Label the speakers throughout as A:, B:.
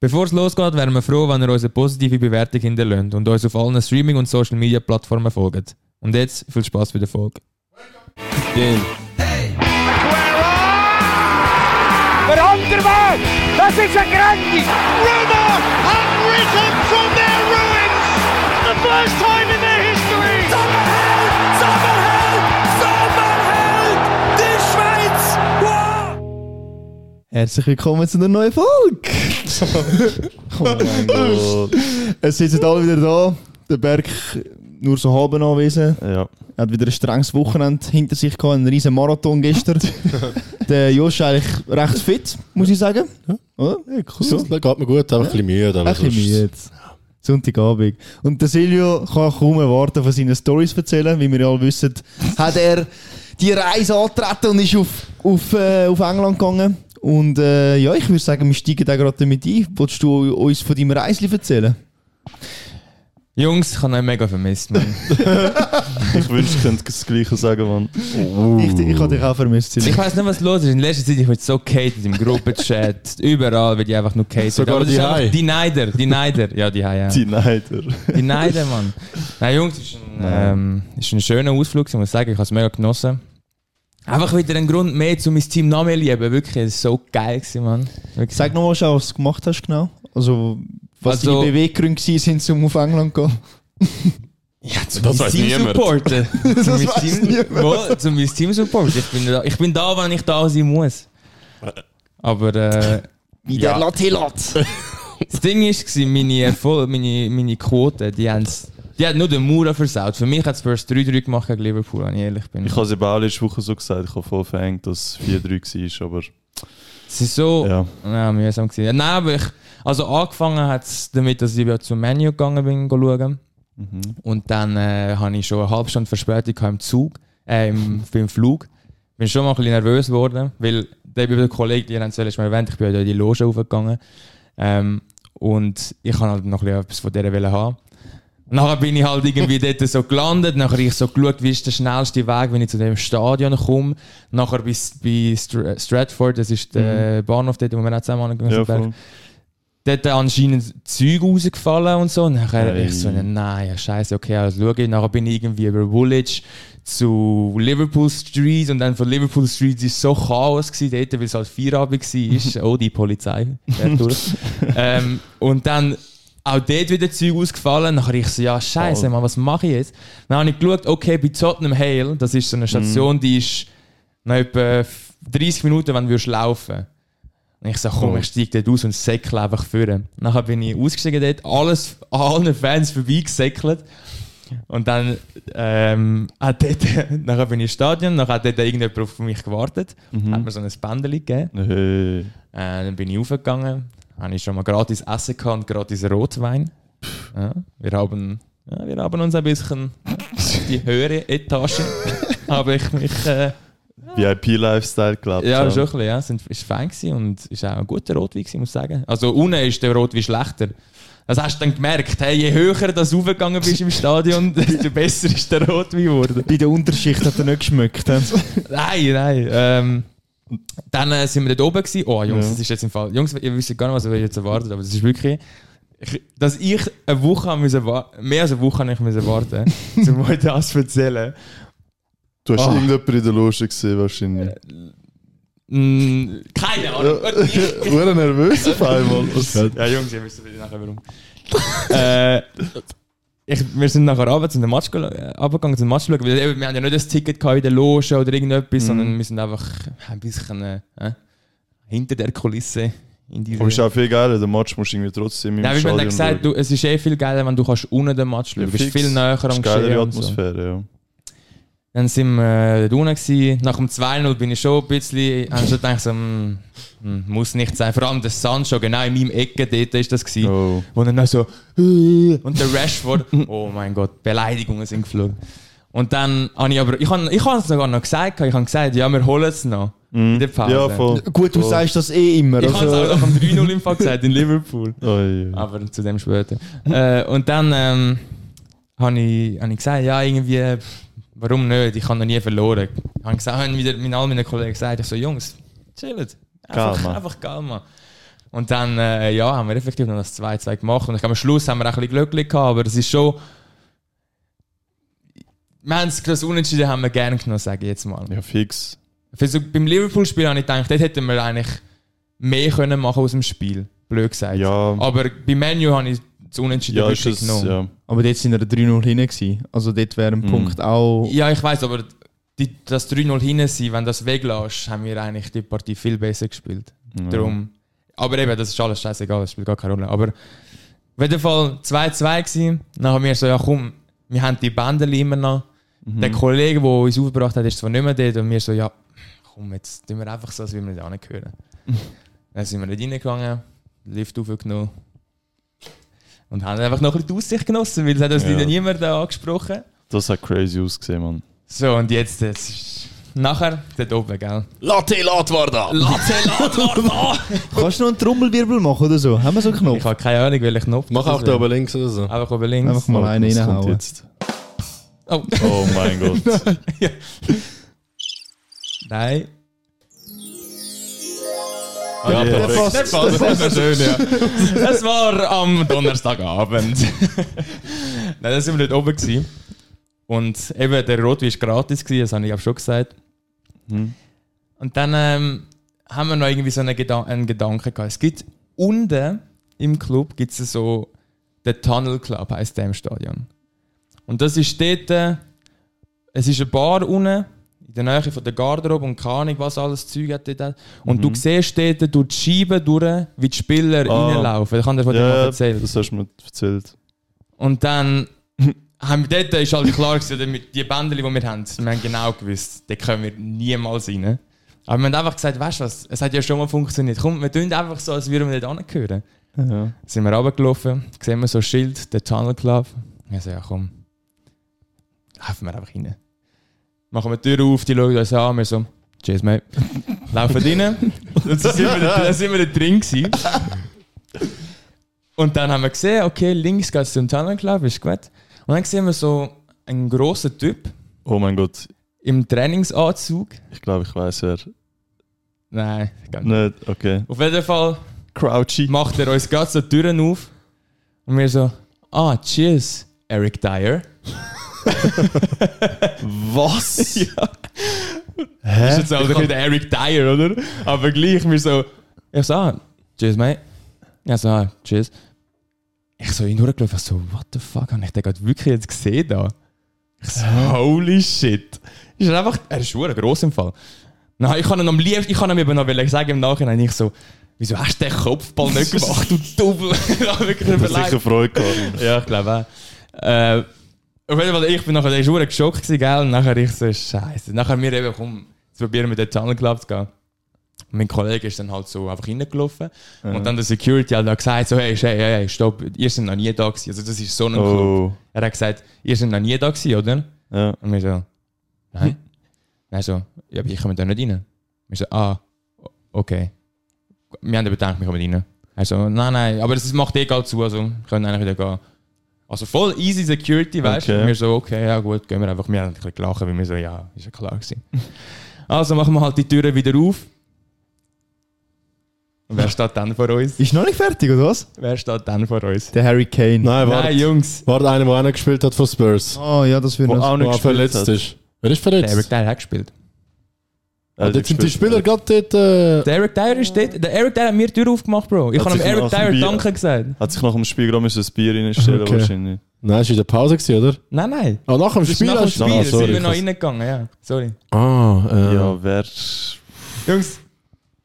A: Bevor es losgeht, wären wir froh, wenn ihr uns eine positive Bewertung hinterlässt und uns auf allen Streaming- und Social-Media-Plattformen folgt. Und jetzt viel Spaß bei der Folge.
B: Den.
C: Verhandelbaar! Dat is een grandie! Roma have risen from their ruins! The first time in their history! Sommerheld! Sommerheld! Sommerheld! Die Schweiz!
D: Herzlich willkommen zu einer neuen Folge! oh mein Gott. Es sitzen alle wieder da. Der Berg nur so halb anwesend.
E: Ja.
D: Er hat wieder ein strenges Wochenende hinter sich gehabt, einen riesen Marathon gestern. der Josh ist eigentlich recht fit, muss ich sagen. Oder?
E: Cool. So. Das geht mir gut, aber ein bisschen müde. Aber
D: Ein bisschen
E: Also sonst-
D: müde. Sonntagabend. Und der Silvio kann kaum erwarten, von seinen Stories zu erzählen. Wie wir ja alle wissen, hat er die Reise angetreten und ist auf, auf, äh, auf England gegangen. Und äh, ja, ich würde sagen, wir steigen da gerade damit ein. Wolltest du uns von deinem Reisli erzählen?
A: Jungs, ich habe euch mega vermisst, Mann.
E: Ich wünschte, ich könnte das Gleiche sagen, Mann.
D: Ich, ich habe dich auch vermisst, Silvio.
A: Ich weiß nicht, was los ist. In letzter Zeit ich werde so catered im Gruppenchat. Überall wird ich einfach nur catered.
E: Sogar
A: Aber das
E: die
A: ist einfach
E: Hai.
A: Die Neider, die Neider. Ja, die Hai, ja.
E: Die Neider.
A: Die Neider, Mann. Nein, Jungs, es war ein, ähm, ist ein schöner Ausflug. Ich muss sagen, ich habe es mega genossen. Einfach wieder ein Grund mehr, um mein Team noch mehr zu lieben. Wirklich, es war so geil, gewesen, Mann. Wirklich.
D: Sag nochmal, was du gemacht hast genau. Also, was
A: Also-
D: die Beweggründe waren, um auf England zu gehen.
A: Ja, zum
E: Das
A: mein
E: weiß
A: Team
E: niemand.
A: supporten.
D: Das
A: Zum mein
D: weiß
A: Team-
D: niemand.
A: Wohl, Zum mein Team supporten. Ich bin da, ich bin da wenn ich da sein muss. Aber äh,
D: Wie
E: Ja.
D: der Latilat.
A: das Ding war, meine, Erfolg, meine, meine Quote, die, haben's- die hat nur den Mauer versaut. Für mich hat Spurs 3-3 gemacht gegen Liverpool, wenn ich ehrlich bin.
E: Ich habe es eben auch letzte Woche so gesagt, ich habe voll verhängt, dass es 4-3 war, aber
A: Es ist so
E: ja.
A: ja, mühsam. Gewesen. Ja, nein, aber ich, also angefangen hat es damit, dass ich wieder zum Menu gegangen bin, go schauen.
E: Mhm.
A: Und dann äh, hatte ich schon eine halbe Stunde Verspätung gehabt im Zug, äh, im, beim Flug. Bin schon mal ein bisschen nervös geworden, weil der der Kollege, die haben es zuerst mal erwähnt, ich bin ja in die Loge aufgegangen. Ähm, und ich wollte halt noch ein bisschen etwas von der wollen haben. Und Nachher bin ich halt irgendwie dort so gelandet, nachher habe ich so geschaut, wie ist der schnellste Weg, wenn ich zu dem Stadion komme. Nachher bis bei Str Stratford, das ist der Bahnhof dort, wo wir auch zusammen angegangen
E: Mhm. ja
A: sind.
E: voll.
A: dort anscheinend Zeug rausgefallen und so. Und nachher
E: Hey.
A: ich so, nein, ja, scheiße, okay, also schaue ich. Nachher bin ich irgendwie über Woolwich zu Liverpool Street und dann von Liverpool Street war so Chaos gewesen, dort, weil es halt Feierabend war. oh, die Polizei. fährt durch. ähm, und dann auch dort wieder Zeug ausgefallen. Nachher ich so, ja, scheiße,
E: Voll.
A: Mann, was mache ich jetzt? Dann habe ich geschaut, okay, bei Tottenham Hale, das ist so eine Station, die ist noch etwa 30 Minuten, wenn du würdest laufen und ich sag, komm, ich steig dort aus und säckle einfach führen. Nachher bin ich ausgestiegen dort, alles an allen Fans vorbeigesäckelt. Und dann ähm, hat dort, nachher bin ich im Stadion, nachher hat dort irgendjemand auf mich gewartet, hat mir so ein Bändchen gegeben.
E: Hey.
A: Äh, dann bin ich raufgegangen, habe ich schon mal gratis Essen gehabt und gratis Rotwein. Ja, wir, haben, ja, wir haben uns ein bisschen auf die höhere Etage, habe ich mich... Äh,
E: VIP-Lifestyle gelebt.
A: ja, schon ein bisschen, ja. Es sind- ist fein gewesen und ist auch ein guter Rotwein, gewesen, muss ich sagen. Also unten ist der Rotwein schlechter. Das hast du dann gemerkt, hey, je höher du raufgegangen bist im Stadion, desto besser ist der Rotwein geworden.
D: Bei der Unterschicht hat er nicht geschmeckt. hä?
A: Nein, nein. Ähm, dann äh, sind wir dort oben gewesen. Oh, Jungs,
E: Ja.
A: das ist jetzt im Fall. Jungs, ihr wisst gar nicht, was ihr jetzt erwartet, aber das ist wirklich. Ich, dass ich eine Woche haben müssen, wa- mehr als eine Woche habe ich müssen warten, um euch das zu erzählen.
E: Du hast
A: Ah.
E: irgendjemanden in der Loge gesehen, wahrscheinlich.
A: Mm, keine Ahnung. Gut, ich-
E: Wurde nervös auf einmal. Was-
A: Ja, Jungs, ihr wisst bitte nachher warum. äh, ich, wir sind nachher abends in den Match gel- äh, abgegangen, zum Match schauen, weil eben, wir haben ja nicht das Ticket gehabt in der Loge oder irgendetwas,
E: Mhm.
A: sondern wir sind einfach ein bisschen äh, äh, hinter der Kulisse in diese...
E: Aber Oh, ist auch viel geiler, den Match musst du irgendwie trotzdem im
A: Nein, wie man
E: Stadion
A: dann gesagt,
E: schauen.
A: du, es ist eh viel geiler, wenn du kannst unten den Match schauen.
E: Ja,
A: Du bist
E: fix.
A: viel näher
E: Das
A: am
E: ist geilere
A: Geschehen und so.
E: Atmosphäre,
A: Dann sind wir äh, dort unten gewesen. Nach dem 2-0 bin ich schon ein bisschen, habe ich schon gedacht, so, hm, hm, muss nicht sein. Vor allem der Sancho, genau in meinem Ecke, dort ist das gewesen.
E: ja. Oh.
A: wo dann noch so und der Rashford, oh mein Gott, Beleidigungen sind geflogen. Und dann habe ich aber, ich habe ich habe es sogar noch gesagt, ich habe gesagt, ja, wir holen es noch in der Pause.
E: Mhm. Ja, voll. Also-
D: Gut, du
E: Oh.
D: sagst das eh immer.
A: Ich habe es auch nach dem 3-0 im Fall gesagt, in Liverpool.
E: Oh, ja.
A: Aber zu dem später. äh, und dann ähm, habe ich, hab ich gesagt, ja, irgendwie, pff, warum nicht? Ich habe noch nie verloren. Ich habe gesagt, haben wieder mit all meinen Kollegen gesagt, ich so, Jungs, chillt. Einfach,
E: Calma.
A: einfach calma. Und Und dann äh, ja, haben wir effektiv noch das 2-2 gemacht. Und ich glaube, am Schluss haben wir auch ein bisschen glücklich gehabt, aber es ist schon. Wir haben es das Unentschieden haben wir gerne genommen, sage ich jetzt mal.
E: Ja, fix.
A: Für so, beim Liverpool-Spiel habe ich gedacht, dort hätten wir eigentlich mehr können machen aus dem Spiel. Blöd gesagt.
E: Ja.
A: Aber bei Menu habe ich das Unentschieden
E: Ja, ist
A: Ah, wirklich
E: es,
A: genommen. Ja.
E: ja.
D: Aber dort sind wir 3-0 hinten gewesen. Also dort wäre
E: Hmm.
D: ein Punkt auch...
A: ich weiß, aber die, das 3-0 hinten sein, wenn du das weglässt, haben wir eigentlich die Partie viel besser gespielt. Darum. Aber eben, das ist alles scheißegal, das spielt gar keine Rolle. Aber auf jeden Fall 2-2 gewesen. Dann haben wir so, ja komm, wir haben die Bänder immer noch. Der Kollege, der uns aufgebracht hat, ist zwar nicht mehr dort und wir so, ja komm, jetzt tun wir einfach so, als würden wir das auch nicht hören. Dann sind wir nicht reingegangen, Lift aufgenommen und haben einfach noch ein bisschen die Aussicht genossen, weil es hat uns
E: Ja.
A: leider niemand da angesprochen.
E: Das hat crazy ausgesehen, Mann.
A: So, und jetzt, das ist nachher dort oben, gell?
E: Latte Latwarda!
A: Latte, Latte, Latte!
D: Kannst du noch einen Trommelwirbel machen oder so? Haben wir so einen
A: Ich
D: Knopf?
A: habe keine Ahnung, welchen Knopf.
B: Mach
A: das
B: auch
A: ist.
B: da oben links oder so.
A: Einfach oben links.
D: Einfach mal einen reinhauen.
E: jetzt.
A: Oh,
E: Oh mein Gott.
A: nein.
E: ja, perfekt.
A: Das war, das war schön, ja. Das war am Donnerstagabend. Nein, da sind wir dort oben. Gewesen. Und eben, der Rotwein war gratis, gewesen, das habe ich auch schon gesagt.
E: Mhm.
A: Und dann ähm, haben wir noch irgendwie so einen, Gedan einen Gedanken gehabt. Es gibt unten im Club gibt's so den Tunnel Club, heisst der im Stadion. Und das ist dort, äh, es ist eine Bar unten, in der Nähe von der Garderobe und keine Ahnung, was alles Zeug hat dort. Und du siehst dort durch die Scheiben durch, wie die Spieler
E: Mhm. Ah.
A: reinlaufen. Ich habe dir von dem mal
E: Ja,
A: erzählt.
E: das hast du mir erzählt.
A: Und dann haben wir dort ist halt klar gewesen, oder mit die Bänder, die wir haben, wir haben genau gewusst, da können wir niemals rein. Aber wir haben einfach gesagt, weißt du was, es hat ja schon mal funktioniert. Komm, wir tun einfach so, als würden wir nicht angehören.
E: Ja.
A: Sind wir runtergelaufen, sehen wir so ein Schild, der Tunnel Club. Ich so, ja komm, laufen wir einfach rein. Machen wir die Tür auf, die schauen uns an, wir so, cheers mate. Laufen rein, und so sind wir, dann sind wir da drin gewesen. Und dann haben wir gesehen, okay, links geht es zum Tunnel Club, ist gut. Und dann sehen wir so einen grossen Typ
E: Oh mein Gott,
A: im Trainingsanzug.
E: ich glaube, ich weiß wer.
A: Nein, gar nicht.
E: Nicht, okay.
A: Auf jeden Fall
E: Crouchy.
A: macht er uns gerade so die Türen auf und wir so, ah, cheers, Eric Dyer.
E: Was? ja.
A: Das
E: Hä?
A: ist jetzt auch nicht der Eric Dyer, oder? Aber gleich, mir so, ich so, ah, cheers, mate. Ja, so, ah, cheers. Ich so ihn durchgelaufen, so, what the fuck, habe ich den gerade wirklich jetzt gesehen da? Ich so, holy shit. Ist er einfach, er ist schon gross im Fall. Nein, ich kann ihn am liebsten, ich kann ihm eben noch wollen sagen im Nachhinein, ich so, wieso hast du den Kopfball nicht gemacht, du Double? ich habe wirklich
E: Ich hab
A: überlegt.
E: sicher Freude gehabt.
A: Ja, ich glaube auch. Äh, auf jeden Fall, ich bin nachher, der ist verdammt geschockt gewesen, gell? Und nachher ich so, scheiße. Nachher wir eben, komm, jetzt probieren wir den Tunnel Club zu gehen. Und mein Kollege ist dann halt so einfach reingelaufen. Und dann der Security hat dann gesagt, so, hey, hey, hey, hey, stopp, ihr seid noch nie da gewesen. Also das ist so ein Club.
E: Oh.
A: Er hat gesagt, ihr seid noch nie da gewesen, oder?
E: Ja.
A: Und wir so, nein. Nein, so, ja, aber ich komme da nicht rein. Wir so, ah, o- okay. Wir haben dann bedankt, wir kommen rein. Er so, nein, nein, aber das macht eh egal zu, also wir können eigentlich wieder gehen. Also voll easy Security, weißt du?
E: Okay.
A: Und Wir so, okay, ja gut, gehen wir einfach. Wir haben ein bisschen gelacht, weil wir so, ja, ist ja klar gewesen. Also machen wir halt die Türen wieder auf. Und wer steht dann vor uns?
D: Ist noch nicht fertig, oder was?
A: Wer steht dann vor uns?
D: Der Harry Kane.
B: Nein, warte.
A: Nein, Jungs.
B: Warte, einer, der auch noch gespielt hat von Spurs.
D: Ah ja, das wird
E: Wo
D: noch...
E: auch
B: Der
E: nicht
B: verletzt
E: hat.
B: ist. Wer ist
A: Der Eric
B: verletzt? Also
A: Dyer hat gespielt.
E: Er hat
B: Jetzt sind die
E: gespielt.
B: Spieler gerade dort. Äh,
A: Der Eric Dyer ist dort. Der Eric Dyer hat mir die Tür aufgemacht, Bro. Ich
E: Hat
A: habe dem
E: sich
A: Eric
E: nach dem
A: Dyer
E: Bier-
A: Danke gesagt.
E: Hat sich nach dem Spiel gerade müssen ein Bier reinstellen
B: Okay.
E: wahrscheinlich.
B: nein, ist in der Pause, gewesen, oder?
A: Nein, nein.
B: Ah, nach dem
A: Das ist
B: Spiel.
A: nach dem
B: hast du-
A: Spiel
E: Ah,
A: sind
E: sorry,
A: wir noch
E: krass.
A: reingegangen, ja. Sorry.
B: Ah, äh,
E: Ja, wer...
A: Jungs.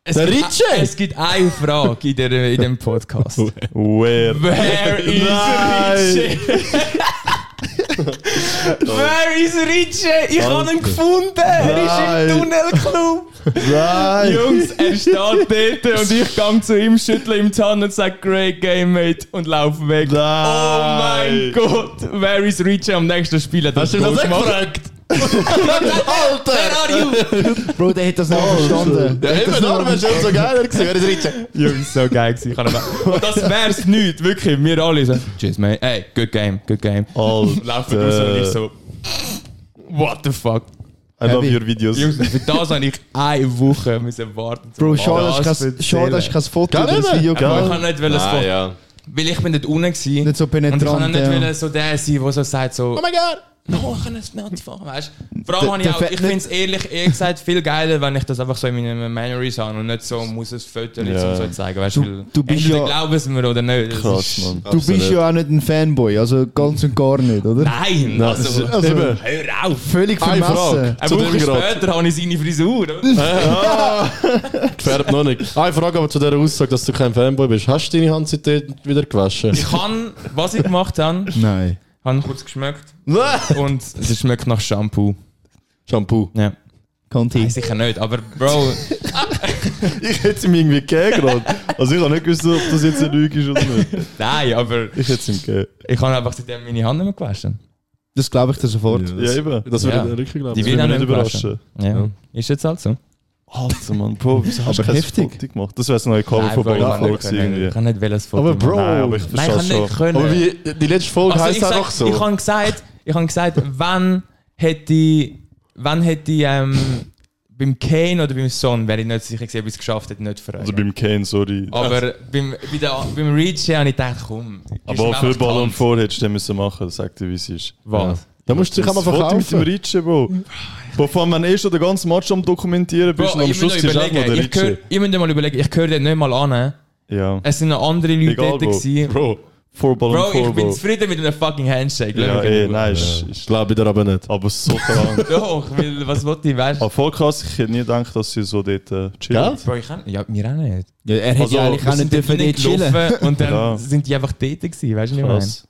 A: Es
B: Der
A: gibt-
B: Ritchie!
A: Es gibt eine Frage in, der, in dem Podcast.
E: Wer?
A: Where is Ritchie? Where is Ritchie? Ich habe ihn gefunden. Er ist im Tunnelclub.
D: Nein!
A: Jungs, er steht dort und ich gehe zu ihm, schüttle ihm die Hand und sage Great Game, Mate und laufe weg.
E: Nein.
A: Oh mein Gott, where is Richie am nächsten Spiel? Hat
B: Hast du das
A: Goal
B: nicht
A: gemacht.
B: gefragt?
A: Where are you?
D: Bro, der hat
E: Oh,
D: das nicht verstanden.
B: Ja, eben, darum hast du so geiler gewesen. Wer ist Ritchie?
A: Jungs, so geil gewesen. Ich kann aber- Und das wär's nicht, wirklich. Wir alle so, tschüss, mate. Hey,
E: Halt.
A: good game, good game.
E: Alter.
A: Laufen raus und ich so, what the fuck?
E: I love
D: Happy.
E: your videos.
A: Jungs, für das habe ich eine Woche müssen warten. zum
D: Bro,
A: Podcast
D: schade, dass ich kein- schade,
A: erzählen.
D: dass ich kein Foto
E: Geil,
D: oder ein
E: eben.
D: Video
A: Aber ich
D: gemacht
A: kann nicht wollen,
F: Ah,
A: Spot-
F: ja.
A: weil ich bin nicht unten gewesen.
D: Nicht so
A: und ich kann auch
D: penetrant.
A: nicht
D: ja.
A: wollen, so der sein, der so sagt, so, oh mein Gott, no, ich kann nicht mehr fahren, weißt du? Vor allem habe ich
D: Der- der
A: auch,
D: fährt
A: ich
D: nicht-
A: finde es ehrlich, ehrlich gesagt viel geiler, wenn ich das einfach so in meinen Memories habe und nicht so muss es Foto
E: Ja.
A: yeah. so zeigen, weißt du?
D: du bist
A: entweder
D: ja-
A: glauben es mir oder nicht. Das
E: Krass,
A: ist-
E: Mann.
D: Du bist ja auch nicht ein Fanboy, also ganz und gar nicht, oder?
A: Nein, also,
D: Also,
E: Eben.
A: hör auf.
D: völlig
E: Eine
D: vermessen.
E: Frage.
A: Eine
E: Zu
A: Woche
E: dem gerade.
A: später habe ich seine Frisur.
E: Gefährdet
B: Noch nicht. Ah, ich frage aber zu dieser Aussage, dass du kein Fanboy bist. Hast du deine Handseite wieder gewaschen?
A: Ich kann, was ich gemacht habe,
D: Nein.
A: habe kurz geschmeckt und es schmeckt nach Shampoo.
B: Shampoo.
A: Ja.
D: Conti.
A: Nein, sicher nicht, aber Bro,
E: Ich hätte es ihm irgendwie gegeben gerade. Also ich habe nicht gewusst, ob das jetzt eine Lüge ist oder nicht.
A: nein, aber
E: Ich hätte es ihm gegeben.
A: ich habe einfach seitdem meine Hand nicht mehr gewaschen.
D: Das glaube ich dir sofort.
E: Ja, eben.
B: Das würde
A: Ja.
B: ja. richtig glauben.
A: Die
E: Das
A: will
E: würde
A: auch
E: mich
A: nicht
E: nicht
A: überraschen.
E: überraschen.
A: Ja. Ist jetzt halt so.
E: Alter, Mann, Bro, wieso hast
D: Aber
E: du kein
D: heftig.
E: Foto gemacht? Das wäre das neue Cover von Ball
A: Nein, Bro, ich
E: Folks
A: kann nicht können.
E: irgendwie.
A: Ich kann nicht welches Foto
B: Aber Bro,
A: machen.
E: Nein, aber ich
A: Nein, ich
E: verstehe
A: kann
E: es schon.
A: nicht können.
B: aber wie, die letzte Folge
A: also ich,
B: heisst auch
A: sag,
B: noch so.
A: ich habe gesagt, ich habe gesagt, wann hätte ich, wann hätte ich ähm, beim Kane oder beim Son, wäre ich nicht sicher gewesen, ob ich es geschafft hätte, nicht fragen.
E: Also beim Kane, sorry.
A: aber beim, bei der, beim Reach habe ich gedacht, komm. gib's ihm
E: aber
A: einfach
E: für
A: die
E: Ball und
A: Hand.
E: Vor hättest du den müssen machen, sagt dir, wie es ist.
A: Was?
B: Da musst du dich
E: Das
B: einmal
E: Foto mit dem
B: verkaufen.
E: Ritschen, Bro. Bevor man eh schon den ganzen Match am Dokumentieren bist
A: Bro,
E: und am
A: ich muss
E: Schluss ist auch noch der
A: überlegen, ich höre,
E: Ritsche.
A: ich muss mal überlegen, ich höre den nicht mal an. eh?
E: Ja.
A: Es sind noch andere Leute
E: Egal,
A: dort
E: Bro.
A: gewesen.
E: Bro, vor Ball
A: Bro,
E: und Vor,
A: ich bin
E: Bro.
A: zufrieden mit einem fucking Handshake.
E: Ja,
A: glaub mir
E: eh,
A: genug.
E: nein, ist, ist
B: Glaube ich dir aber nicht.
E: aber so krank.
A: Doch, weil was wollte ich, weißt du?
E: Aber voll krass, ich hätte nie gedacht, dass sie so dort äh, chillen.
B: Gell?
A: Bro, ich kann, ja, wir auch nicht.
D: Ja, er hätte
E: Also,
D: ja eigentlich auch
E: wir
D: nicht dürfen dort chillen.
A: gelaufen und dann
E: Ja.
A: sind die einfach dort gewesen, weißt du, nicht mehr.
E: Krass.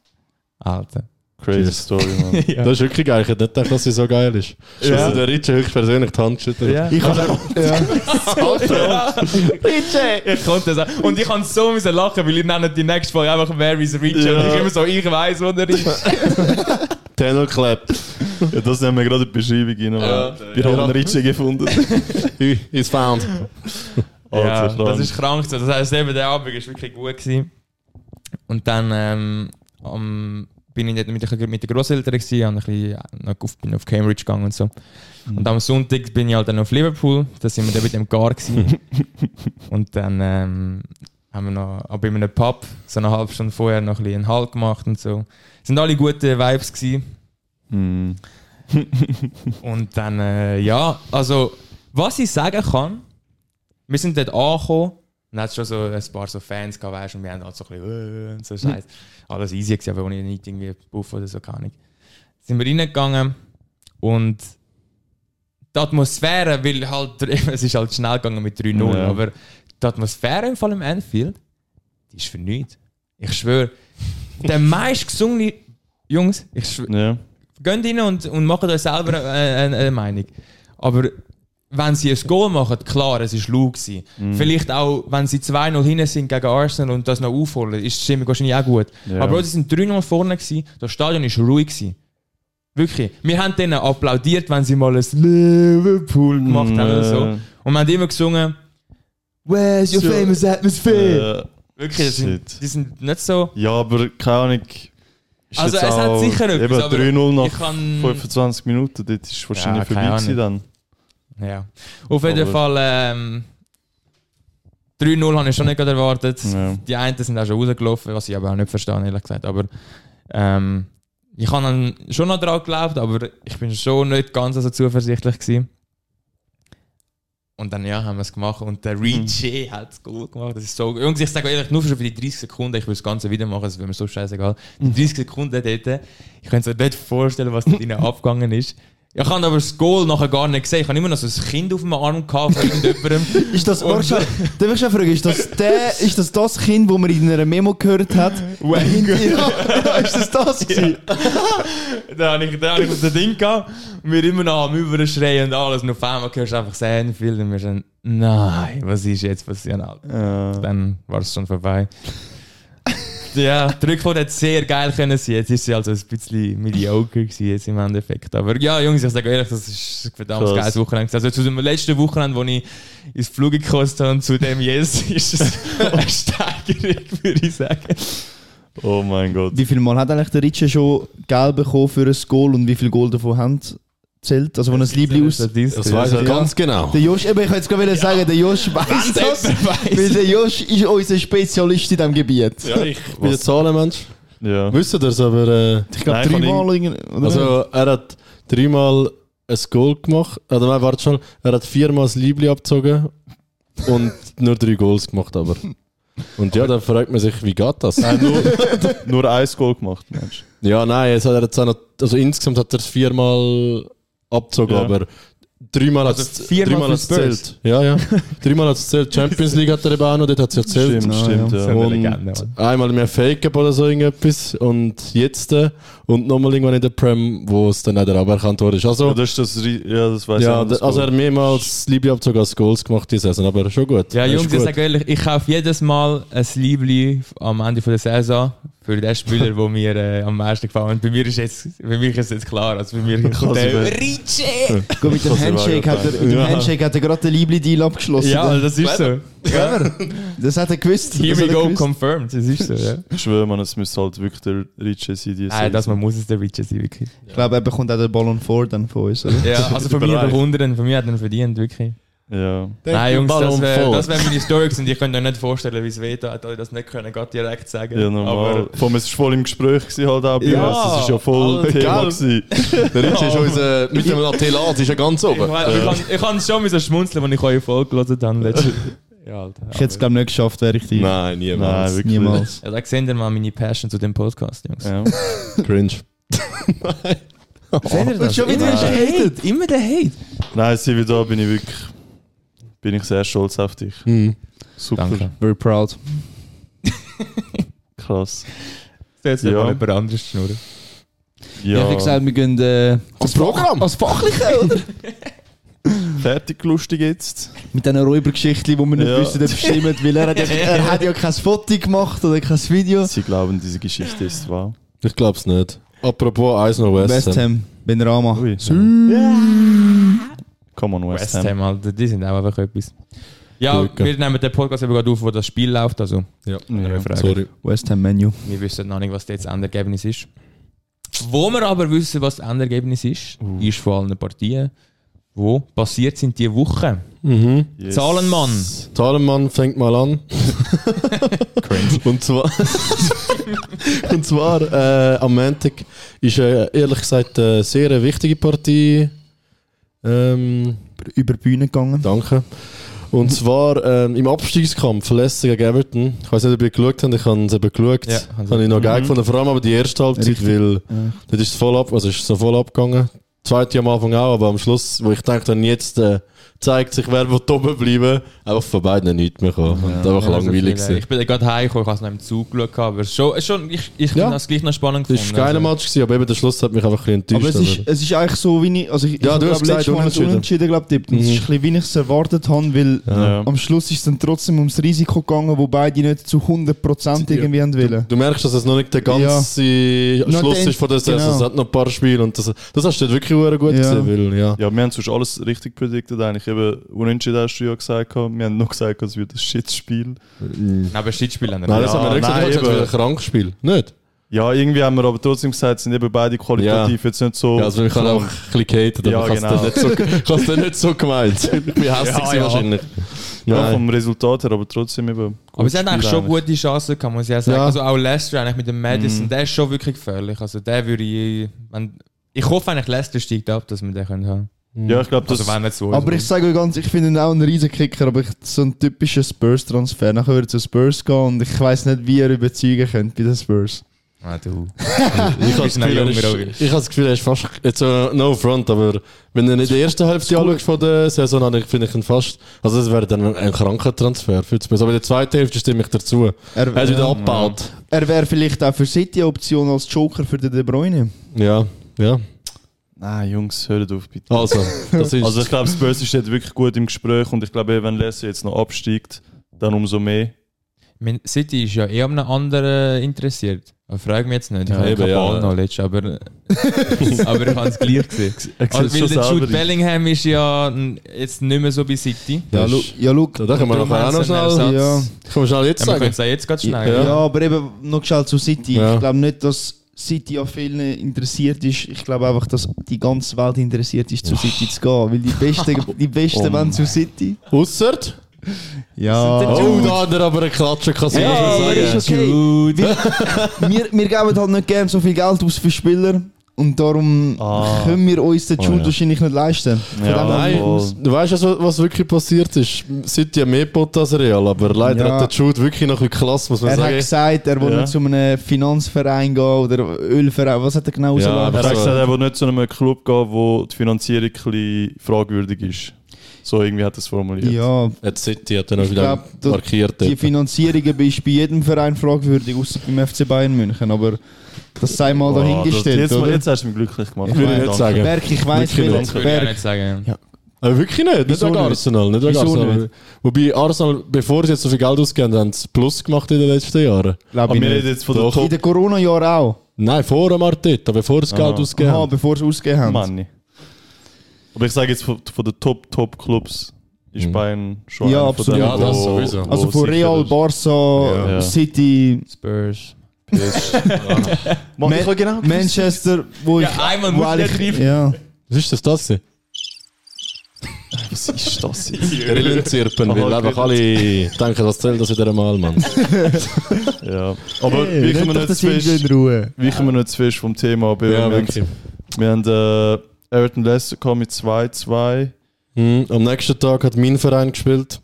A: Alter.
E: Crazy Story, man.
B: Das ist wirklich geil. Ich hätte nicht gedacht, dass sie so geil ist.
E: Ja.
B: Ja. Also der Ritchie höchstpersönlich die Hand schüttelt.
A: Ja.
D: Ich habe
A: Ich konnte das auch. Und ich kann so müssen lachen, weil ich nenne die nächste Folge einfach Mary's Reach. Und ich immer so, ich weiß, wo der ist.
B: Tunnel Clap.
E: ja, das nehmen wir gerade in die Beschreibung rein. Mann. Wir haben
B: Ja.
E: einen Ritsche gefunden.
B: It's found.
A: ja,
E: Alter,
A: das
E: krank.
A: ist krank so. Das heisst, eben der Abend war wirklich gut. Gewesen. Und dann ähm, am- bin ich dort mit, den- mit den Grosseltern gewesen, und ein bisschen äh, noch auf, bin auf Cambridge gegangen und so. Und am Sonntag bin ich halt dann auf Liverpool, da sind wir dann mit dem Gar gewesen. und dann ähm, haben wir noch aber in einem Pub, so eine halbe Stunde vorher, noch ein bisschen einen Halt gemacht und so. Es sind alle gute Vibes gewesen.
E: Hm.
A: Und dann, äh, ja, also, was ich sagen kann, wir sind dort angekommen, und hat schon so ein paar so Fans gehabt, weißt, und wir haben halt so ein bisschen, äh, und so Scheiß. Alles easy gewesen, aber ohne nicht irgendwie Puff oder so, keine Ahnung. Sind wir reingegangen und die Atmosphäre, weil halt, es ist halt schnell gegangen mit 3-0,
E: Ja.
A: aber die Atmosphäre im Fall im Anfield, die ist für nichts. Ich schwöre, der meist gesungene, Jungs, ich schwöre,
E: Ja.
A: geht rein und, und macht euch selber äh, eine, eine Meinung. Aber wenn sie ein Goal machen, klar, es war lau. gewesen.
E: Mhm.
A: Vielleicht auch, wenn sie 2-0 hinten sind gegen Arsenal und das noch aufholen, ist die Stimmung wahrscheinlich auch gut.
E: Ja.
A: Aber auch, sie sind 3-0 vorne, gewesen, das Stadion war ruhig. Gewesen. Wirklich. Wir haben denen applaudiert, wenn sie mal ein Liverpool
E: Mhm.
A: gemacht haben oder so.
E: Äh,
A: Und wir haben immer gesungen, Where's your
E: So.
A: famous atmosphere?
E: äh,
A: Wirklich, das sind,
E: shit.
A: die sind nicht so...
E: Ja, aber keine Ahnung. Ist
A: Also,
E: jetzt
A: es hat
E: auch-
A: sicher etwas,
E: Eben
A: aber
E: 3-0
A: ich
E: nach
A: kann-
E: 25 Minuten, dort ist
A: Ja,
E: wahrscheinlich
A: keine
E: vorbei gewesen dann.
A: Ja. Auf jeden
E: Aber-
A: Fall ähm, 3-0 habe ich schon nicht gerade erwartet.
E: Ja.
A: Die einen sind auch schon rausgelaufen, was ich aber auch nicht verstehe, ehrlich gesagt. Aber ähm, ich habe dann schon noch daran geglaubt, aber ich bin schon nicht ganz so zuversichtlich gewesen. Und dann ja, haben wir es gemacht und der Richie hat es gut gemacht. Das ist so, Jungs, ich sage ehrlich, nur schon für die 30 Sekunden, ich will das Ganze wieder machen, es wäre mir so scheißegal. Die 30 Sekunden dort, ich könnte mir nicht vorstellen, was da drinnen abgegangen ist. Ich habe aber das Goal nachher gar nicht gesehen. Ich habe immer noch so ein Kind auf dem Arm gehabt von irgendjemandem.
D: Ist das,
A: Und-
D: Darf ich schon fragen, ist das, der, ist das das Kind, das man in einer Memo gehört hat? ja, ist das das gewesen?
A: Da habe ich, da habe ich auf den Ding gehabt und wir immer noch am Überschreien und alles. Und auf einmal hörst du einfach sehen, viel und wir sind, nein, was ist jetzt passiert, Alter? Dann war es schon vorbei. ja, die Rückfahrt hat sehr geil können sein. Jetzt ist sie also ein bisschen mediocre gewesen jetzt im Endeffekt. Aber ja, Jungs, ich sage ehrlich, das ist ein verdammt
E: Krass.
A: geiles Wochenende. gewesen. Also zu dem letzten Wochenende, wo ich ins Flug gekostet habe, zu dem jetzt ist es eine Steigerung, würde ich sagen.
E: Oh mein Gott.
D: Wie viel Mal hat eigentlich der Ritchie schon Geld bekommen für ein Goal und wie viel Goal davon haben zählt, also wo er das Liebling aus...
A: Das
B: Das weiß
D: Ja.
B: ich ganz genau.
D: Der Josh, eben, ich wollte jetzt gerade wollen sagen, der Josh weiß das, weil der Josh ist unser Spezialist in diesem Gebiet.
B: Ja, ich bin der Zahlenmensch.
E: Ja.
B: Wisst ihr das, aber... Äh,
D: Ich glaube
E: Nein, ich kann
D: dreimal oder irgend- oder?
B: Also er hat dreimal ein Goal gemacht. Oder nein, warte schon. Er hat viermal das Liebling abgezogen und nur drei Goals gemacht, aber. Und ja, dann fragt man sich, wie geht das?
E: Nein, nur, nur ein Goal gemacht, Mensch.
B: Ja, nein, jetzt hat er jetzt auch noch, also insgesamt hat er es viermal abgezogen,
E: Ja. Also,
B: aber dreimal hat es
A: viermal
B: dreimal
A: für
B: hat's
A: Spurs.
B: gezählt. Ja, ja. Dreimal hat es gezählt. Champions League hat er eben auch noch, dort hat es ja gezählt.
E: Stimmt, stimmt, ja.
A: eine
B: Und
A: Legende, Mann.
B: einmal mehr Fake Up oder so irgendetwas und jetzt äh, und nochmal irgendwann in der Prem, wo es dann auch der aberkannt wurde. Also,
E: Ja, das ist das, Ri- ja, das weiß
B: Ja,
E: ich nicht.
B: d- also er hat mehrmals Liebe abgezogen als Goals gemacht diese Saison, aber schon gut.
A: Ja,
B: Er ist
A: Jungs, ich
B: gut.
A: sage ehrlich, ich kaufe jedes Mal ein Liebli am Ende von der Saison für den Spieler, der mir äh, am meisten gefallen hat. Bei mir ist jetzt, bei mir ist es jetzt klar, also bei mir kommt der
E: Also,
A: Ricci!
D: Gut, mit dem
E: Das
D: Handshake
E: war
D: hat er, mit dem
B: Ja.
D: Handshake hat er gerade den Liebling-Deal abgeschlossen.
A: Ja, das ist so.
D: Das hat er gewusst.
A: Here
D: das
A: we
D: hat er
A: go,
D: gewusst.
A: confirmed. Das ist so, ja.
E: Ich schwöre, man, es müsste halt wirklich der Richie sein, die
A: Nein, das man muss es der Ricci sein, wirklich.
D: Ich glaube, er bekommt auch den Ballon vor dann von uns. Oder?
A: Ja, also von mir
E: Überreich.
A: bewundern, von mir hat er ihn verdient, wirklich.
E: Ja.
A: Nein, Jungs,
B: Ballon
A: das wäre
B: voll.
A: das wär meine Story gewesen. Ich könnte euch nicht vorstellen, wie es weht. hat euch das nicht können, gerade direkt sagen.
E: Ja, normal.
A: Aber
E: Vor allem, es war voll im Gespräch gewesen, halt auch bei
A: Ja.
E: uns. Es war ja voll
B: Alter,
E: Thema.
B: gell?
E: gewesen.
B: Der Ritsch ist unser, mit dem Atelaz ist ja ganz
A: ich, ich,
B: oben.
A: kann- ich kann schon müssen schmunzeln, als ich eure Folge gelesen habe. letztens. ja, Alter.
D: Ich hätte es, glaube ich, nicht geschafft, wäre ich die.
B: Nein, niemals.
E: Nein, wirklich.
D: Niemals.
A: Ja, da seht ihr mal meine Passion zu dem Podcast, Jungs.
E: Ja.
B: Cringe.
A: Seht ihr das?
D: schon wieder
A: immer
D: hast du
A: der Hate. Immer der Hate.
E: Nein, Sivi, da bin ich wirklich bin ich sehr stolz auf dich.
B: Hm.
E: Super,
A: Danke.
D: Very proud.
E: krass.
A: Jetzt
E: Ja.
A: ja. jemand anderes schnurren.
E: Ja,
D: Ich habe gesagt, wir gehen äh,
B: Das Programm!
D: als Fachliche, oder?
E: fertig lustig jetzt.
D: Mit diesen Räubergeschichten, wo wir nicht
E: Ja.
D: wissen, ob es stimmt, weil er hat, ja, er hat ja kein Foto gemacht oder kein Video.
E: Sie glauben, diese Geschichte ist wahr.
B: Ich glaub's nicht. Apropos Eisner West,
D: West
B: Ham.
D: Ham, Benrama.
E: Ui. Come on, West,
A: West
E: Ham.
A: Ham, Alter, die sind auch einfach etwas. Ja,
B: Glück.
A: wir nehmen den Podcast eben gerade auf, wo das Spiel läuft. Also,
B: Ja.
A: keine Frage.
B: Sorry.
D: West Ham Menu.
A: Wir wissen noch nicht, was jetzt das Endergebnis ist. Wo wir aber wissen, was das Endergebnis ist,
B: Uh.
A: ist vor allen Partien, wo passiert sind diese Woche.
B: Mhm.
E: Yes.
A: Zahlenmann.
B: Thalenmann fängt mal an. Und zwar, und zwar äh, am Montag ist äh, ehrlich gesagt eine sehr wichtige Partie. Ähm,
D: Über die Bühne gegangen.
B: Danke.
D: Mhm.
B: Und zwar ähm, im Abstiegskampf Leicester gegen Everton. Ich weiß nicht, ob ihr geschaut habt, ich habe es eben geschaut.
A: Ja, haben sie.
B: habe ich noch geil gefunden, vor allem aber die erste Halbzeit,
D: also mhm. Richtig.
B: weil
D: Ja.
B: dort ist es voll ab, also ist es so voll abgegangen. Die Zweite am Anfang auch, aber am Schluss, wo ich dachte, dann jetzt äh, zeigt sich, wer will oben bleiben, einfach von beiden nichts mehr kommen. Und einfach
A: Ja, also
B: langweilig
A: viel, äh,
B: gewesen.
A: Ich bin ja gerade heimgekommen, ich habe es noch im Zug geschaut, aber es ist schon, es ist schon, ich, ich
B: Ja.
A: habe es gleich noch spannend Also,
B: Das war ein geiler Match, gewesen, aber eben der Schluss hat mich einfach ein bisschen
D: Aber
B: enttäuscht.
D: es ist, es ist eigentlich so, wie ich. Also ich,
B: Ja,
D: ich
B: du
D: glaub,
B: hast gesagt,
D: letztes Mal
B: unentschieden.
D: unentschieden glaub, tippt. Und es ist ein bisschen, wie ich es erwartet habe, weil
E: Ja.
D: am Schluss ist es dann trotzdem ums Risiko gegangen, wo beide nicht zu 100% irgendwie haben wollen.
B: Du merkst, dass es noch nicht der ganze
D: Noch
B: Schluss
D: den-
B: ist von der Saison.
D: genau.
B: Es hat noch ein paar Spiele und das, das hast du dort wirklich verdammt gut
D: Ja.
B: gesehen, weil ja.
E: Ja, wir haben sonst alles richtig prediktet eigentlich. Eben, unentschieden hast du ja gesagt. gehabt. Wir haben noch gesagt, es wird ein Shitspiel.
A: Neben Schiedsspielern.
B: Nein, das
E: Ja,
B: haben wir nicht
E: nein,
B: gesagt. Ich habe
E: eben.
B: gesagt, krank Spiel. Nicht?
E: Ja, irgendwie haben wir aber trotzdem gesagt, es sind eben beide qualitativ jetzt nicht so.
B: Ja, also ich habe auch ein bisschen gehatet, aber
E: Oh, Ja, genau.
B: ich habe es dann nicht so- ich habe es dann nicht so gemeint. Ich bin hässlich gewesen
E: ja.
B: wahrscheinlich.
E: ja,
B: Nein.
E: vom Resultat her, aber trotzdem eben.
A: Aber sie
E: gutes
A: haben eigentlich
E: Spiel
A: schon gute Chancen gehabt, muss ich auch sagen.
B: Ja.
A: Also auch Leicester eigentlich mit dem Madison, der ist schon wirklich gefährlich. Also der würde ich... Wenn, ich hoffe eigentlich, Leicester steigt ab, dass wir den können haben.
E: Ja, ich glaube, das.
A: Also wenn nicht so.
D: Aber ich sage euch ganz, ich finde ihn auch einen riesen Kicker, aber ich, so ein typischer Spurs-Transfer. Nachher würde er zu Spurs gehen und ich weiß nicht, wie er überzeugen könnte bei den Spurs.
A: Ah, du.
B: ich habe das
A: bist noch
B: Gefühl, er
A: jung, Roger.
B: ist- ich habe das Gefühl, er ist fast. Jetzt, äh, no front, aber wenn du in der ersten Hälfte anschaust von der Saison, habe ich, finde ich ihn fast. Also, das wäre dann ein, ein kranker Transfer für die Spurs. Aber in der zweiten Hälfte stimme ich dazu.
D: Er,
B: Er hat wieder
D: ja.
B: abgebaut.
D: er wäre vielleicht auch für City eine Option als Joker für den De Bruyne.
B: Ja, ja.
E: Nein, Jungs, hört auf bitte.
B: Also, das ist.
E: Also ich glaube, Spurs ist jetzt wirklich gut im Gespräch und ich glaube, wenn Leicester jetzt noch absteigt, dann umso mehr.
A: Mein City ist ja eh an einem anderen interessiert. Aber frag mich jetzt nicht. Ich habe
B: eben,
A: keine
B: ja.
A: Ball-Knowledge, aber, aber ich habe es gleich gesehen. Also, weil
E: schon
A: der Jude
E: selber.
A: Bellingham ist ja n- jetzt nicht mehr so bei City.
B: Ja,
D: Ja, lu- ja look.
B: da können wir
A: Darum
B: nachher auch
A: haben
B: noch
A: sie einen
B: schnell.
A: Ersatz.
D: Ja.
B: Komm schnell jetzt
A: Ja, wir können
B: sagen.
A: es auch jetzt gerade
D: Ja.
A: schneiden.
D: aber eben noch schnell zu City.
B: Ja.
D: Ich glaube nicht, dass City an vielen interessiert ist, ich glaube einfach, dass die ganze Welt interessiert ist, zu City zu gehen. Weil die Besten, die Besten wollen zu City.
B: Ausser?
D: Ja.
B: Oh, da hat er aber eine Klatsche kassiert.
D: Ah. Ja,
B: muss man
D: aber
B: sagen.
D: ist okay. Wir, wir, wir geben halt nicht gerne so viel Geld aus für Spieler und darum
B: Ah.
D: können wir uns
B: Oh,
D: den Schuld
E: ja.
D: wahrscheinlich nicht leisten. Von
E: Ja,
D: dem her-
E: nein.
B: Nein, du weißt, was, was wirklich passiert ist. City hat mehr Pot als Real, aber leider
D: Ja.
B: hat der Jude wirklich noch ein bisschen klasse, muss man
D: Er hat
B: sagen.
D: gesagt, er will
E: Ja.
D: nicht zu einem Finanzverein gehen oder Ölverein. Was hat er genau
B: Ja,
D: rausgelassen?
E: Er hat
B: Also-
E: gesagt, er will nicht zu einem Club gehen, wo die Finanzierung ein bisschen fragwürdig ist. So irgendwie hat er es formuliert. Ah,
D: Ja,
B: Hat City hat dann auch
D: Ich
B: wieder
D: glaub, das-
B: markiert.
D: die
B: dort.
D: Finanzierungen bist bei jedem Verein fragwürdig, außer beim FC Bayern München. Aber das sei mal
E: Boah, das-
D: dahingestellt,
E: jetzt, mal-
D: oder?
E: jetzt hast du mich glücklich gemacht.
B: Würde ich nicht
E: Danke.
B: sagen.
D: Berg, ich
B: Wirklich
D: weiß nicht.
B: nicht.
A: Würde ich auch
D: Berg,
A: nicht sagen.
B: Aber Äh, wirklich nicht, nicht
D: Wieso
B: wegen
D: nicht?
B: Arsenal. Nicht wegen
D: Wieso
B: Arsenal.
D: nicht?
B: Wobei Arsenal, bevor sie jetzt so viel Geld ausgeben, haben sie Plus gemacht in den letzten Jahren.
D: glaube
E: Aber
D: ich
E: wir reden
D: nicht.
E: jetzt von der
B: Doch.
D: In
E: Top
D: den Corona-Jahren auch.
B: Nein, vor dem Arteta, bevor sie Geld
E: Ah.
B: ausgegeben
D: Aha,
B: haben.
D: bevor sie ausgegeben haben.
E: Money. Aber ich sage jetzt von, von den Top Top Clubs ist
B: Mhm.
E: Bayern schon
D: Ja,
E: einer
D: absolut.
E: Von
B: Ja, das sowieso.
D: Also von Real, Barca,
E: Ja.
D: City,
A: Spurs.
E: Man, ich
D: Ma-
E: habe genau gewusst.
D: Manchester, wo ich.
A: Ja, einmal muss
D: weil
A: der
D: ich,
A: greifen.
D: ja.
B: Was ist das das? hier?
E: Was ist das jetzt?
D: Ah,
B: Grillenzirpen,
E: Aha,
B: weil einfach alle denken, was zählt das wieder einmal, Mann.
E: ja. Aber
D: Hey,
E: wir
D: lass doch
E: kommen nicht
D: das
E: zu
D: Video
E: fest.
D: in Ruhe.
E: Wir kommen nicht zu fest vom Thema. Aber
B: ja,
E: wir, haben,
B: wirklich.
E: wir haben äh, Everton Leicester gehabt mit 2-2.
B: Mhm. Am nächsten Tag hat mein Verein gespielt.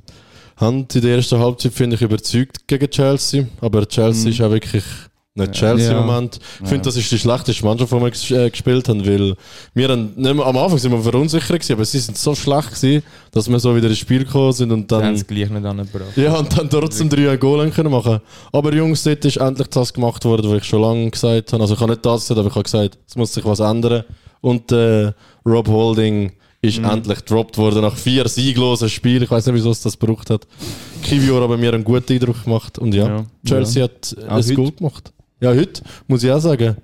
B: Haben in der ersten Halbzeit, finde ich, überzeugt gegen Chelsea. Aber Chelsea
A: Hm.
B: ist auch wirklich nicht Chelsea
D: Ja.
B: im Moment. Ich finde, das ist die schlechteste Mannschaft, die wir ges- äh, gespielt haben, weil wir haben, nicht mehr, am Anfang sind wir verunsichert gewesen, aber sie sind so schlecht gewesen, dass wir so wieder ins Spiel gekommen sind und
A: Dann haben sie
B: dann,
A: es gleich nicht angebracht.
B: ja, und dann trotzdem drei Goal können machen. Aber Jungs, dort ist endlich das gemacht worden, was ich schon lange gesagt habe. Also ich habe nicht das gesagt, aber ich habe gesagt, es muss sich was ändern. Und äh, Rob Holding ist endlich gedroppt worden nach vier sieglosen Spielen. Ich weiß nicht, wieso es das gebraucht hat. Kivior hat bei mir einen guten Eindruck gemacht. Und ja,
E: Ja.
B: Chelsea hat äh,
D: Auch
B: es
D: heute.
B: gut gemacht. Ja, heute, muss ich auch sagen.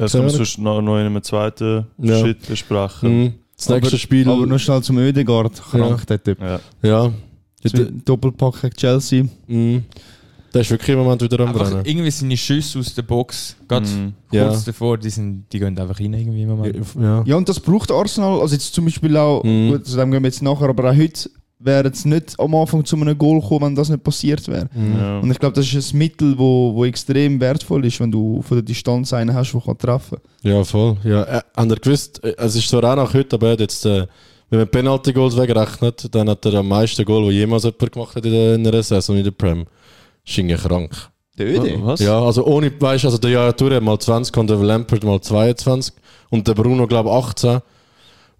E: Jetzt
B: Sehr
E: können wir
B: gut.
E: sonst noch, noch in einem zweiten
B: Ja.
E: Shit besprechen.
B: Mhm. Das nächste Spiel.
D: Aber noch schnell zum Ödegard. Krank, der Typ.
E: Ja.
B: ja.
D: Zwei- Doppelpack gegen Chelsea.
B: Mhm. Der ist wirklich im Moment wieder am
A: Einfach
B: Rennen.
A: irgendwie seine Schüsse aus der Box, ganz
E: Mhm.
A: kurz
B: Ja.
A: davor, die, sind, die gehen einfach rein irgendwie im Moment.
B: Ja.
D: Ja, und das braucht Arsenal. Also jetzt zum Beispiel auch,
B: Mhm.
D: gut, zu dem gehen wir jetzt nachher, aber auch heute wäre es nicht am Anfang zu einem Goal gekommen, wenn das nicht passiert wäre.
B: Mhm.
E: Ja.
D: Und ich glaube, das ist ein Mittel, wo, wo extrem wertvoll ist, wenn du von der Distanz einen hast, der kann treffen kann.
B: Ja, voll. Ja, äh, habt ihr gewusst, äh, es ist zwar auch noch heute, aber er hat jetzt, äh, wenn man Penalty-Goals wegrechnet, dann hat er am meisten Goal, die jemals jemand gemacht hat in der, in der Saison in der Prem. Schinge krank.
D: Der Öde?
E: Was?
B: Ja, also ohne, weißt also der Yaya Touré hat mal 20 und der Lampert mal 22 und der Bruno, glaube ich, 18.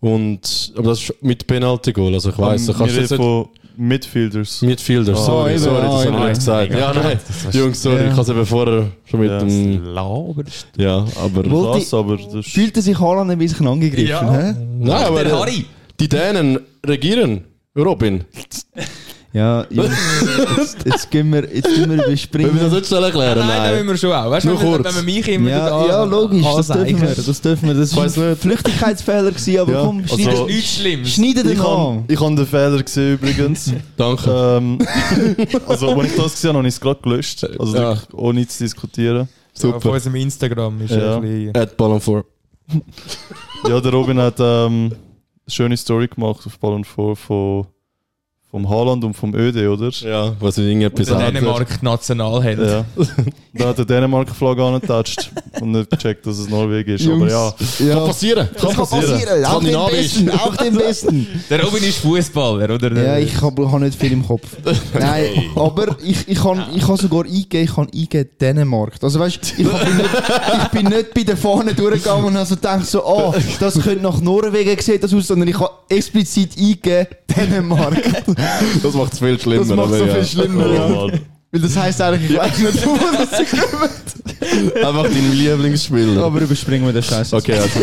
B: Und, aber das ist mit Penalty-Goal, also ich weiß,
E: Wir
B: da kannst du jetzt
E: reden
B: nicht.
E: von Midfielders.
B: Midfielder, sorry,
D: eben,
B: sorry,
D: ah,
B: das habe ich
D: eben.
B: nicht gesagt. Ja, nein, Jungs, sorry,
D: Ja.
B: ich habe es eben vorher schon mit
E: Ja.
B: dem.
A: Laber.
B: Ja, aber.
D: Wo-
E: Krass, aber das ist
D: Fühlt er sich Haaland ein bisschen angegriffen?
A: Ja.
D: hä?
B: Nein, aber.
A: Der Harry!
B: Die Dänen regieren. Robin.
D: Ja, Jungs, jetzt, jetzt gehen wir, jetzt gehen
B: Wenn wir
D: wir
B: das
D: überspringen.
B: nicht schnell erklären,
A: Nein, da müssen
B: nein.
A: wir schon auch. Weißt du,
B: Nur
A: wenn, wir-
B: kurz.
A: wenn man mich immer
D: Ja,
A: da ah,
D: ja, logisch, das dürfen
A: anseichen.
D: wir, das dürfen wir. Das
B: Weiss
D: war ein Flüchtigkeitsfehler, gewesen, aber
B: Ja,
D: komm,
B: also-
A: Das
D: schneide,
A: ist nichts Schlimmes.
D: schneide den
E: Ich habe
D: an.
E: ich hab den Fehler gesehen übrigens.
B: Danke.
E: ähm, also, als ich das gesehen habe, habe ich es gerade gelöscht. Also,
B: Ja.
E: wirklich, ohne zu diskutieren.
A: Super. Auf
B: Super.
A: unserem Instagram ist
E: Ja.
A: ein bisschen...
B: At Ballon 4.
E: Ja, der Robin hat ähm, eine schöne Story gemacht auf Ballon 4 von, vom Haaland und vom Öde, oder?
B: Ja, was ich irgendetwas
A: Der
B: anderes-
A: Dänemark Nationalheld.
E: Ja. da hat er die Dänemark-Flagge angetatscht und nicht gecheckt, dass es Norwegen ist. Aber ja,
B: Kann passieren. Kann passieren. Skandinavisch.
D: auch den Besten.
A: Der Robin ist Fußballer, oder?
D: Ja, ich habe hab nicht viel im Kopf. Nein, aber ich, ich kann ich kann sogar eingeben, ich kann eingeben Dänemark. Also weißt du, ich, hab- bin nicht- ich bin nicht bei der Fahne durchgegangen und habe so gedacht, so, ah, das könnte nach Norwegen sieht das aus, sondern ich habe explizit eingeben Dänemark.
B: Das macht es viel schlimmer.
D: Das macht so
B: aber ja.
D: viel schlimmer.
E: ja.
D: Ja.
E: Oh, Mann.
D: Weil das heisst eigentlich, ich weiß nicht, wo das kommt.
B: Einfach dein Lieblingsspieler.
D: Aber überspringen wir den Scheiß.
B: Okay, also.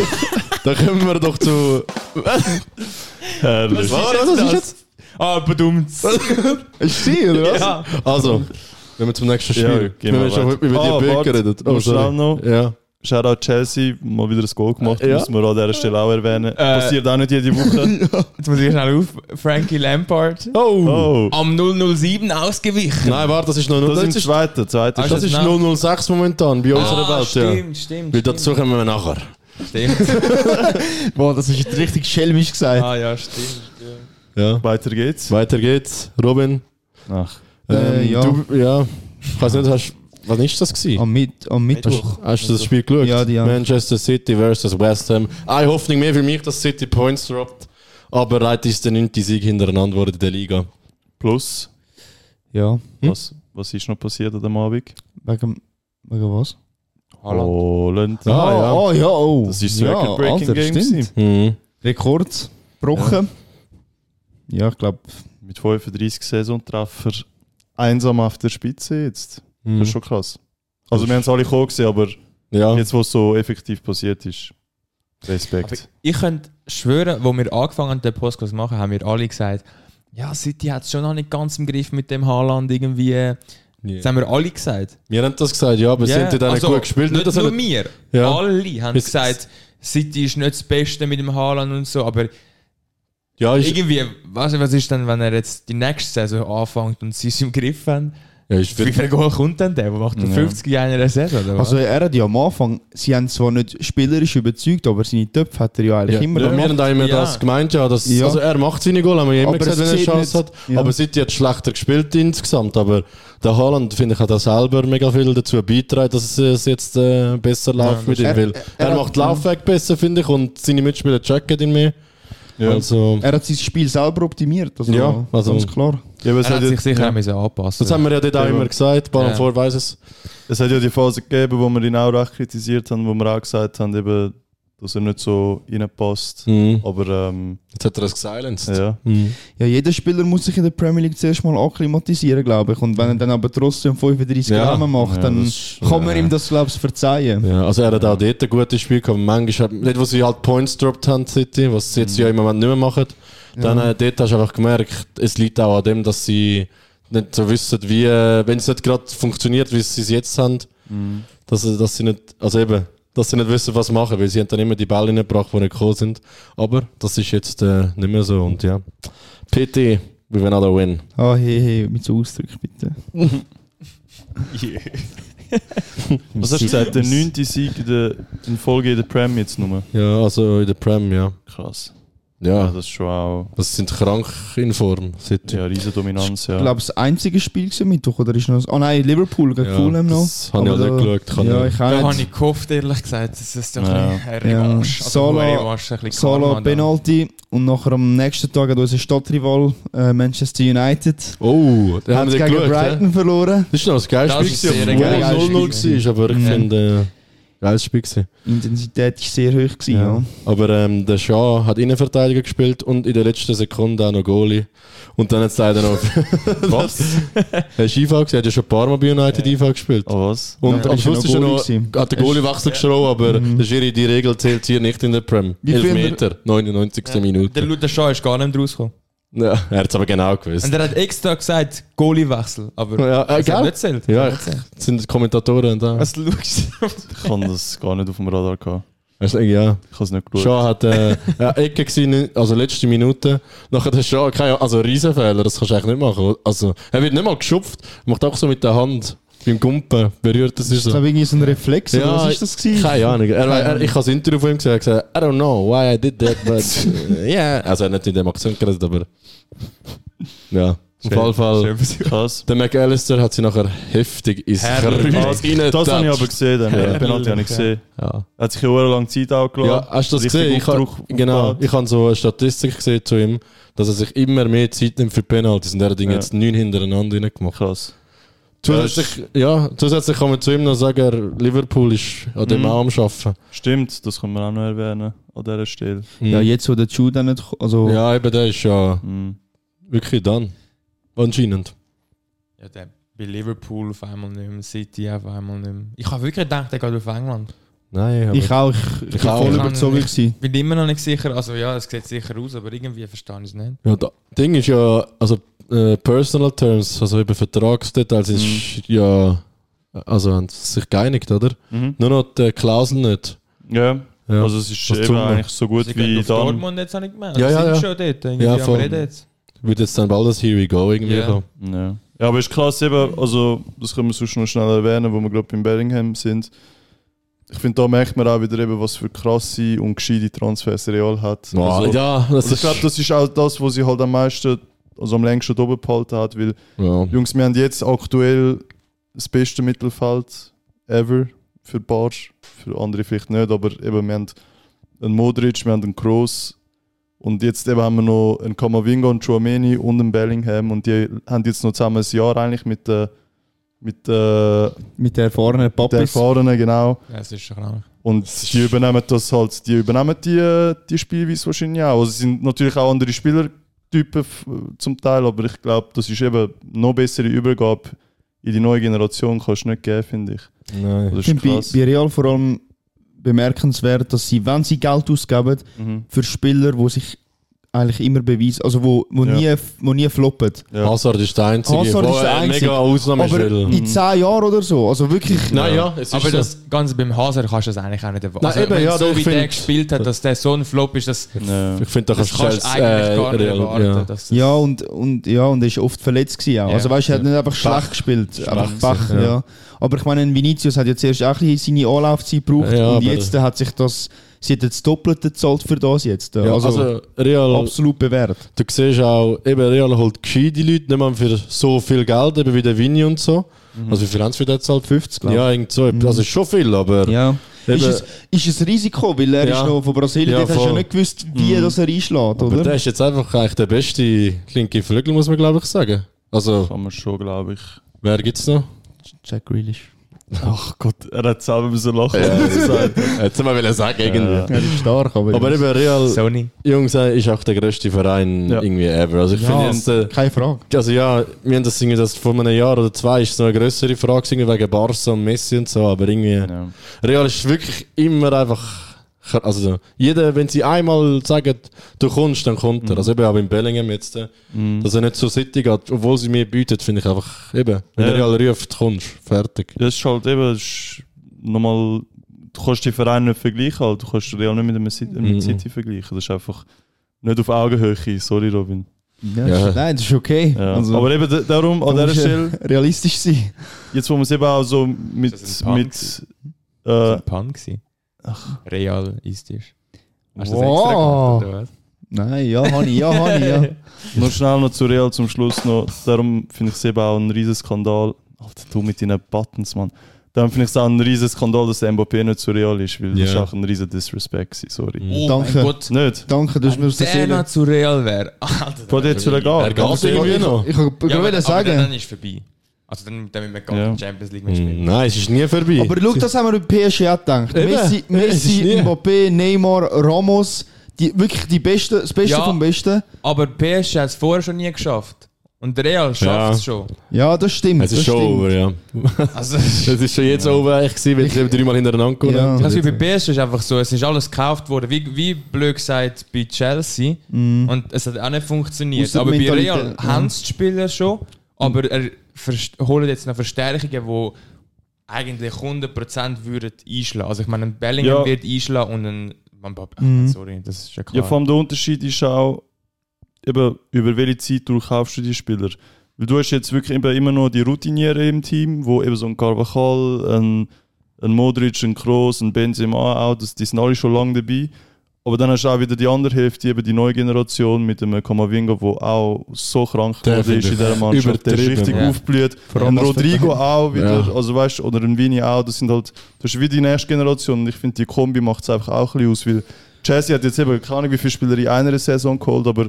B: Dann kommen wir doch zu. Was,
E: herrlich.
B: was ist jetzt?
A: Ah, verdammt.
D: Ist sie, oder was?
A: Ja.
B: Also, wenn wir zum nächsten
E: Ja,
B: Spiel.
E: gehen
B: wenn
E: wir
B: wir schon
E: weiter.
B: über
E: Ah,
B: die Böcke
E: warte.
B: geredet. Oh,
E: Noch
B: sorry.
E: schnell noch.
B: Ja.
E: Shoutout Chelsea, mal wieder ein Goal gemacht,
B: Ja. Äh.
E: muss man an dieser Stelle auch erwähnen. Passiert auch nicht jede Woche.
A: Jetzt muss ich schnell auf. Frankie Lampard.
E: oh.
A: Am 007 ausgewichen.
B: Nein, warte, das ist noch
E: Das,
B: Ah, das
E: ist im
B: ist,
E: zweiten, zweiten.
A: Ah,
B: das ist
A: Nein.
B: 006 momentan bei unserer
A: Ah,
B: Welt. Ja.
A: stimmt,
B: Weil
A: stimmt,
B: dazu kommen wir nachher.
A: stimmt.
D: Boah, das ist jetzt richtig schelmisch gesagt.
A: ah ja, stimmt. ja.
B: Ja.
E: Weiter geht's.
B: Weiter geht's, Robin. ähm,
E: Ach.
D: Äh, ja.
B: Du, ja. Ich weiß nicht, hast, wann ist das gewesen?
D: Am, Mit am Mittwoch. Also,
B: Hast du das Spiel geschaut?
D: Ja, die- ja.
B: Manchester City versus West Ham. Ah, Eine Hoffnung mehr für mich, dass City Points droppt. Aber heute ist der neunte Sieg hintereinander wurde in der Liga.
E: Plus,
D: Ja.
E: was, was ist noch passiert an dem Abend?
D: Wegen, wegen was?
A: Haaland.
E: Holland.
B: Ah, ja.
D: oh, ja, oh.
E: Das ist das
D: ja,
E: Record-Breaking
D: Alter,
E: Game
D: stimmt.
E: gewesen.
B: Mhm.
D: Rekord gebrochen. Ja, ich glaube,
E: Mit 35 Saisontreffer einsam auf der Spitze jetzt. Das ist schon krass. Also wir haben es alle kommen gesehen, aber
B: Hm. Ja.
E: jetzt, wo es so effektiv passiert ist,
A: Aber
E: Respekt.
A: ich könnte schwören, wo wir angefangen haben, den Podcast zu machen, haben wir alle gesagt, ja, City hat es schon noch nicht ganz im Griff mit dem Haaland irgendwie. Das haben wir alle gesagt.
B: Wir haben das gesagt, ja, aber sind die dann
D: also,
B: gut gespielt?
A: Nicht,
B: dass
A: nur
B: er-
A: wir.
B: Ja.
A: Alle haben
B: Es-
A: gesagt, City ist nicht das Beste mit dem Haaland und so, aber
B: ja, ist,
A: irgendwie, weißt du, was ist denn, wenn er jetzt die nächste Saison anfängt und sie es im Griff haben?
B: ja, ist
A: Wie viel Goal kommt denn der? Wo macht er 50 in einer Saison? Oder was?
D: also er hat ja am Anfang, sie haben zwar nicht spielerisch überzeugt, aber seine Töpfe hat er ja eigentlich
B: Ja,
D: immer
B: ja, wir
D: gemacht.
B: haben auch immer
A: Ja.
B: das gemeint, ja, dass,
D: Ja.
B: Also er macht seine Goal, haben wir ja immer
D: Aber
B: gesagt,
D: es
B: wenn er eine
D: zählt
B: Chance
D: nicht.
B: hat.
D: Ja.
B: Aber City hat schlechter gespielt insgesamt. Aber der Haaland, finde ich, hat auch selber mega viel dazu beitragen, dass es jetzt äh, besser läuft mit ihm.
D: stimmt.
B: Weil
D: Er-
B: er,
D: er hat-
B: macht Laufweg besser, finde ich, und seine Mitspieler checken ihn mehr.
E: Ja.
B: Also,
D: Er hat sein Spiel selber optimiert. Also
B: Ja, also-
D: ganz klar.
E: Eben, es
A: er hat
E: hat ja-
A: sich sicher
E: ja.
A: auch müssen anpassen
B: das haben wir ja dort auch
E: Ja.
B: immer gesagt, Ball
A: Ja.
B: und vor weiss es.
E: Es hat ja die Phase gegeben, wo wir ihn auch recht kritisiert haben, wo wir auch gesagt haben, eben, dass er nicht so reinpasst.
B: Mhm.
E: Aber ähm,
B: Jetzt hat er es gesilenced.
E: ja,
B: Mhm.
D: Ja, jeder Spieler muss sich in der Premier League zuerst mal akklimatisieren, glaube ich. Und wenn er dann aber trotzdem 35
B: Ja. äh,
D: Gramm macht,
E: Ja,
D: dann
E: das ist-
D: kann man ihm das, glaube ich, verzeihen.
B: Ja, also er hat auch dort ein gutes Spiel gehabt. Manchmal, hat- nicht, wo sie halt Points gedroppt haben, City, was sie jetzt ja im Moment nicht mehr machen. Dann äh, dort hast du einfach gemerkt, es liegt auch an dem, dass sie nicht so wissen, wie, äh, wenn es nicht gerade funktioniert, wie sie es jetzt haben, dass, sie- dass sie nicht, also eben, dass sie nicht wissen, was machen, weil sie haben dann immer die Bälle reingebracht, die nicht gekommen sind. Aber das ist jetzt äh, nicht mehr so und ja. PT, we will another win.
D: Ah, hey, hey, mit so Ausdruck bitte.
E: was hast du gesagt? Also, Der neunte Sieg in, der, in Folge in der Prem jetzt nur.
B: Ja, also in der Prem, ja.
E: Krass. Ja,
B: Ja,
E: das ist schon auch
B: das sind krank in Form, City.
E: ja, riesen Dominanz. Ja.
D: Ich glaube, das einzige Spiel war Mittwoch, oder ist noch... Oh nein, Liverpool gegen
B: Ja,
D: Fulham noch.
B: das habe ich
D: Aber
B: auch nicht
D: da-
B: geschaut, kann
D: Ja,
B: ich-
D: ich
A: Da
D: auch
A: habe
D: nicht.
A: ich gehofft, ehrlich gesagt, dass es doch
E: Ja.
A: ein bisschen eine Revanche,
D: Ja.
A: also eine
D: Salah-
A: Revanche, ein bisschen
D: Salah
A: Karma da.
D: Penalty und nachher am nächsten Tag hat unser Stadtrival äh, Manchester United
B: Oh, da
D: hat's
B: haben wir
D: gegen
B: geschaut, hä?
D: Brighton verloren.
B: Das ist noch das geilste
A: Das ist
B: Spiel,
A: sehr
B: gewesen,
A: ein
B: obwohl
D: geiles
B: es 0-0
A: Spiel.
B: war, aber ich
D: Mhm.
B: finde, äh, geiles Spiel gewesen.
D: Intensität war sehr hoch. Gewesen,
E: Ja.
D: ja.
B: Aber ähm, der Shaw hat Innenverteidiger gespielt und in der letzten Sekunde auch noch Goalie. Und dann hat es leider noch...
E: was?
B: Hast du IV gesehen? Er hat ja schon ein paar Mal bei United IV gespielt.
E: Oh, was?
B: Und am
D: Ja, ist ja
B: Schluss
D: noch
B: ist er
D: Goalie
B: noch,
D: gewesen.
B: hat der Goalie-Wechsel geschraubt, aber der Schiri, die Regel zählt hier nicht in der Prem.
D: Wie
B: 11
D: viel-
B: Meter, 99.
A: Der
B: Minute.
A: Luther Shaw ist gar nicht mehr rausgekommen.
B: Ja, er hat es aber genau gewusst.
A: Und er hat extra gesagt, Goaliewechsel, aber
B: Ja, äh,
A: das hat
B: gell?
A: nicht zählt.
B: Ja,
A: Das hat nicht zählt.
B: Das sind die Kommentatoren da.
A: Was schaust du?
E: Ich kann das gar nicht auf dem Radar gehabt.
B: Weißt du, ja.
E: Ich habe es nicht geschaut.
B: Shaw hat äh, eine Ecke gesehen, also letzte Minute. Nachher der Shaw, keine, also Riesenfehler, das kannst du eigentlich nicht machen. Also, er wird nicht mal geschupft, er macht auch so mit der Hand, beim Gumpen, berührt das ist
D: Ich
B: so.
D: glaube, irgendwie so ein Reflex, oder was ist das gewesen?
B: Keine Ahnung. Er, er, ich habe das Interview von ihm gesehen, er hat gesagt, I don't know why I did that, but äh, yeah. Also er hat nicht in dem Akzent geredet, aber ja. Auf jeden Fall,
E: Krass.
B: der McAllister hat sie nachher heftig ins
A: Herrlich.
B: Kreuz reingetatscht.
E: Das habe ich aber gesehen. Dann. Den Penalty habe ich gesehen.
B: Ja.
E: Er hat sich ja auch lange Zeit auch gelassen.
B: Ja, hast du das
E: Richtig
B: gesehen? Ich
E: Druck
B: hab, genau,
E: aufgebaut.
B: ich habe so eine Statistik gesehen zu ihm, dass er sich immer mehr Zeit nimmt für Penalties und er hat ihn
E: Ja.
B: jetzt neun hintereinander reingemacht.
E: Krass.
B: Zusätzlich, ja, zusätzlich kann man zu ihm noch sagen, er- Liverpool ist an dem
E: Mhm.
B: Arm arbeiten.
E: Stimmt, das können wir auch noch erwähnen an dieser Stelle.
D: Ja, jetzt, wo der Jude auch nicht... Also,
B: Mhm. Ja, eben, der ist ja
E: Mhm.
B: wirklich dann. Anscheinend.
A: Ja, der bei Liverpool auf einmal nicht mehr, City auf einmal nicht mehr. Ich habe wirklich gedacht, der geht auf England.
B: Nein, aber
D: ich auch. Ich, ich,
B: Ich
D: bin
B: auch.
D: voll
B: Ich
A: kann
D: überzeugt.
A: nicht.
D: gewesen.
A: Bin immer noch nicht sicher, also ja, es sieht sicher aus, aber irgendwie verstehe ich es nicht.
B: ja, das Ding ist ja, also äh, Personal Terms, also eben Vertragsdetails, ist ja also haben sie sich geeinigt, oder?
E: Mhm.
B: Nur noch die Klausel nicht.
E: Ja.
B: Ja.
E: Also es ist
B: Was
E: eben
B: tun wir?
E: eigentlich so gut
A: Sie gehen
E: wie
A: Also, auf
E: dann.
A: Dortmund jetzt, habe ich gemerkt.
B: Ja,
A: Sie
B: ja,
A: sind
B: ja.
A: schon dort. irgendwie
B: Ja,
A: am
B: voll.
A: Reden jetzt.
B: Wird jetzt dann bald das Here We Go irgendwie
A: Ja.
B: kommen.
E: Ja. ja, aber ist klar, dass eben, also das können wir sonst noch schnell erwähnen, wo wir gerade in Bellingham sind. Ich finde, da merkt man auch wieder eben, was für krasse und gescheite Transfers Real hat.
B: Boah,
E: also,
B: ja, das
E: also ich
B: ist...
E: glaube, das ist auch das, was sie halt am meisten, also am längsten oben behalten hat, weil
B: ja.
E: Jungs, wir haben jetzt aktuell das beste Mittelfeld ever für Barsch. Für andere vielleicht nicht, aber eben, wir haben einen Modric, wir haben einen Kroos und jetzt eben haben wir noch einen Kamavinga und Chouameni und einen Bellingham und die haben jetzt noch zusammen ein Jahr eigentlich mit der mit äh,
D: Mit der erfahrenen
E: den
D: Papis.
E: Erfahrenen, genau.
A: Ja, es ist schon krank.
E: Und die übernehmen das halt, die übernehmen die, äh, die Spielweise wahrscheinlich auch. Also es sind natürlich auch andere Spielertypen f- zum Teil, aber ich glaube, das ist eben noch bessere Übergabe in die neue Generation kannst du nicht geben, finde ich.
B: Nein.
E: Das
D: Ich
E: ist
D: finde bei,
E: krass.
D: bei Real vor allem bemerkenswert, dass sie, wenn sie Geld ausgeben,
E: Mhm.
D: für Spieler, die sich eigentlich immer beweisen, also wo, wo,
E: Ja.
D: nie, wo nie floppen.
E: Ja.
B: Hazard ist der Einzige,
D: Hazard
B: wo
D: ist der
B: er
D: Einzige.
B: mega
D: Aber
B: Ausnahmeschwelle.
D: in 10 Jahren oder so, also wirklich.
B: Nein, ja, es ist
A: Aber
B: so.
A: das Ganze beim Hazard kannst du das eigentlich auch nicht erwarten. Also
B: Nein, eben,
A: wenn
B: ja,
A: so
B: ich
A: wie
B: find-
A: der gespielt hat, dass der so ein Flop ist, das,
E: Ja.
B: Ich finde, da
A: das
B: kannst du
A: kannst du
B: als,
A: eigentlich
B: äh,
A: gar nicht
B: Real-
A: erwarten.
B: ja.
A: Dass das
D: Ja, und, und, ja, und er ist oft verletzt gewesen auch.
A: Ja.
D: Also weißt du, er hat nicht einfach schlecht gespielt, einfach Pech, ja. Aber ich meine, ein Vinicius hat ja zuerst auch ein bisschen seine Anlaufzeit gebraucht
B: Ja,
D: und
B: aber-
D: jetzt hat sich das, sie hat jetzt das Doppelte gezahlt für das jetzt.
B: Ja,
D: also,
B: also, Real,
D: absolut bewährt.
B: du siehst auch, eben Real holt gescheite Leute, nicht mal für so viel Geld, eben wie der Vini und so. Also wie viel haben sie für den gezahlt?
D: 50, glaub ich.
B: Ja, irgend so. Also ist schon viel, aber
D: Ja.
B: eben,
D: Ist es, ist ein Risiko, weil er
B: Ja.
D: ist noch von Brasilien,
B: Ja,
D: dort hast du ja
B: voll.
D: nicht gewusst, wie das er einschlägt,
B: aber
D: oder?
B: der ist jetzt einfach eigentlich der beste linke Flügel, muss man glaube ich sagen. Also,
E: Kann man schon, glaube ich.
B: wer gibt's noch?
D: Jack Grealish.
E: Ach Gott, er hat selber müssen lachen.
B: Jetzt mal will sagen,
E: irgendwie.
D: Er ist stark, aber,
B: Aber eben Real,
A: Sony.
B: Jungs, äh, ist auch der grösste Verein
E: Ja.
B: irgendwie ever. Also ich
D: Ja.
B: finde jetzt, äh,
D: keine Frage.
B: also ja, wir haben das irgendwie, das vor einem Jahr oder zwei ist es noch eine größere Frage gewesen, wegen Barca und Messi und so, aber irgendwie...
E: Ja.
B: Real ist wirklich immer einfach. kr- Also, jeder, wenn sie einmal sagen, du kommst, dann kommt
D: Mhm.
B: er. Also, eben auch in Bellingham jetzt, äh, dass er nicht so City geht, obwohl sie mir bietet, finde ich einfach eben. Wenn
E: Ja.
B: Real ruft, kommst, fertig.
E: Das ist halt eben, das ist nochmal, du kannst die Vereine nicht vergleichen, halt. du kannst Real nicht mit dem City,
B: Mhm.
E: mit City vergleichen. Das ist einfach nicht auf Augenhöhe, sorry Robin.
D: Ja,
B: Ja.
D: ist- Nein, das ist okay.
E: Ja.
D: Also,
E: aber eben da- darum, an
D: da
E: dieser
D: musst du, äh,
E: Stelle,
D: Realistisch sein.
E: jetzt wo man es eben auch so mit.
A: Das ist ein Also, Punk.
E: mit äh,
A: Das war Pan. gewesen. Real ist es. Hast du das
D: Wow.
A: extra gemacht, oder was?
D: Nein, ja, Hani, ja, Hani, ja.
E: noch schnell noch zu Real zum Schluss noch. Darum finde ich es eben auch ein riesen Skandal. Alter, du mit deinen Buttons, Mann. Darum finde ich es auch ein riesen Skandal, dass der Mbappé nicht zu Real ist, weil das
B: Ja.
E: ist auch ein riesen Disrespect, gewesen, sorry.
A: Oh
D: Danke.
A: mein Gott.
E: Nicht?
D: Danke, du hast mir aus der
A: Wenn
D: Seele.
A: er zu Real wäre.
E: Von dir zu
B: Er
E: legal.
B: geht
D: Ich, ich,
B: irgendwie noch.
D: ich, ich
A: aber-
D: wollte
A: aber
D: sagen.
A: Dann ist es vorbei. Also dann, dann müssen wir gar
E: Ja.
A: nicht Champions League mehr
B: Mm,
A: spielen.
B: Nein, es ist nie vorbei.
D: Aber schau, das haben wir bei PSG auch gedacht.
B: Eben.
D: Messi,
B: Ja, es ist
D: Messi
B: nie.
D: Mbappé, Neymar, Ramos. Die, wirklich die Beste, das Beste
A: Ja.
D: vom Besten.
A: Aber PSG hat es vorher schon nie geschafft. Und Real schafft es schon.
D: Ja, das stimmt.
B: es ist
D: das
B: schon
D: stimmt.
B: over, ja.
A: Also,
B: Es ist schon jetzt over eigentlich gewesen, weil sie eben dreimal hintereinander gekommen
D: Ja.
A: das wie bei PSG ist einfach so, es ist alles gekauft worden, wie, wie blöd gesagt bei Chelsea.
E: Mhm.
A: Und es hat auch nicht funktioniert.
D: Ausser
A: Aber bei
D: Mentalität,
A: Real
D: ja.
A: haben sie die Spieler schon, aber er vers- holen jetzt noch Verstärkungen, die eigentlich 100% würden einschlagen. Also ich meine, ein Bellingham
E: Ja. Mhm.
A: wird einschlagen und ein Mbappé. Sorry, das ist ja klar.
E: Ja, vor allem der Unterschied ist auch, eben, über welche Zeit du kaufst du die Spieler. Weil du hast jetzt wirklich eben immer noch die Routiniere im Team, wo eben so ein Carvajal, ein, ein Modric, ein Kroos, ein Benzema auch, das, die sind alle schon lange dabei. Aber dann hast du auch wieder die andere Hälfte, eben die neue Generation mit dem Kamavinga, wo auch so krank
B: Der
E: geworden ist
B: finde
E: in
B: ich
E: dieser Mannschaft. Der ist
B: übertrieben.
E: richtig
A: Ja.
E: aufgeblüht.
D: allem
E: Ein
D: was-
E: Rodrigo auch wieder,
B: Ja.
E: also weißt, oder ein Vini auch. Das sind halt, das ist wie die nächste Generation. Und ich finde, die Kombi macht es einfach auch ein bisschen aus, weil Chelsea hat jetzt eben keine Ahnung, wie viele Spieler in einer Saison geholt, aber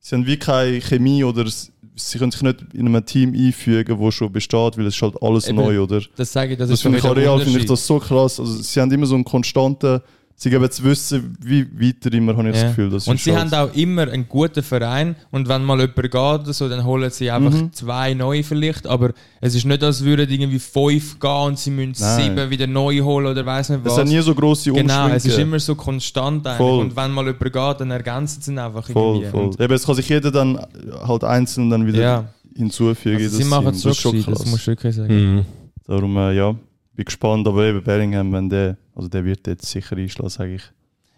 E: sie haben wie keine Chemie oder s- sie können sich nicht in einem Team einfügen, wo schon besteht, weil es ist halt alles
A: Eben.
E: neu, oder?
A: das sage ich, das,
E: Das
A: ist schon
E: finde ich
A: wieder
E: auch real, finde ich
A: Unterschied.
E: das so krass. Also sie haben immer so einen konstanten, sie geben zu wissen, wie weiter immer, habe ich
A: Ja.
E: das Gefühl. Das
A: und
E: ist
A: sie
E: halt-
A: haben auch immer einen guten Verein und wenn mal jemand geht oder so, dann holen sie einfach
E: Mhm.
A: zwei neue vielleicht, aber es ist nicht, als würden irgendwie fünf gehen und sie müssen
E: Nein.
A: sieben wieder neu holen oder weiß nicht was.
E: es hat nie so grosse
A: genau,
E: Umschwünge.
A: es ist immer so konstant eigentlich.
E: Voll.
A: und wenn mal jemand geht, dann ergänzen sie ihn einfach
E: voll,
A: irgendwie.
E: voll.
A: Und,
E: Eben, es kann sich jeder dann halt einzeln dann wieder
A: Ja.
E: hinzufügen.
A: also sie
E: das
A: machen
E: Team.
A: es so
E: Das ist schon
A: gescheit, das
E: krass.
A: musst du wirklich sagen.
B: Mhm.
E: Darum, äh, ja, bin gespannt. Aber eben Bellingham, wenn der, also der wird jetzt sicher einschlagen, sage ich.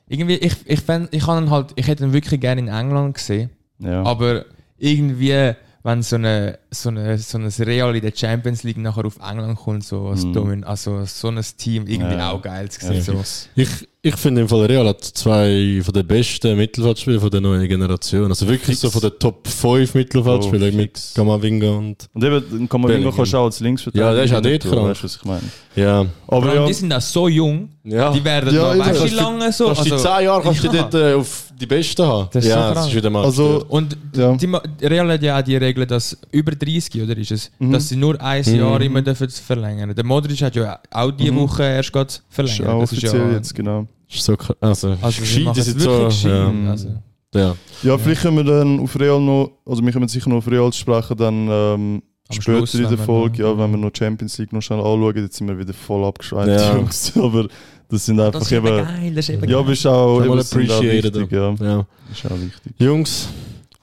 A: Irgendwie, ich, ich, fänd, ich, hab ihn halt, ich hätte ihn wirklich gerne in England gesehen.
E: Ja.
A: Aber irgendwie, wenn so, eine, so, eine, so ein Real in der Champions League nachher auf England kommt, so, als
E: Mhm.
A: Domin, also so ein Team, irgendwie
E: Ja.
A: auch geil zu sehen.
E: Ja.
A: so.
B: Ich, ich finde im Fall Real hat zwei von den besten Mittelfeldspieler von der neuen Generation. Also wirklich
E: Fix.
B: so von den Top 5 Mittelfeldspieler
E: Oh,
B: mit
E: fix.
B: Gamavinga und.
E: Und eben, kann man
B: Bellingham.
E: immer kannst du auch als Linksverteidiger.
B: Ja, der ist auch dort
E: tun,
B: krank.
E: Weißt du, was ich meine?
B: Ja.
A: Vor
E: Aber
A: allem,
E: ja,
A: Die sind auch so jung,
B: ja.
A: die werden
B: Ja,
A: noch
B: eben.
A: weißt du,
B: Kannst
A: wie
B: du-
A: lange so. also
B: kannst du in 10 Jahren kannst du
A: ja.
B: dort äh, auf die Besten haben.
A: Das ist
B: ja,
A: so
B: das
A: krank.
B: ist wieder mal.
E: also,
A: Und
E: ja.
A: die Ma- Real hat ja auch die Regel, dass über 30, oder ist es,
B: Mhm.
A: dass sie nur ein Jahr immer dürfen verlängern. Der Modric hat ja auch
B: Mhm.
A: diese Woche erst gerade
E: ist
A: verlängert.
E: auch
A: Das ist ja-
E: offiziell jetzt, genau.
B: ist so kr- also,
A: Also sie
B: gescheit
A: machen
B: ist
A: es
B: jetzt so. ähm,
A: wirklich
B: Ja.
A: gescheit. Also,
B: ja.
E: Ja, vielleicht können wir dann auf Real noch, also wir können sicher noch auf Real sprechen, dann ähm,
A: Am
E: später
A: Schluss,
E: in
A: wenn
E: der
A: wir
E: Folge,
A: noch-
E: ja, wenn wir noch Champions League noch schnell anschauen, jetzt sind wir wieder voll abgeschweift,
B: Ja.
E: Jungs, aber das sind einfach
A: Das ist eben
E: eben,
A: geil, das ist eben
E: ja,
A: geil.
E: aber ist auch,
B: Mal
E: eben, sind auch
B: appreciated,
E: wichtig, ja,
B: ja.
E: ist auch wichtig.
B: Jungs,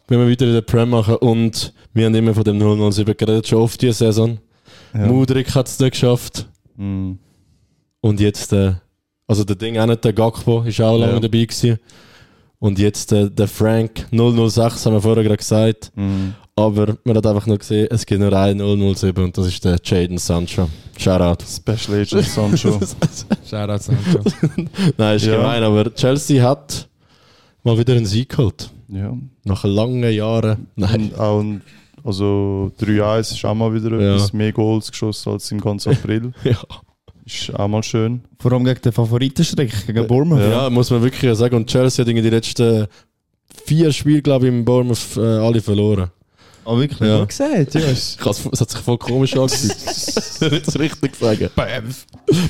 B: wenn wir wieder in der Prem machen und wir haben immer von dem 007 geredet, schon oft diese Saison.
E: Ja.
B: Mudrik hat es nicht geschafft.
E: Mhm.
B: Und jetzt, äh, also der Ding auch nicht, der Gakpo ist auch
E: Ja.
B: lange dabei gewesen. Und jetzt äh, der Frank 006, haben wir vorher gerade gesagt.
E: Mhm.
B: Aber man hat einfach nur gesehen, es gibt nur einen 007 und das ist der Jaden Sancho. Shoutout.
E: Special Agent Sancho.
A: Shoutout Sancho.
B: Nein, ist
E: Ja.
B: gemein, aber Chelsea hat mal wieder einen Sieg geholt.
E: ja.
B: Nach langen Jahren.
E: Mm.
B: Nein.
E: Und auch, ein- also 3-1 ist auch mal wieder
B: Ja.
E: etwas, mehr Goals geschossen als im ganzen April,
B: Ja.
E: ist auch mal schön.
D: Vor allem gegen den Favoritenstreck, gegen Bournemouth.
E: Ja.
B: Ja. muss man wirklich sagen. Und Chelsea hat in die letzten vier Spiele, glaube ich, im Bournemouth äh, alle verloren.
D: Ah, wirklich?
B: Ja.
A: Gesagt, ja.
B: Ich kann's- Es hat sich voll komisch angefühlt. Nicht so richtig sagen.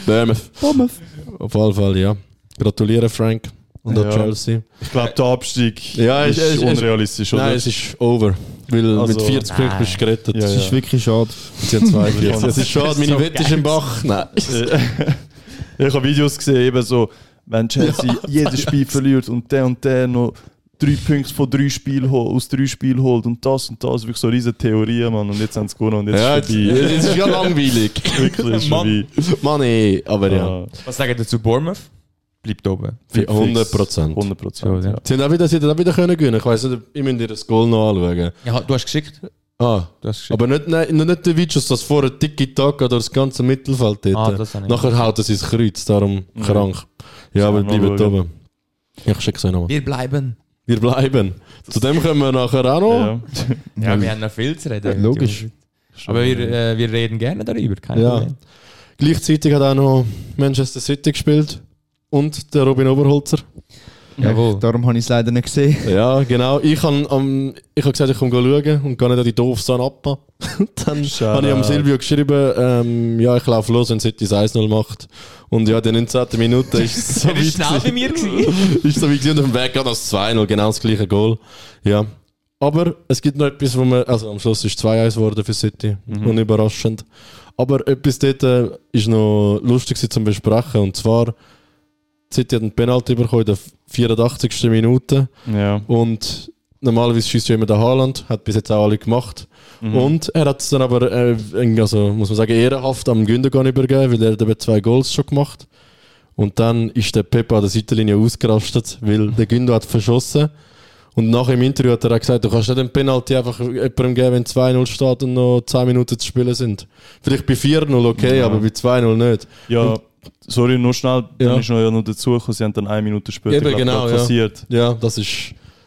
B: Bournemouth.
D: Bournemouth.
B: Auf jeden Fall, ja. Gratuliere, Frank. Und auch
E: Ja.
B: Chelsea.
E: Ich glaube, der Abstieg
B: Ja,
E: ist,
B: es- es- es-
E: unrealistisch, oder?
B: Nein, es ist over. Weil
E: Also-
B: mit 40 Punkten bist du gerettet.
E: Ja,
D: Das
E: ja.
D: ist wirklich schade.
B: Sie haben 42.
E: Das
B: Es ist schade, meine
A: so
B: Wette ist im Bach. Nein.
E: ich habe Videos gesehen, eben so, wenn Chelsea jedes Spiel verliert und der und der noch drei Punkte von drei Spielen hol, aus drei Spielen holt und das und das, wirklich so riesen Theorien, Mann. Und jetzt haben sie gewonnen und jetzt
B: Ja,
E: ist
B: jetzt
E: es
B: jetzt ist ja langweilig.
E: vorbei. Wirklich ist
A: Mann.
E: vorbei.
B: Mann, ey, aber ja.
E: Ah,
A: Was sagen dazu Bournemouth? Bleibt oben.
E: fix.
B: 100%.
E: 100 Prozent.
A: So,
E: Ja.
A: ja.
B: Sie haben auch wieder, sie hätten auch wieder können gewinnen. Ich weiss nicht, ob- ich müsst ihr das Goal noch anschauen.
A: Ja, du hast geschickt.
B: Ah,
A: Du hast geschickt.
B: aber nicht, nein, noch nicht der Vichos, das vorher Tiki Taka durch das ganze Mittelfeld dort.
A: Ah, das habe ich
B: Nachher haut er sein Kreuz, darum krank. Ja, aber
E: Sollen wir
B: bleiben
E: mal
B: oben. Ich schicke es euch nochmal.
A: Wir bleiben.
B: Wir bleiben. Zu dem kommen wir nachher auch noch.
E: Ja.
A: Ja, wir haben noch viel zu reden.
D: logisch.
A: Aber wir, äh, wir reden gerne darüber, kein
B: Ja.
A: Problem.
B: Gleichzeitig hat auch noch Manchester City gespielt. Und der Robin Oberholzer.
A: Jawohl.
D: Darum habe ich es leider nicht gesehen.
B: Ja, genau. Ich habe um, hab gesagt, ich komme schauen und gehe nicht an die doof San Appa. dann
E: Shoutout.
B: habe ich am Silvio geschrieben, ähm, ja, ich laufe los, wenn City 1-0 macht. Und ja, die 19. Minute ist so
A: Er ist schnell bei mir gewesen.
B: ist so wie gesehen auf dem Weg gerade das 2-0, genau das gleiche Goal. Ja. Aber es gibt noch etwas, wo man, also am Schluss ist 2-1 geworden für City,
A: Mhm.
B: unüberraschend. Aber etwas dort äh, ist noch lustig gewesen zum Besprechen und zwar City hat einen Penalty bekommen in der 84. Minute
E: ja.
B: und normalerweise schießt ja immer der Haaland, hat bis jetzt auch alle gemacht. Und er hat es dann aber, äh, irgendwie, also muss man sagen, ehrenhaft am Gündogan übergeben, weil er hat eben zwei Goals schon gemacht. Und dann ist der Pep an der Seitenlinie ausgerastet, weil der Gündo hat verschossen. Und nach im Interview hat er auch gesagt, du kannst nicht den Penalty einfach jemandem geben, wenn 2-0 steht und noch 10 Minuten zu spielen sind. Vielleicht bei 4-0 okay,
E: Ja.
B: aber bei 2-0 nicht.
E: ja. Sorry, nur schnell,
B: Ja.
E: dann ist noch ja noch dazu gekommen, sie haben dann eine Minute später
B: Eben,
E: glaub,
B: genau,
E: gerade
B: ja.
E: passiert.
B: Ja, das ist...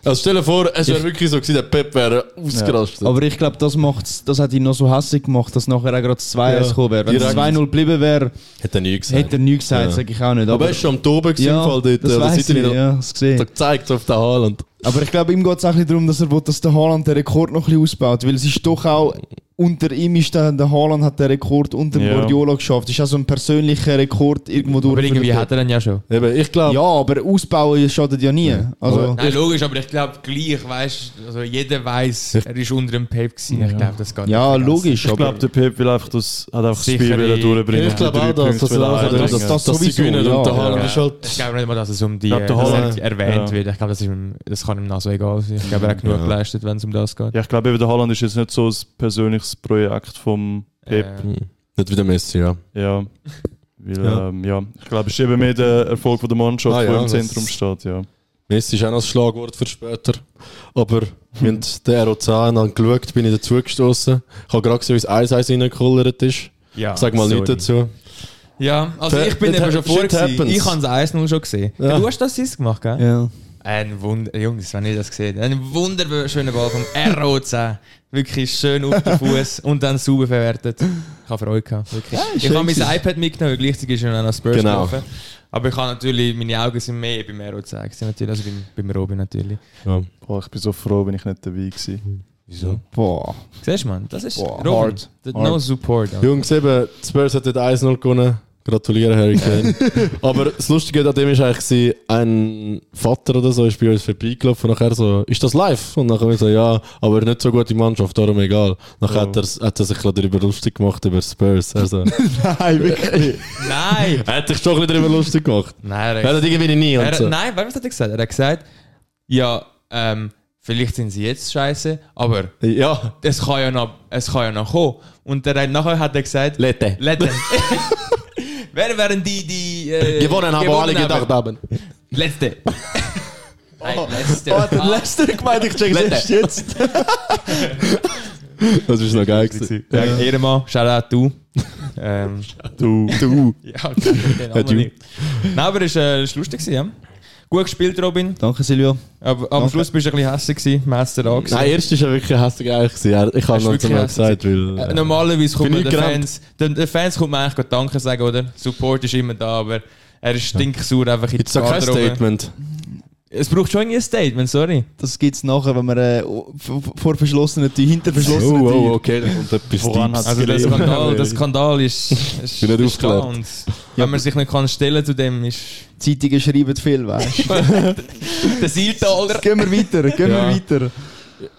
B: Also stell dir vor, es wäre wirklich so gewesen, der Pep wäre ausgerastet.
D: Aber ich glaube, das, macht's- das hat ihn noch so hässlich gemacht, dass nachher auch gerade das 2-1
B: Ja.
D: gekommen wäre. Wenn es
B: Direkt.
D: 2-0 geblieben wäre,
B: Hätte er nie gesagt.
D: hätte er nichts gesagt,
B: Ja.
D: sage ich auch nicht.
B: Aber er ist schon am Toben gewesen, im Fall dort.
D: das
B: äh,
D: weiss
B: seit
D: ich,
B: er ihn
D: ja, das
B: da
D: gesehen.
B: gezeigt auf den Haaland.
D: Aber ich glaube, ihm geht es auch ein bisschen darum, dass er will, dass der Haaland den Rekord noch ein bisschen ausbaut, weil es ist doch auch unter ihm ist der, der Haaland hat den Rekord unter
E: Ja.
D: Guardiola geschafft. Ist auch so ein persönlicher Rekord irgendwo durch.
A: Aber irgendwie
D: für den
A: hat er dann ja schon.
B: Eben, ich
D: Pep.
B: glaube,
D: ja, aber ausbauen schadet ja nie. Also,
A: Nein, logisch, aber ich glaube gleich, weißt du, also jeder weiß, er ist unter dem Pep gewesen. Ich glaube, das geht
D: ja,
A: nicht vergessen.
D: logisch.
E: Ich
D: aber-
E: glaube, der Pep will einfach das, hat einfach das Spiel
A: Sichere-
E: wieder durchbringen.
B: ich glaube
E: Drei
B: auch, dass
E: Punkte
B: das
E: will er
B: auch
E: einbringen.
B: dass, dass, dass sie
D: sowieso,
B: gewinnen
D: ja.
B: und der
D: Ja.
B: Haaland ist halt...
A: Ich glaube nicht mal, dass es um die
E: Ich glaub, der
A: dass
E: Haaland-
A: er erwähnt
E: ja.
A: wird. Ich glaube, das, ist ihm- das kann ihm noch so egal sein. Ich glaube, er hat genug
B: Ja.
A: geleistet, wenn es um das geht.
E: Ja, ich glaube, eben, der Holland ist jetzt nicht so ein persönliches Projekt vom Pep.
A: Äh,
B: Hm, Nicht wie der Messi, ja.
E: Ja. Weil,
B: Ja.
E: ja. Ähm, ja. Ich glaube, es ist eben mehr der Erfolg von der Mannschaft,
B: Ah,
E: der
B: ja,
E: im
B: das-
E: Zentrum steht. Ja.
B: Messi ist auch noch ein Schlagwort für später. Aber wenn der ROC dann geschaut, bin ich dazugestoßen. Ich habe gerade gesehen, wie es 1-1 reingekullert ist.
A: Ja,
B: Sag mal
A: Ah, sorry.
B: nichts dazu.
A: Ja, also
B: Fa-
A: ich bin
B: it
A: eben
B: ha-
A: schon
B: shit
A: vor. gewesen.
B: happens.
A: Ich habe das 1-0 schon gesehen.
B: Ja.
A: Du hast das Assist gemacht, gell?
D: Ja.
A: Ein Wunder, Jungs, wenn ihr das gesehen Ein wunderschöner Ball vom ROC. Wirklich schön auf den Fuß und dann sauber verwertet. Ich habe Freude gehabt. Wirklich. ich
D: schön
A: habe mein
D: gewesen.
A: iPad mitgenommen, weil gleichzeitig ist ja noch ein Spurs
B: Genau.
A: gelaufen. Aber ich habe natürlich, meine Augen sind mehr beim ROC gewesen, natürlich, also beim, beim Robin natürlich.
B: Ja.
E: Boah, ich bin so froh, wenn ich nicht dabei war.
B: Wieso?
D: Boah.
A: Siehst du, Mann, das ist
D: Boah,
A: Robin.
D: hard,
A: The-
D: hard.
A: No support. Alter.
B: Jungs, eben, die Spurs hat dort 1-0 gewonnen. Gratuliere, Harry Kane. Aber das Lustige an dem war eigentlich, gewesen, ein Vater oder so ist bei uns vorbeigelaufen und nachher so, ist das live? Und dann haben wir so, ja, aber nicht so gute Mannschaft, darum egal. Nachher hat, er, hat er sich ein bisschen darüber lustig gemacht, über Spurs. Also,
D: Nein, wirklich.
A: Nein!
B: er hat sich schon ein bisschen darüber lustig gemacht.
A: Nein, er-
B: Er hat irgendwie nie und
A: Er,
B: so.
A: Nein, weißt du, was hat er gesagt? Er hat gesagt, ja, ähm, vielleicht sind sie jetzt scheiße, aber
B: Ja,
A: es kann ja noch, es kann ja noch kommen. Und er hat, nachher hat er gesagt,
B: Lette.
A: Letten. Wer wären die, die äh,
B: Gewonnen haben alle gedacht haben.
A: Letzte. Nein, Ah. letzte.
D: Oh, der letzte gemeint, ich check's
A: Letzte.
D: erst jetzt.
B: Das ist noch geil gewesen.
A: Ja, Ehrenmann, Shoutout du. ähm,
B: Du, du.
A: ja, den Namen
B: du.
A: nicht. Nein, aber es war äh, ist lustig. gewesen, Ja? Gut gespielt, Robin.
D: Danke, Silvio.
A: Aber am
D: Danke.
A: Schluss bist du ein bisschen hässlich. gewesen, Meister da. gewesen.
B: Nein, erst war er wirklich hässlich eigentlich. gewesen. Er- Ich habe
A: Hast
B: noch
A: du
B: zu
A: wirklich
B: mir gesagt, weil.
A: Äh,
B: äh,
A: Normalerweise kommt
B: Bin
A: man
B: ich
A: den
B: gerannt.
A: Fans, den, den Fans kommt man eigentlich gerade Danke sagen, oder? Support ist immer da, aber er ist stinksauer einfach in die
B: Jetzt sag kein
A: Garderobe.
B: Statement.
A: Es braucht schon irgendwie ein Statement, sorry.
D: Das gibt's nachher, wenn wir äh, v- vor verschlossenen Türen, hinter verschlossenen
B: Oh,
D: Türen.
B: oh, okay, da kommt etwas
E: Voran
B: Deeps.
E: hat's
A: Also der
E: gelegen.
A: Skandal, der Skandal ist, ist,
B: Bin nicht
A: ist da
B: aufgeklärt.
A: und wenn man sich nicht kann stellen zu dem, ist
D: Zeitungen schreiben viel, weißt du.
A: der Seiltaler.
D: gehen wir weiter, gehen
B: Ja.
D: wir weiter.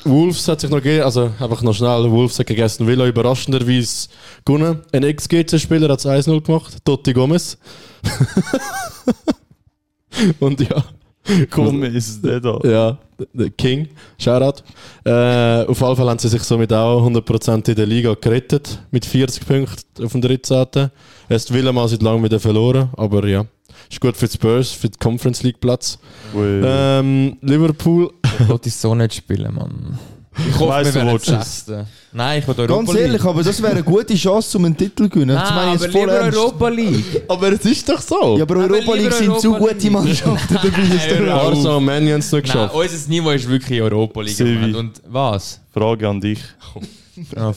B: Wolves hat sich noch gegeben, also einfach noch schnell. Wolves hat gegen Aston Villa überraschenderweise gewonnen. Ein Ex-GC-Spieler hat es 1-0 gemacht, Totti Gomez. Und ja,
E: Komm, ist der da?
B: ja, der King, Shoutout. Äh, auf jeden Fall haben sie sich somit auch 100% in der Liga gerettet, mit 40 Punkten auf dem 13. Aston Villa mal seit langem wieder verloren, aber ja. Ist gut für die Spurs, für den Conference League Platz.
E: Ui.
B: Ähm, Liverpool
A: Ich wollte es so nicht spielen, Mann. Ich hoffe,
E: weiss,
A: wir
E: du
A: werden
E: willst es.
A: Sechster. Nein, ich will Europa
D: Ganz ehrlich,
A: League.
D: aber das wäre eine gute Chance, um einen Titel zu gewinnen.
A: Nein,
D: Das meine ich
A: aber
D: jetzt voll
A: lieber
D: ernst.
A: Europa League.
B: Aber es ist doch so.
D: Ja, aber
A: Aber
D: Europa League
A: lieber
D: sind zu
A: Europa
D: gute
A: League.
D: Mannschaften dabei. ist
A: Nein,
D: der
A: hör auf.
B: Arsenal und Man haben es nicht
A: genau. Nein,
B: geschafft.
A: unser Niveau ist wirklich Europa League.
E: Sevi.
A: Mann. Und was?
E: Frage an dich.
A: Ja,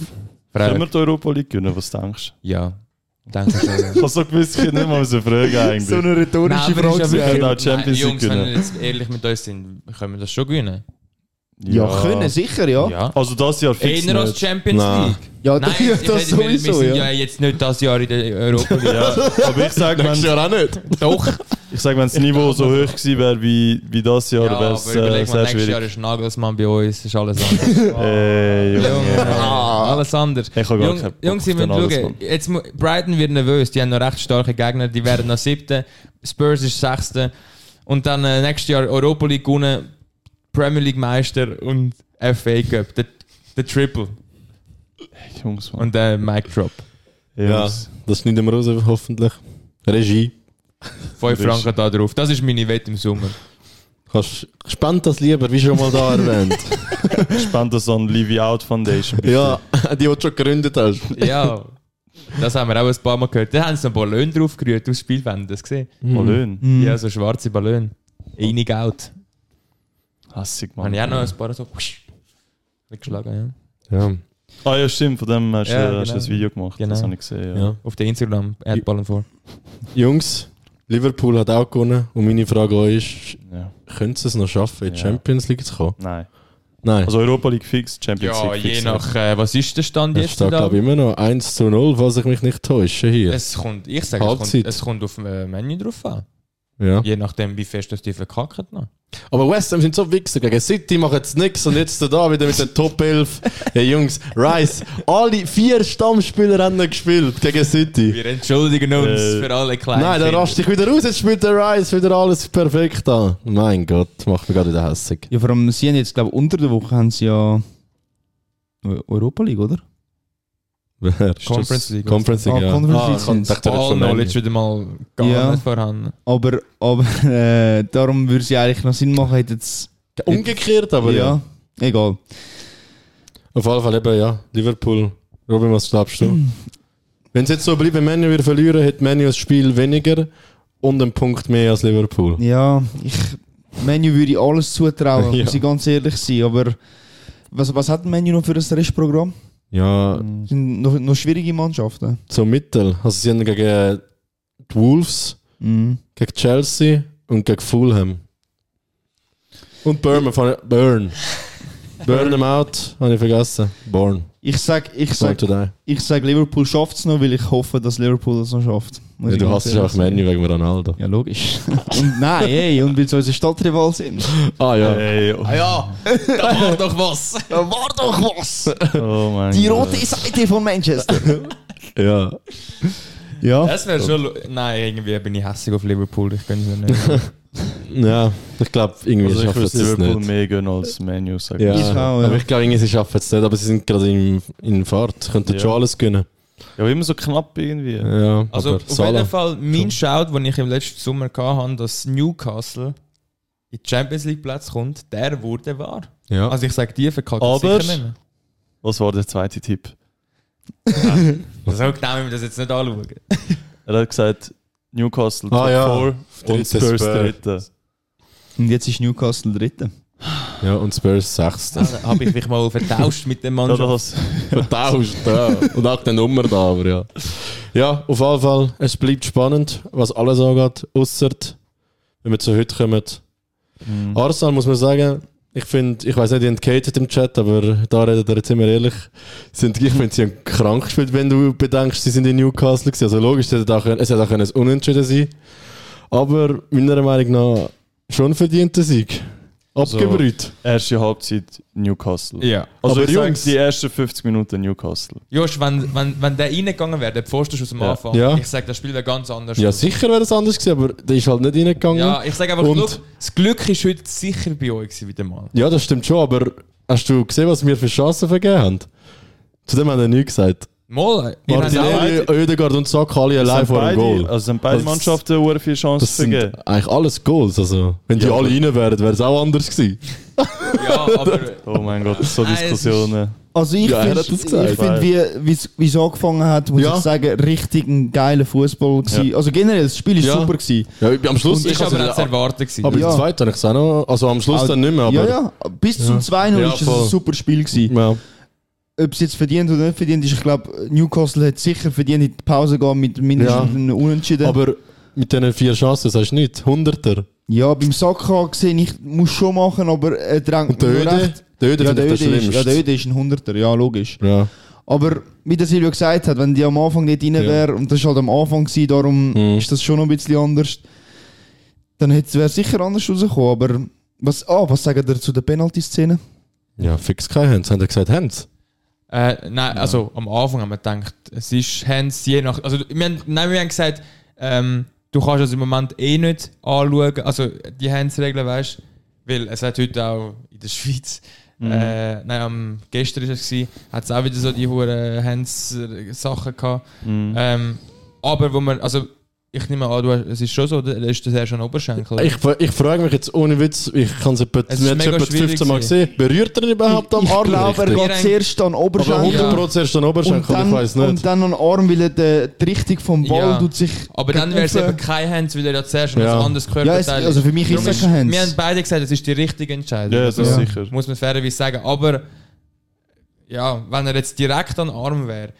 E: Können wir die Europa League gewinnen? Was denkst du?
A: Ja, danke schön.
E: Ich habe so gewusst, ich hätte nicht mal müssen fragen eigentlich.
D: So eine rhetorische
A: aber
D: Frage.
A: ist
D: zu
A: wirklich-
E: Wir können auch Champions
A: Nein, Jungs,
E: League
A: wenn
E: gewinnen.
A: wir jetzt ehrlich mit uns sind, können wir das schon gewinnen.
D: Ja, können, sicher, ja. Ja,
E: Also das Jahr fix
A: Einer als
E: nicht.
A: Champions
B: Nein.
A: League.
D: das,
A: ich
D: das
A: hätte- wir- wir
D: sowieso,
A: sind
D: ja.
A: ja jetzt nicht das Jahr in der Europa League.
E: Ja, aber ich sage, wenn,
B: Jahr auch nicht.
A: Doch,
E: ich sag, wenn das Niveau so hoch gewesen wäre wie, wie das Jahr,
A: ja,
E: wäre
A: aber
E: es äh,
A: überleg mal,
E: sehr
A: nächstes Jahr
E: schwierig.
A: ist Nagelsmann bei uns, ist alles anders.
E: Ey,
A: Junge,
E: Äh, Junge.
A: alles anders.
E: Ich habe gar
A: Jung,
E: keinen Bock
A: Jungs, ihr
E: auf
A: müsst
E: den
A: schauen,
E: Nagelsmann.
A: jetzt, mu- Brighton wird nervös, die haben noch recht starke Gegner, die werden noch siebte, Spurs ist sechste und dann äh, nächstes Jahr Europa League gewonnen, Premier League Meister und FA Cup, der, der Triple
E: Jungs, Mann.
A: und der Mic Drop.
B: Ja,
E: Jungs.
B: das schneiden wir raus, hoffentlich. Regie.
A: 5
E: Das ist-
A: Franken da drauf, das ist meine Wette im Sommer.
B: Kannst, spannt das lieber, wie schon mal da erwähnt.
E: Spend das an Livy Out Foundation. bitte.
B: ja, die, die du schon gegründet hast.
A: ja, das haben wir auch ein paar Mal gehört. Da haben sie noch Ballon drauf gerührt aus Spielwänden, das gesehen?
E: Mal löhn.
A: Ja, so schwarze Ballon. Einig out.
E: Hassig,
A: Habe
E: Mann.
A: ich auch noch ein paar so weggeschlagen, ja.
B: Ja.
E: Ah ja, stimmt, von dem hast du
A: Ja,
E: hast du
A: genau.
E: das Video gemacht.
A: Genau.
E: Das habe ich gesehen, ja.
B: Ja.
A: Auf der Instagram, er hat Ballen vor.
B: Jungs, Liverpool hat auch gewonnen. Und meine Frage an euch ist,
E: Ja.
B: können sie es noch schaffen, in die
E: Ja.
B: Champions League zu kommen?
E: Nein.
B: Nein.
E: Also Europa League fix, Champions
A: Ja,
E: League fix.
A: je nach, äh, was ist der Stand
B: es
A: jetzt
B: steht,
A: da?
B: glaube ich, immer noch 1 zu 0, falls ich mich nicht täusche hier.
A: Es kommt, ich sage, es kommt,
B: Halbzeit.
A: es kommt auf äh, Menü drauf an.
B: Ja.
A: Je nachdem, wie fest das die verkackt noch.
B: Aber West Ham sind so Wichser gegen City, machen jetzt nichts und jetzt da wieder mit der Top 11. Hey Jungs, Rice, alle vier Stammspieler haben noch gespielt gegen City.
A: Wir entschuldigen uns
E: Äh,
A: für alle kleinen
B: Nein, dann
A: Fehler.
B: rast ich wieder raus, jetzt spielt der Rice wieder alles perfekt an. Mein Gott, macht mich gerade wieder hässig.
D: vor allem, sie haben jetzt, glaube ich, unter der Woche haben sie ja Eu- Europa League, oder?
B: Wer ist
A: Conference
B: das?
A: League.
B: Conference League,
D: Ah,
B: ja.
D: Conference
B: Ah,
D: League
B: ich hab
D: sind's.
B: gedacht, er hat
A: All
B: von Manu.
A: Knowledge wieder mal gar
D: Ja.
A: nicht vorhanden.
D: Aber, aber äh, darum würde es ja eigentlich noch Sinn machen, hätte jetzt.
B: Umgekehrt, aber
D: Aber
B: ja.
D: ja, egal.
B: Auf jeden Fall eben, ja. Liverpool. Robin, was glaubst du? Wenn es jetzt so bleibt, wenn Manu wir verlieren, hat Manu ein Spiel weniger und einen Punkt mehr als Liverpool.
D: Ja, ich. Menu würde ich alles zutrauen,
B: Ja.
D: muss ich ganz ehrlich sein. Aber was, was hat Menu noch für ein Restprogramm?
B: Ja,
D: Sind noch, noch schwierige Mannschaften.
B: so mittel. Also sie haben gegen äh, die Wolves,
D: Mhm.
B: gegen Chelsea und gegen Fulham. Und Burn. Burn. Burn them out, habe ich vergessen. Born.
D: Ich sag, ich
B: Born
D: sag,
B: to die.
D: ich sag Liverpool schafft es noch, weil ich hoffe, dass Liverpool das noch schafft. Muss
B: Ja,
D: ich
B: du
D: ganz
B: hast es
D: ehrlich
B: auch
D: sagen.
B: Manu wegen Ronaldo.
D: Ja, logisch. und nein, hey, und weil sie unsere Stadtrival sind.
B: Ah ja.
E: Ey, oh,
A: Ja, da war doch was.
D: Da war doch was!
E: oh mein
D: Die
E: Gott.
D: rote Seite von Manchester.
B: Ja.
D: Ja.
A: Das wäre schon. lu- Nein, irgendwie bin ich hässlich auf Liverpool. Ich könnte es nicht.
B: Ja, ich glaube, irgendwie
E: Also ich
B: schaffen
E: würde
B: sie es
E: Liverpool
B: nicht.
E: mehr gönnen als Menu, sag
B: Ja.
D: Ich auch, ja.
B: Aber ich glaube, irgendwie sie schaffen es nicht, aber sie sind gerade in, in Fahrt. Könnten
E: Ja.
B: schon alles gönnen.
E: ich. Ja, immer so knapp irgendwie.
B: Ja,
A: Also
B: aber
A: auf jeden
B: Salah.
A: Fall, mein Shout, den ich im letzten Sommer hatte, dass Newcastle in die Champions League Platz kommt, der wurde wahr.
B: Ja.
A: Also ich sage, die verkackt
E: Aber-
A: sicher nicht mehr.
E: Was war der zweite Tipp?
A: So genau müssen wir das jetzt nicht anschauen.
E: Er hat gesagt, Newcastle
B: Ah, ja.
E: und
B: Dritte
E: Spurs
B: Spur.
E: dritte.
D: Und jetzt ist Newcastle dritte.
B: ja, und Spurs 6.
A: Also, habe ich mich mal vertauscht mit dem
E: Ja, du
A: Mannschaft.
E: hast
B: Vertauscht, ja. Und auch die Nummer da, aber ja. Ja, auf jeden Fall, es bleibt spannend, was alles angeht, außer wenn wir zu heute kommen.
E: Mhm.
B: Arsenal muss man sagen, ich finde, ich weiß nicht, die haben gehatet im Chat, aber da redet er jetzt immer ehrlich. Sind, ich finde, sie haben krank gespielt, wenn du bedenkst, sie sind in Newcastle gewesen. Also logisch, es hätte auch, es hätte auch ein Unentschieden sein Aber meiner Meinung nach schon verdienter Sieg. Abgebrüht.
E: erste Halbzeit Newcastle.
A: Ja.
E: Also
B: Aber
E: ich sag,
B: Jungs-
E: die ersten 50 Minuten Newcastle.
A: Josh, wenn, wenn, wenn der reingegangen wäre, der Pfosten aus dem
E: Ja.
A: Anfang,
B: Ja.
A: ich sage, das Spiel wäre ganz anders.
B: Ja, sicher wäre es anders gewesen, aber der ist halt nicht reingegangen.
A: Ja, ich sage einfach,
B: Und-
A: look, das Glück ist heute sicher bei euch gewesen, wieder mal.
B: Ja, das stimmt schon, aber hast du gesehen, was wir für Chancen vergeben haben? Zu dem haben wir nichts gesagt.
A: Mal, ihr habt auch-
B: Martinelli, Oedegaard und Saka alle
E: Es
B: allein
E: haben
B: vor dem
E: beide-
B: Goal.
E: Also es haben beide
B: Also das-
E: Mannschaften sehr viele Chancen
B: das sind
E: vergeben.
B: eigentlich alles Goals. Also, wenn die
E: Ja,
B: alle
E: aber-
B: rein wären, wäre es auch anders gewesen.
A: ja, aber
E: Oh mein Gott, so
A: Nein, es ist-
E: Diskussionen.
D: Also ich
B: Ja, er
D: finde,
B: hat das gesagt.
D: ich find, wie wie es angefangen hat, muss
B: Ja.
D: ich sagen, richtig ein geiler Fußball gewesen. Also generell, das Spiel ist
B: Ja.
D: super gewesen.
B: Ja, am Schluss
A: das ist
B: hab's
A: aber auch zu
B: nicht-
A: erwarten gewesen.
B: Aber
D: Ja.
B: im zweiten habe ich es auch noch. Also am Schluss
D: Auch-
B: dann nicht mehr. Aber,
D: ja, ja, bis zum 2-0
B: Ja,
D: ist es
B: voll.
D: ein super Spiel gewesen.
B: Ja.
D: Ob es jetzt verdient oder nicht verdient ist, ich glaube, Newcastle hat sicher verdient, in die Pause gehen mit mindestens
B: Ja.
D: einem Unentschieden.
B: aber mit diesen vier Chancen, das hast du nicht. Hunderter.
D: ja, beim Saka gesehen, ich muss schon machen, aber er drängt
B: Und der
D: nur
B: Öde,
D: recht.
B: der Öde finde ich
D: Ja, der Öde,
B: der
D: ist, ja, der
B: Schlimmste.
D: Öde ist ein Hunderter, ja, logisch.
B: Ja,
D: Aber wie der Silvio gesagt hat, wenn die am Anfang nicht rein
B: Ja.
D: wäre, und das war halt am Anfang, gewesen, darum
B: Mhm.
D: ist das schon noch ein bisschen anders, dann wäre es sicher anders rausgekommen. Aber was, ah, was sagen ihr zu der Penalty-Szene?
B: ja fix kein Hands. Haben sie gesagt, Hands?
A: Äh, nein, also am Anfang haben wir gedacht, es ist Hands je nach. Also wir haben, nein, wir haben gesagt, ähm, du kannst das im Moment eh nicht anschauen, also die Hands-Regeln, weißt weil es hat heute auch in der Schweiz, äh, nein, am, gestern ist es gewesen, hat es auch wieder so die hohen Hands-Sachen gehabt. Ähm, aber wo man, also ich nehme an, du, hast- es ist schon so, oder? ist das eher schon Oberschenkel?
B: Ich, ich frage mich jetzt ohne Witz, ich kann es etwa,
A: Es ist
B: wir haben es
A: mega
B: etwa
A: schwierig
B: 15 Mal
A: gewesen.
B: gesehen. Berührt er ihn überhaupt am
D: ich
B: Arm?
D: glaube,
B: richtig?
A: Ja.
D: er geht zuerst an den
B: Aber
D: Oberschenkel.
B: 100% ist dann
D: Und
B: Oberschenkel,
D: dann,
B: ich weiß
D: und
B: nicht.
D: dann an den Arm, weil er die, die Richtung vom Ball
A: Ja.
D: tut sich.
A: aber dann wäre es
D: rauf.
A: eben kein Hands, weil er ja zuerst noch
B: Ja.
A: ein anderes Körperteil
D: Ja, es, also für mich ist
A: Darum
D: es kein Hands.
A: Wir haben beide gesagt, es ist die richtige Entscheidung.
E: Ja, das
A: Also,
E: ist
D: Ja.
E: sicher.
A: Muss man fairerweise sagen. Aber ja, wenn er jetzt direkt an den Arm wäre,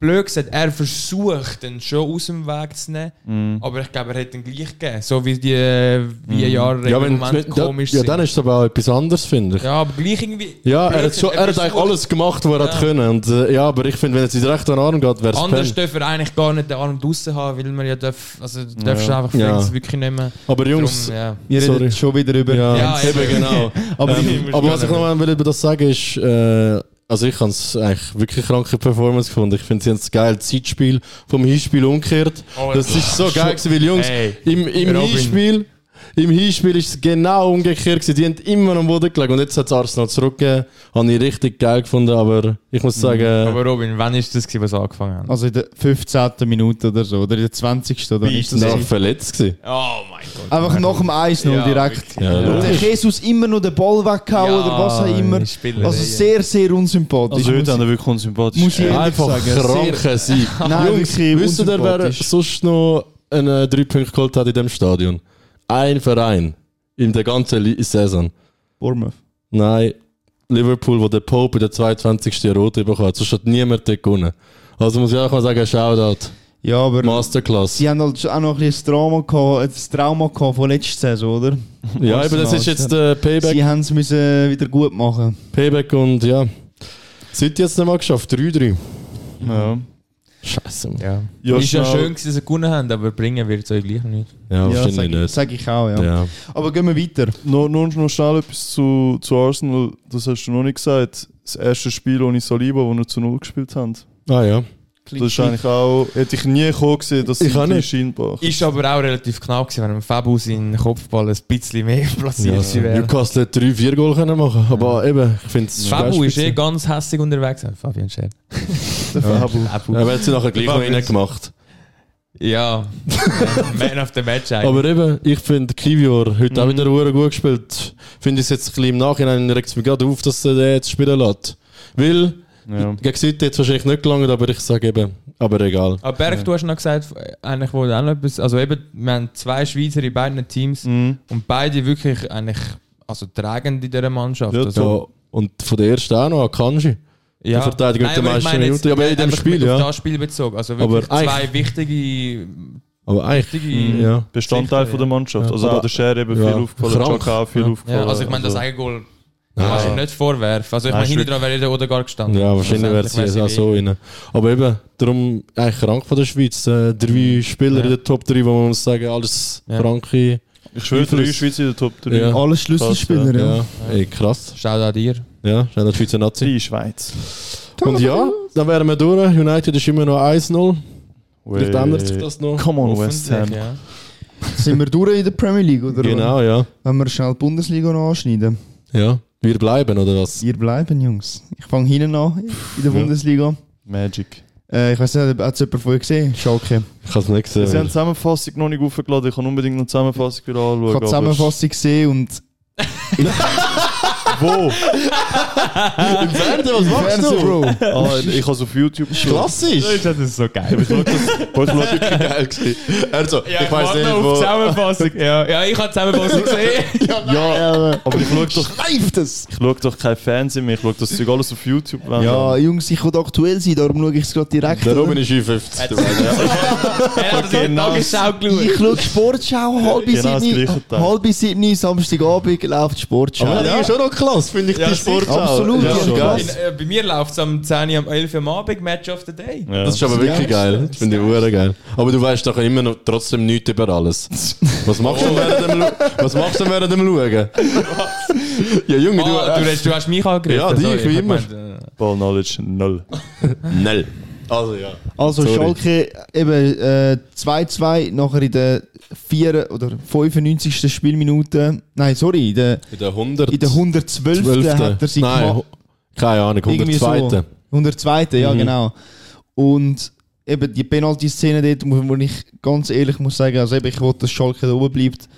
A: blöd gesagt, er versucht den schon aus dem Weg zu nehmen,
B: Mhm.
E: Mhm.
A: aber ich glaube, er hätte ihn gleich gegeben. So wie die äh, wie Jahre
B: Mhm. Ja, wenn,
A: im Moment
B: wenn,
A: komisch
B: ja,
A: sind.
B: dann ist es aber auch etwas anderes, finde ich. Ja,
A: ja, aber gleich irgendwie.
B: er, hat schon, er hat eigentlich alles gemacht, was er
A: Ja.
B: hat können. Und, äh, ja, aber ich finde, wenn es in den rechten Arm geht, wäre es
A: Anders
B: Pech.
A: dürfen wir eigentlich gar nicht den Arm draußen haben, weil man ja darf, also du darfst einfach
B: Ja.
A: Flanks wirklich nicht mehr.
B: Aber Jungs,
A: Drum, ja.
D: Wir reden
B: Sorry.
D: schon wieder über.
B: ja,
A: Ja,
B: eben
A: eben.
B: genau.
D: Aber
B: ähm, aber was ich noch mal will über das sagen ist, äh, also ich habe es eigentlich wirklich kranke Performance gefunden. Ich finde, sie haben das geile Zeitspiel vom Hinspiel umgekehrt.
A: Oh,
B: das
A: ja.
B: ist so geil gewesen, weil Jungs,
A: Ey,
B: im, im
A: Robin.
B: Hinspiel, Im Hinspiel war es genau umgekehrt. Gewesen. Die haben immer am Boden gelegen. Und jetzt hat es Arsenal zurückgegeben. Habe ich richtig geil gefunden, aber ich
D: Mhm.
B: muss sagen...
A: Aber Robin, wann ist das, gewesen, was angefangen hat?
D: Also in der 15. Minute oder so, oder in der 20. oder
E: Wie
D: ist das?
B: war
D: gewesen?
B: verletzt. Gewesen.
A: Oh mein Gott.
D: Einfach nach dem 1-0
A: Ja,
D: direkt.
A: wirklich.
B: Ja,
D: Und der
B: logisch.
D: Jesus immer noch den Ball weggehauen oder was auch immer.
A: Spieler,
D: Also sehr, sehr unsympathisch.
E: Also heute haben
D: muss,
E: wir wirklich unsympathisch.
D: muss ich ehrlich
B: Einfach
D: sagen.
B: kranker Sieg.
D: Nein,
B: Jungs,
D: wirklich
B: wisst ihr, wer
D: unsympathisch.
B: sonst noch einen 3 Punkte geholt hat in diesem Stadion? Ein Verein in der ganzen Li- Saison.
E: Bournemouth.
B: Nein, Liverpool, wo der Pope in der 22. Rote bekommen hat. Sonst hat niemand dort gewonnen. Also muss ich auch mal sagen, Shoutout.
D: Ja, aber
B: Masterclass.
D: sie haben halt schon auch noch ein bisschen das Trauma gehabt, äh, das Trauma gehabt von letzter Saison, oder?
B: Ja, eben, das ist jetzt der Payback,
D: Sie haben es müssen wieder gut machen.
B: Payback und ja. City jetzt nicht mal geschafft. 3-3.
E: Ja.
B: Scheiße. Mann.
A: Ja.
E: Ja,
A: ist ja
E: schnell.
A: schön, dass sie es gewonnen haben, aber bringen wird es euch gleich nicht.
B: Ja,
D: sag,
B: wahrscheinlich
D: ich-
B: nicht.
D: sag ich auch, ja.
B: Ja.
D: Aber gehen wir weiter.
E: Nur, nur noch schnell etwas zu, zu Arsenal, das hast du noch nicht gesagt. Das erste Spiel ohne Saliba, wo wir zu Null gespielt haben.
B: Ah ja.
E: Das ist eigentlich auch, hätte ich nie gekommen gesehen, dass
B: Ich auch
E: City
B: nicht.
E: Scheinbach.
A: Ist aber auch relativ knapp gewesen, wenn im Fabu seinen Kopfball ein bisschen mehr
B: ja
A: platziert
B: also
A: gewesen wäre.
B: Newcastle hat 3-4 Goal können machen. Aber eben, ich finde es
A: Fabu ist eh ganz hässig unterwegs, Fabian Scher.
E: Der Fabel.
A: Fabu.
B: Er hat sie nachher gleich noch
A: Fabian-
B: reingemacht.
A: Ja, Man of the Match eigentlich.
B: Aber eben, ich finde Kivior heute auch wieder hure gut gespielt. Finde ich es jetzt ein bisschen im Nachhinein, regt es mir gerade auf, dass er den jetzt spielen lässt. Weil,
E: Ja.
B: gegen City jetzt wahrscheinlich nicht gelangt, aber ich sage eben, aber egal.
A: Aber Berg, du hast noch gesagt, eigentlich wurde auch noch etwas. Also eben, wir haben zwei Schweizer in beiden Teams
E: Mhm.
A: und beide wirklich eigentlich also tragend in dieser Mannschaft.
E: Ja,
A: also,
B: Ja, und von der ersten auch noch an Kanji.
A: ja.
B: der Verteidiger mit den
A: aber ich
B: meisten
A: meine jetzt
B: Minuten. Ja, aber in dem
A: einfach
B: Spiel,
A: auf
B: ja.
A: das Spiel bezogen. Also wirklich
B: Aber
A: zwei wichtige.
B: Aber eigentlich, hm,
A: wichtige
B: ja.
E: Bestandteil
A: Sicher,
E: von der Mannschaft.
B: Ja.
E: Also
B: Aber-
E: auch der Scher eben
B: Ja.
E: viel aufgefallen,
B: Krank.
E: Chaka auch viel
B: Ja.
A: Ja,
E: aufgefallen.
A: also ich meine, das Eigengoal kannst du ihm nicht vorwerfen. Also ich
E: Nein,
A: meine,
E: ist
A: hinten dran wäre jeder Odegaard gestanden. Also
B: Ja, wahrscheinlich wäre
A: Schlussendlich eh
B: sie auch so rein. Aber eben, darum eigentlich krank von der Schweiz. Äh, drei Spieler
A: Mhm. Ja.
B: in der Top 3, wo man muss sagen, alles
A: Ja.
B: kranke.
E: Ich schwöre, drei Schweizer in der Top 3.
B: Ja.
D: Alles Schlüsselspieler, ja.
B: Ja. Ey, krass.
A: Schaut an dir.
B: Ja, schon der Schweizer Nazi.
E: Drei Schweiz.
B: Und ja, dann wären wir durch. United ist immer noch 1-0. Vielleicht ändert sich das noch.
E: Come on, West Ham.
A: Hoffentlich, ja.
D: Sind wir durch in der Premier League, oder?
B: Genau, ja.
D: Wenn wir schnell die Bundesliga noch anschneiden.
B: ja. Wir bleiben, oder was?
D: Ihr bleiben, Jungs. Ich fange hinten an in der Bundesliga.
E: Magic.
D: Äh, ich weiß nicht, hat es jemand von euch gesehen? Schalke.
B: Ich kann es nicht
E: Sie haben die
B: sehen.
E: Zusammenfassung noch nicht aufgeladen. Ich kann unbedingt noch die Zusammenfassung wieder
D: Ich
E: anschauen.
D: habe die
E: aber-
D: Zusammenfassung gesehen und
E: Wo?
B: Im Fernsehen, was machst
D: Fernsehen,
B: du?
D: Bro.
E: Ah, ich habe es auf YouTube geschaut.
B: Klassisch!
A: Das ist so geil.
E: Ich schaue das. Ich schaue
B: Geil gewesen. Also,
A: Ja,
B: ich weiß nicht,
A: auf die
B: wo...
A: Zusammenfassung. Ja, ja ich habe die Zusammenfassung gesehen.
E: Ja, aber ich schaue doch,
D: Schreibt es!
E: ich schaue doch kein Fernsehen mehr, ich schaue das Zeug alles auf YouTube. wenn
D: Ja,
E: dann.
D: Jungs, ich will aktuell sein, darum schaue ich es gerade direkt
B: Der Robin
D: an.
B: ist 55.
A: Er hat das
E: Okay,
A: genau
E: nice.
A: geschaut.
D: Ich schaue Sportschau, halb
E: Genau das
D: sieben,
E: gleiche Teil.
D: halb sieben, Samstagabend läuft Sportschau.
B: Aber die ist auch noch klasse, finde ich,
E: Ja,
B: die
E: sicher.
B: Sportschau.
D: Absolut,
B: Ja,
D: ja,
B: schon.
D: geil.
A: In, äh, bei mir läuft es am 10 Uhr, am 11 Uhr am Abend, Match of the Day.
E: Ja.
B: Das ist aber wirklich geil. Das finde ich hure geil. Aber du weißt doch immer noch trotzdem nichts über alles. Was machst
D: Oh.
B: du während dem, Lu- was machst du während dem Schauen? Ja, Junge, du.
A: Ah, du, hast- du hast mich angegriffen.
B: Ja, dich,
A: sorry, ich
B: wie
A: hab
B: immer.
A: gemeint, äh,
E: Ball Knowledge null.
B: Nell. Also ja.
D: Also
B: Sorry.
D: Schalke eben äh, 2-2, nachher in der 4. oder 95. Spielminute, nein, sorry, in der,
B: In der 100.
D: in der 112. hat er sie
B: Nein,
D: gemacht.
B: hu- keine Ahnung,
D: Irgendwie
B: 102.
D: So. 102. Ja, genau. Und eben die Penalty-Szene dort, wo wo ich ganz ehrlich muss sagen, also eben, ich wollte, dass Schalke da oben bleibt,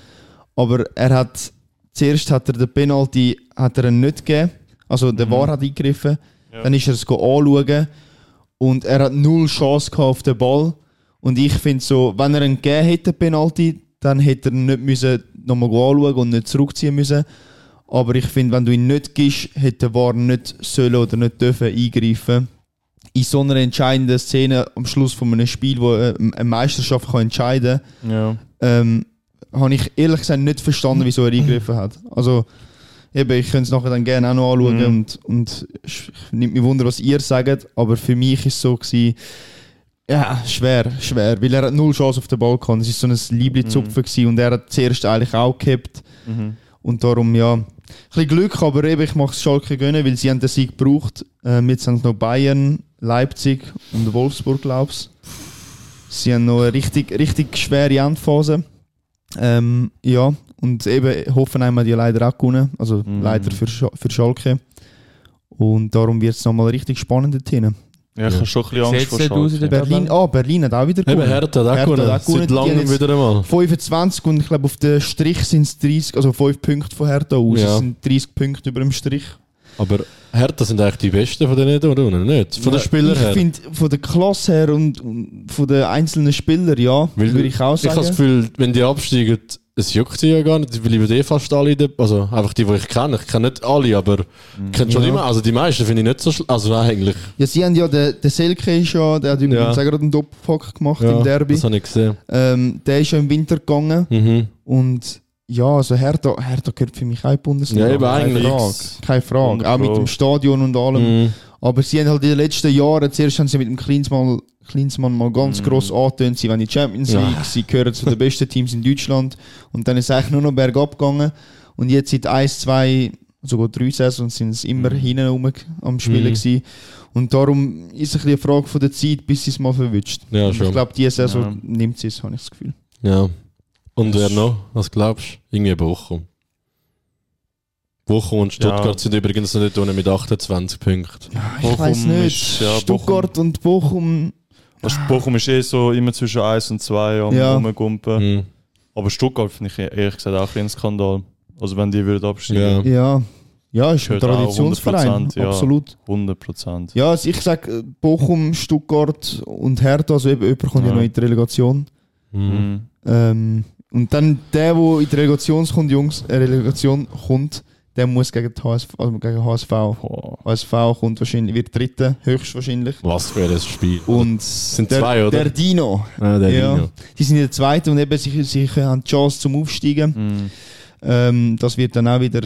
D: aber er hat, zuerst hat er den Penalty hat er ihn nicht gegeben, also der VAR hat eingegriffen, dann ist er es go anschauen und er hat null Chance gehabt auf den Ball und ich finde so, wenn er einen gegeben hätte, den Penalty, dann hätte er ihn nicht müssen nochmal anschauen und nicht zurückziehen müssen. Aber ich finde, wenn du ihn nicht gibst, hätte der VAR nicht sollen oder nicht dürfen eingreifen. In so einer entscheidenden Szene am Schluss von einem Spiel, wo äh, eine Meisterschaft kann entscheiden
E: Ja.
D: ähm, habe ich ehrlich gesagt nicht verstanden, wieso er eingegriffen hat. Also, eben, ich könnte es nachher dann gerne auch noch anschauen
E: Mhm.
D: und, und ich nimmt mich wunder, was ihr sagt, aber für mich ist es so gewesen, ja, schwer, schwer, weil er hat null Chance auf den Ball gehabt. Es ist so ein Liebling-Zupfen gewesen und er hat zuerst eigentlich auch gehabt
E: Mhm.
D: und darum, ja, ein bisschen Glück, aber eben, ich mache es Schalke gönnen, weil sie haben den Sieg gebraucht. Ähm, jetzt haben sie noch Bayern, Leipzig und Wolfsburg, glaube ich. Sie haben noch eine richtig, richtig schwere Endphase. Ähm, ja, Und eben Hoffenheim hat ja leider auch gewonnen. Also
B: Mhm.
D: leider für, Sch- für Schalke. Und darum wird es nochmal richtig spannend dort hinten.
E: Ja, ich habe schon ein bisschen Angst
A: Sieht's
E: vor
A: nicht aus in der
E: Schalke.
A: Tabelle?
D: Berlin, ah, Berlin hat auch wieder
B: Eben,
D: gewonnen.
B: Hertha hat
D: Hertha
B: auch gewonnen.
D: hat auch gewonnen.
B: Seit
D: Die haben
B: langem
D: jetzt-
B: wieder einmal.
D: 25 und ich glaube auf den Strich sind es 30, also 5 Punkte von Hertha aus.
B: Ja.
D: Es sind 30 Punkte über dem Strich.
B: Aber Hertha sind eigentlich die Besten von denen da unten, nicht? Von den Spielern
D: ich
B: her.
D: finde, von der Klasse her und, und von den einzelnen Spielern, ja,
B: Weil
D: würde ich auch
B: Ich habe das
D: sagen.
B: Gefühl, wenn die absteigen, es juckt sie ja gar nicht. Die bleiben eh fast alle, in der- also einfach die, die ich kenne. Ich kenne nicht alle, aber ich kenne schon
D: Ja.
B: immer. Also die meisten finde ich nicht so schlecht. Also nein, eigentlich.
D: ja, sie haben ja den, den Selke ist ja, der hat übrigens auch gerade einen Doppelpack gemacht im Derby.
B: Das habe ich gesehen.
D: Ähm, der ist ja im Winter gegangen
B: Mhm.
D: und ja, also Hertha, Hertha gehört für mich auch in die Bundesliga.
B: Ja, eben,
D: Keine
B: eigentlich.
D: Frage. Keine Frage. Auch mit
E: Wunderbar.
D: dem Stadion und allem.
B: Mhm.
D: Aber sie haben halt in den letzten Jahren, zuerst haben sie mit dem Klinsmann, Klinsmann mal
E: Mhm.
D: ganz gross angetönt, sie wollen in die Champions League, sie gehören zu den besten Teams in Deutschland und dann ist es eigentlich nur noch bergab gegangen und jetzt seit 1, 2, sogar 3 Saisons sind es
E: Mhm.
D: immer hinten rum am Spielen gewesen. und darum ist es ein bisschen eine Frage von der Zeit, bis sie es mal verwünscht.
B: Ja,
D: Und ich
B: schon.
D: glaube, diese Saison
E: Ja.
D: nimmt sie es, habe ich das Gefühl.
B: Ja. Und wer noch? Was glaubst du? Irgendwie Bochum. Bochum und Stuttgart
E: Ja.
B: sind übrigens noch nicht unten mit 28 Punkten.
E: Bochum
D: ich weiß nicht,
E: ist- ja,
D: Stuttgart und Bochum,
E: Also Bochum ist eh so immer zwischen 1 und 2 am
D: Ja.
E: rumgumpen.
B: Mhm.
E: Aber Stuttgart finde ich ehrlich gesagt auch ein bisschen ein Skandal. Also wenn die würden absteigen,
B: Ja.
D: ja, ja ist ein
E: Gehört auch
D: Traditionsverein,
E: 100%, ja.
D: absolut.
E: 100%.
D: Ja, also ich sage Bochum, Stuttgart und Hertha, also eben, jemand kommt ja.
E: Ja.
D: noch in die Relegation.
B: Mhm.
E: Mhm.
D: Ähm, und dann der, der in die Relegation kommt, Jungs, äh, Relegation kommt, der muss gegen, die HSV, also gegen HSV.
E: Boah.
A: Mhm.
D: HSV kommt wahrscheinlich, wird Dritter, höchstwahrscheinlich.
B: Was für ein Spiel.
D: Und
B: sind
D: der,
B: zwei, oder?
D: der Dino.
B: Ah, der
D: ja,
B: Dino.
D: Die sind in der zweiten und eben sie, sie haben die Chance zum Aufsteigen.
E: Mhm.
D: Ähm, das wird dann auch wieder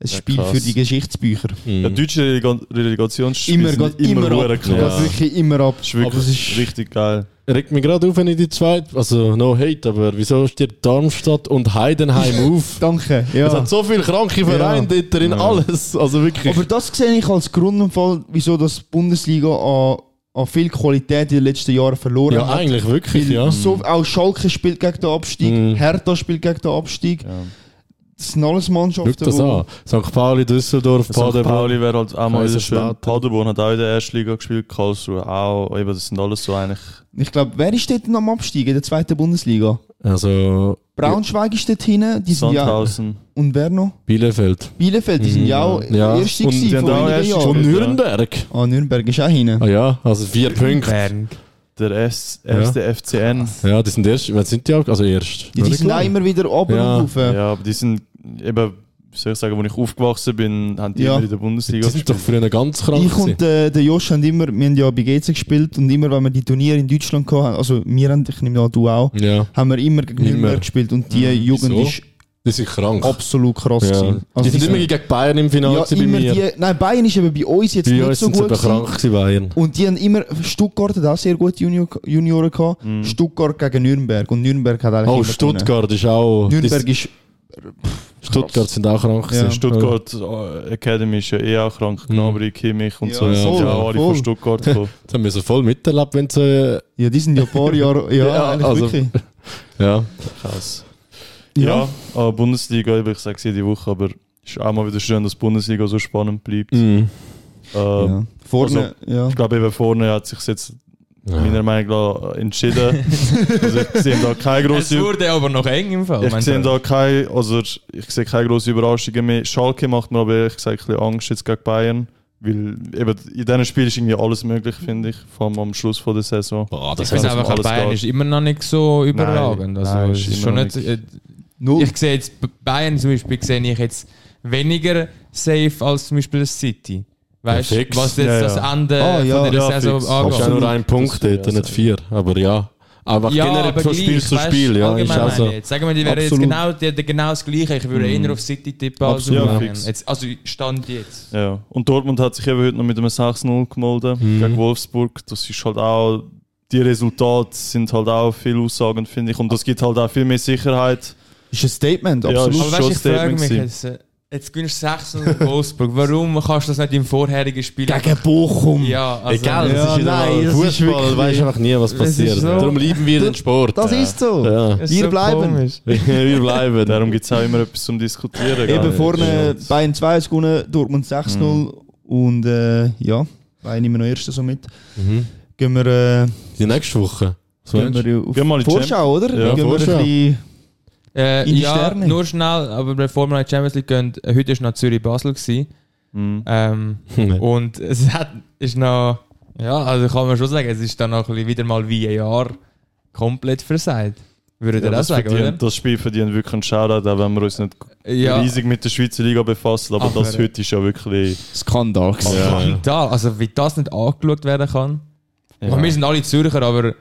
D: ein Spiel
E: krass.
D: für die Geschichtsbücher.
B: Mhm.
E: Ja, deutsche Relega- Relegationsspiele
D: Immer,
E: sind
D: geht
E: immer,
D: immer,
E: hure
D: ab.
E: krass.
D: Geht wirklich immer ab.
E: Ist wirklich
B: Aber es ist-
E: richtig geil.
B: regt mich gerade auf, wenn ich die zweite, also no hate, aber wieso stirbt Darmstadt und Heidenheim auf?
D: Danke. Ja.
B: Es hat so viele kranke Vereine dort drin, alles. Also wirklich.
D: Aber das sehe ich als Grundfall, wieso das die Bundesliga an, an viel Qualität in den letzten Jahren verloren
B: ja,
D: hat.
B: eigentlich wirklich,
D: Weil
B: ja.
D: So, auch Schalke spielt gegen den Abstieg,
B: Mhm.
D: Hertha spielt gegen den Abstieg.
E: Ja.
D: Das sind alles Mannschaften,
B: Schau das
D: wo-
B: an. St. Pauli, Düsseldorf,
E: St.
B: Paderborn.
E: Pauli wäre halt auch mal wieder schön.
B: Kaiserslautern.
E: Paderborn hat auch in der ersten Liga gespielt, Karlsruhe auch. Eben, das sind alles so eigentlich.
D: Ich glaube, wer ist dort noch am Abstieg in der zweiten Bundesliga?
B: Also
D: Braunschweig ist dort hinten, die sind ja.
E: Sandhausen.
D: Und wer noch?
B: Bielefeld.
D: Bielefeld, die sind ja auch
B: Mhm. Ja.
D: erste
B: Und
D: gewesen
E: die haben
D: vor
E: auch
D: wenigen
E: erste
D: Jahren.
E: gespielt.
B: Und
E: Ja.
B: Nürnberg.
D: Ah, Nürnberg ist auch hinten.
B: Ah ja, also vier Punkte.
A: Bern.
E: Der S, erste FCN.
B: Ja, die sind erst, wann sind die auch? Also erst.
D: Die, die sind auch immer wieder oben
B: Ja.
D: und rauf.
E: Ja, aber die sind eben, wie soll ich sagen, wo ich aufgewachsen bin, haben die
D: Ja.
E: immer in der Bundesliga
B: Die sind doch früher ganz krank.
D: Ich
B: gewesen.
D: und äh, der Josh haben immer, wir haben ja bei GC gespielt und immer, wenn wir die Turniere in Deutschland hatten, also wir haben, ich nehme an, du auch,
B: ja,
D: haben wir immer gegen
B: Hm. Immer. Hm,
D: Nürnberg gespielt und die Jugend
B: Wieso?
D: ist
B: die sind krank.
D: absolut krass.
B: ja.
D: gewesen. Also
B: die sind
D: die-
B: immer gegen Bayern im Finale
D: ja,
B: gewesen bei
D: immer
B: mir.
D: die, nein, Bayern ist eben bei uns jetzt
B: bei
D: nicht
B: uns
D: so
B: sind sie
D: gut Oh,
B: aber
D: gewesen.
B: krank gewesen, Bayern.
D: und die haben immer, Stuttgart hat auch sehr gute Junior, Junioren gehabt, Stuttgart gegen Nürnberg und Nürnberg hat eigentlich
B: Hm. Oh,
D: immer gewonnen.
B: Stuttgart Oh, ist auch.
D: Nürnberg ist
B: die- Stuttgart sind auch krank. Mhm. gewesen.
D: Ja.
E: Stuttgart äh, Academy ist ja eh auch krank. Gnabry, Kimmich und
D: Ja,
E: so. Die sind
D: voll,
E: ja auch alle
D: voll.
E: von Stuttgart gekommen.
B: Das haben wir so voll miterlebt, wenn sie.
D: ja, die sind ja ein paar Jahre, ja,
B: Ja,
D: eigentlich
B: also-
D: wirklich.
B: Ja.
E: Krass. Ja, aber Bundesliga, eben, ich sage es jede Woche, aber es ist auch mal wieder schön, dass die Bundesliga so spannend bleibt.
B: Mhm.
E: Ähm,
D: ja. Vorne,
B: also.
D: ja.
E: Ich glaube, eben vorne hat sich jetzt meiner Meinung nach entschieden. also ich sehe da keine
A: Es
E: große
A: wurde aber noch eng im Fall.
E: ich sehe da keine, also ich sehe keine große Überraschungen mehr. Schalke macht mir aber ehrlich gesagt ein bisschen Angst jetzt gegen Bayern, weil eben in diesem Spiel ist irgendwie alles möglich, finde ich, vor allem am Schluss von der Saison.
B: Boah, das
A: Ich finde
E: dass man
A: einfach,
E: alles
A: Bayern
E: geht.
A: ist immer noch nicht so überragend. also,
E: nein,
A: es
E: ist
A: ist
E: immer
A: schon
E: noch
A: nicht,
E: nicht.
A: äh,
D: Null.
A: ich sehe jetzt B- Bayern zum Beispiel sehe ich jetzt weniger safe als zum Beispiel das City. Weißt du,
B: Ja, fix.
A: was jetzt
E: Ja, ja.
A: das Ende
D: Ah, ja.
A: von der
E: Ja,
A: Saison
E: fix.
B: ist auch
A: angeht?
B: nur ein Punkt
E: Das-
B: dort, nicht vier. Aber ja. Aber generell von
A: gleich,
B: Spiel zu
A: weißt,
B: Spiel, ja. Ist
A: allgemein
B: auch so.
A: meine ich jetzt. Sagen wir, die wären jetzt
D: Absolut.
A: genau, die hätten genau das Gleiche. Ich würde eher auf City tippen als auf
E: Absolut. Ja,
A: Bayern.
E: fix.
A: Jetzt, also, Stand jetzt.
E: Ja. Und Dortmund hat sich eben heute noch mit einem 6-0 gemeldet
D: Mhm.
E: gegen Wolfsburg. Das ist halt auch, die Resultate sind halt auch viel aussagend, finde ich. Und das gibt halt auch viel mehr Sicherheit.
D: Ist ein Statement,
E: Ja,
D: absolut.
E: ist-
A: Aber weißt du,
E: schon
A: ich
E: ein
A: frage mich
E: Statement
A: jetzt, äh, Jetzt gewinnst du 600 Wolfsburg. Warum kannst du das nicht im vorherigen Spiel?
D: Gegen Bochum.
A: Ja, also.
B: Egal, das
D: Ja,
B: ist
D: nein,
B: nein,
D: das ist
B: Fußball,
D: wirklich-
B: weißt einfach nie,
A: Es
B: was
A: ist
B: passiert.
A: so.
B: Darum lieben wir den Sport.
D: Das ist so.
B: Ja.
A: Es ist
D: Wir
A: so
D: bleiben.
A: komisch.
E: Wir bleiben, darum gibt es auch immer etwas zum Diskutieren. gell?
D: Eben vorne
E: Ja. Mhm.
D: Bayern 2 ist gewonnen, Dortmund 6-0 und äh, ja, Bayern immer noch Erster somit.
E: Mhm.
D: Gehen wir, äh,
B: Die nächste Woche. Was
D: gehen
B: meinst du?
D: wir auf
E: Gehen wir mal in die
D: Vorschau, oder?
E: Ja,
D: gehen wir
B: Vorschau.
D: ein bisschen
A: Äh,
D: In die
A: ja,
D: Sterne.
A: nur schnell, aber bevor wir in die Champions League gehen, äh, heute war noch Zürich-Basel. gewesen.
E: Mhm.
A: Ähm,
B: Hm.
A: und es hat, ist noch, ja, also kann man schon sagen, es ist dann noch ein bisschen wieder mal wie ein Jahr komplett versagt. Würde
E: Ja,
A: ihr das
E: das,
A: sagen,
E: verdient,
A: oder?
E: das Spiel verdient wirklich einen Shoutout, auch wenn wir uns nicht
A: Ja,
E: riesig mit der Schweizer Liga befassen, aber
A: Ach,
E: das
A: wer-
E: heute ist ja wirklich...
D: Skandal. gewesen.
B: Ja, ja.
A: da, also wie das nicht angeschaut werden kann. Ich meine, Wir sind alle Zürcher, aber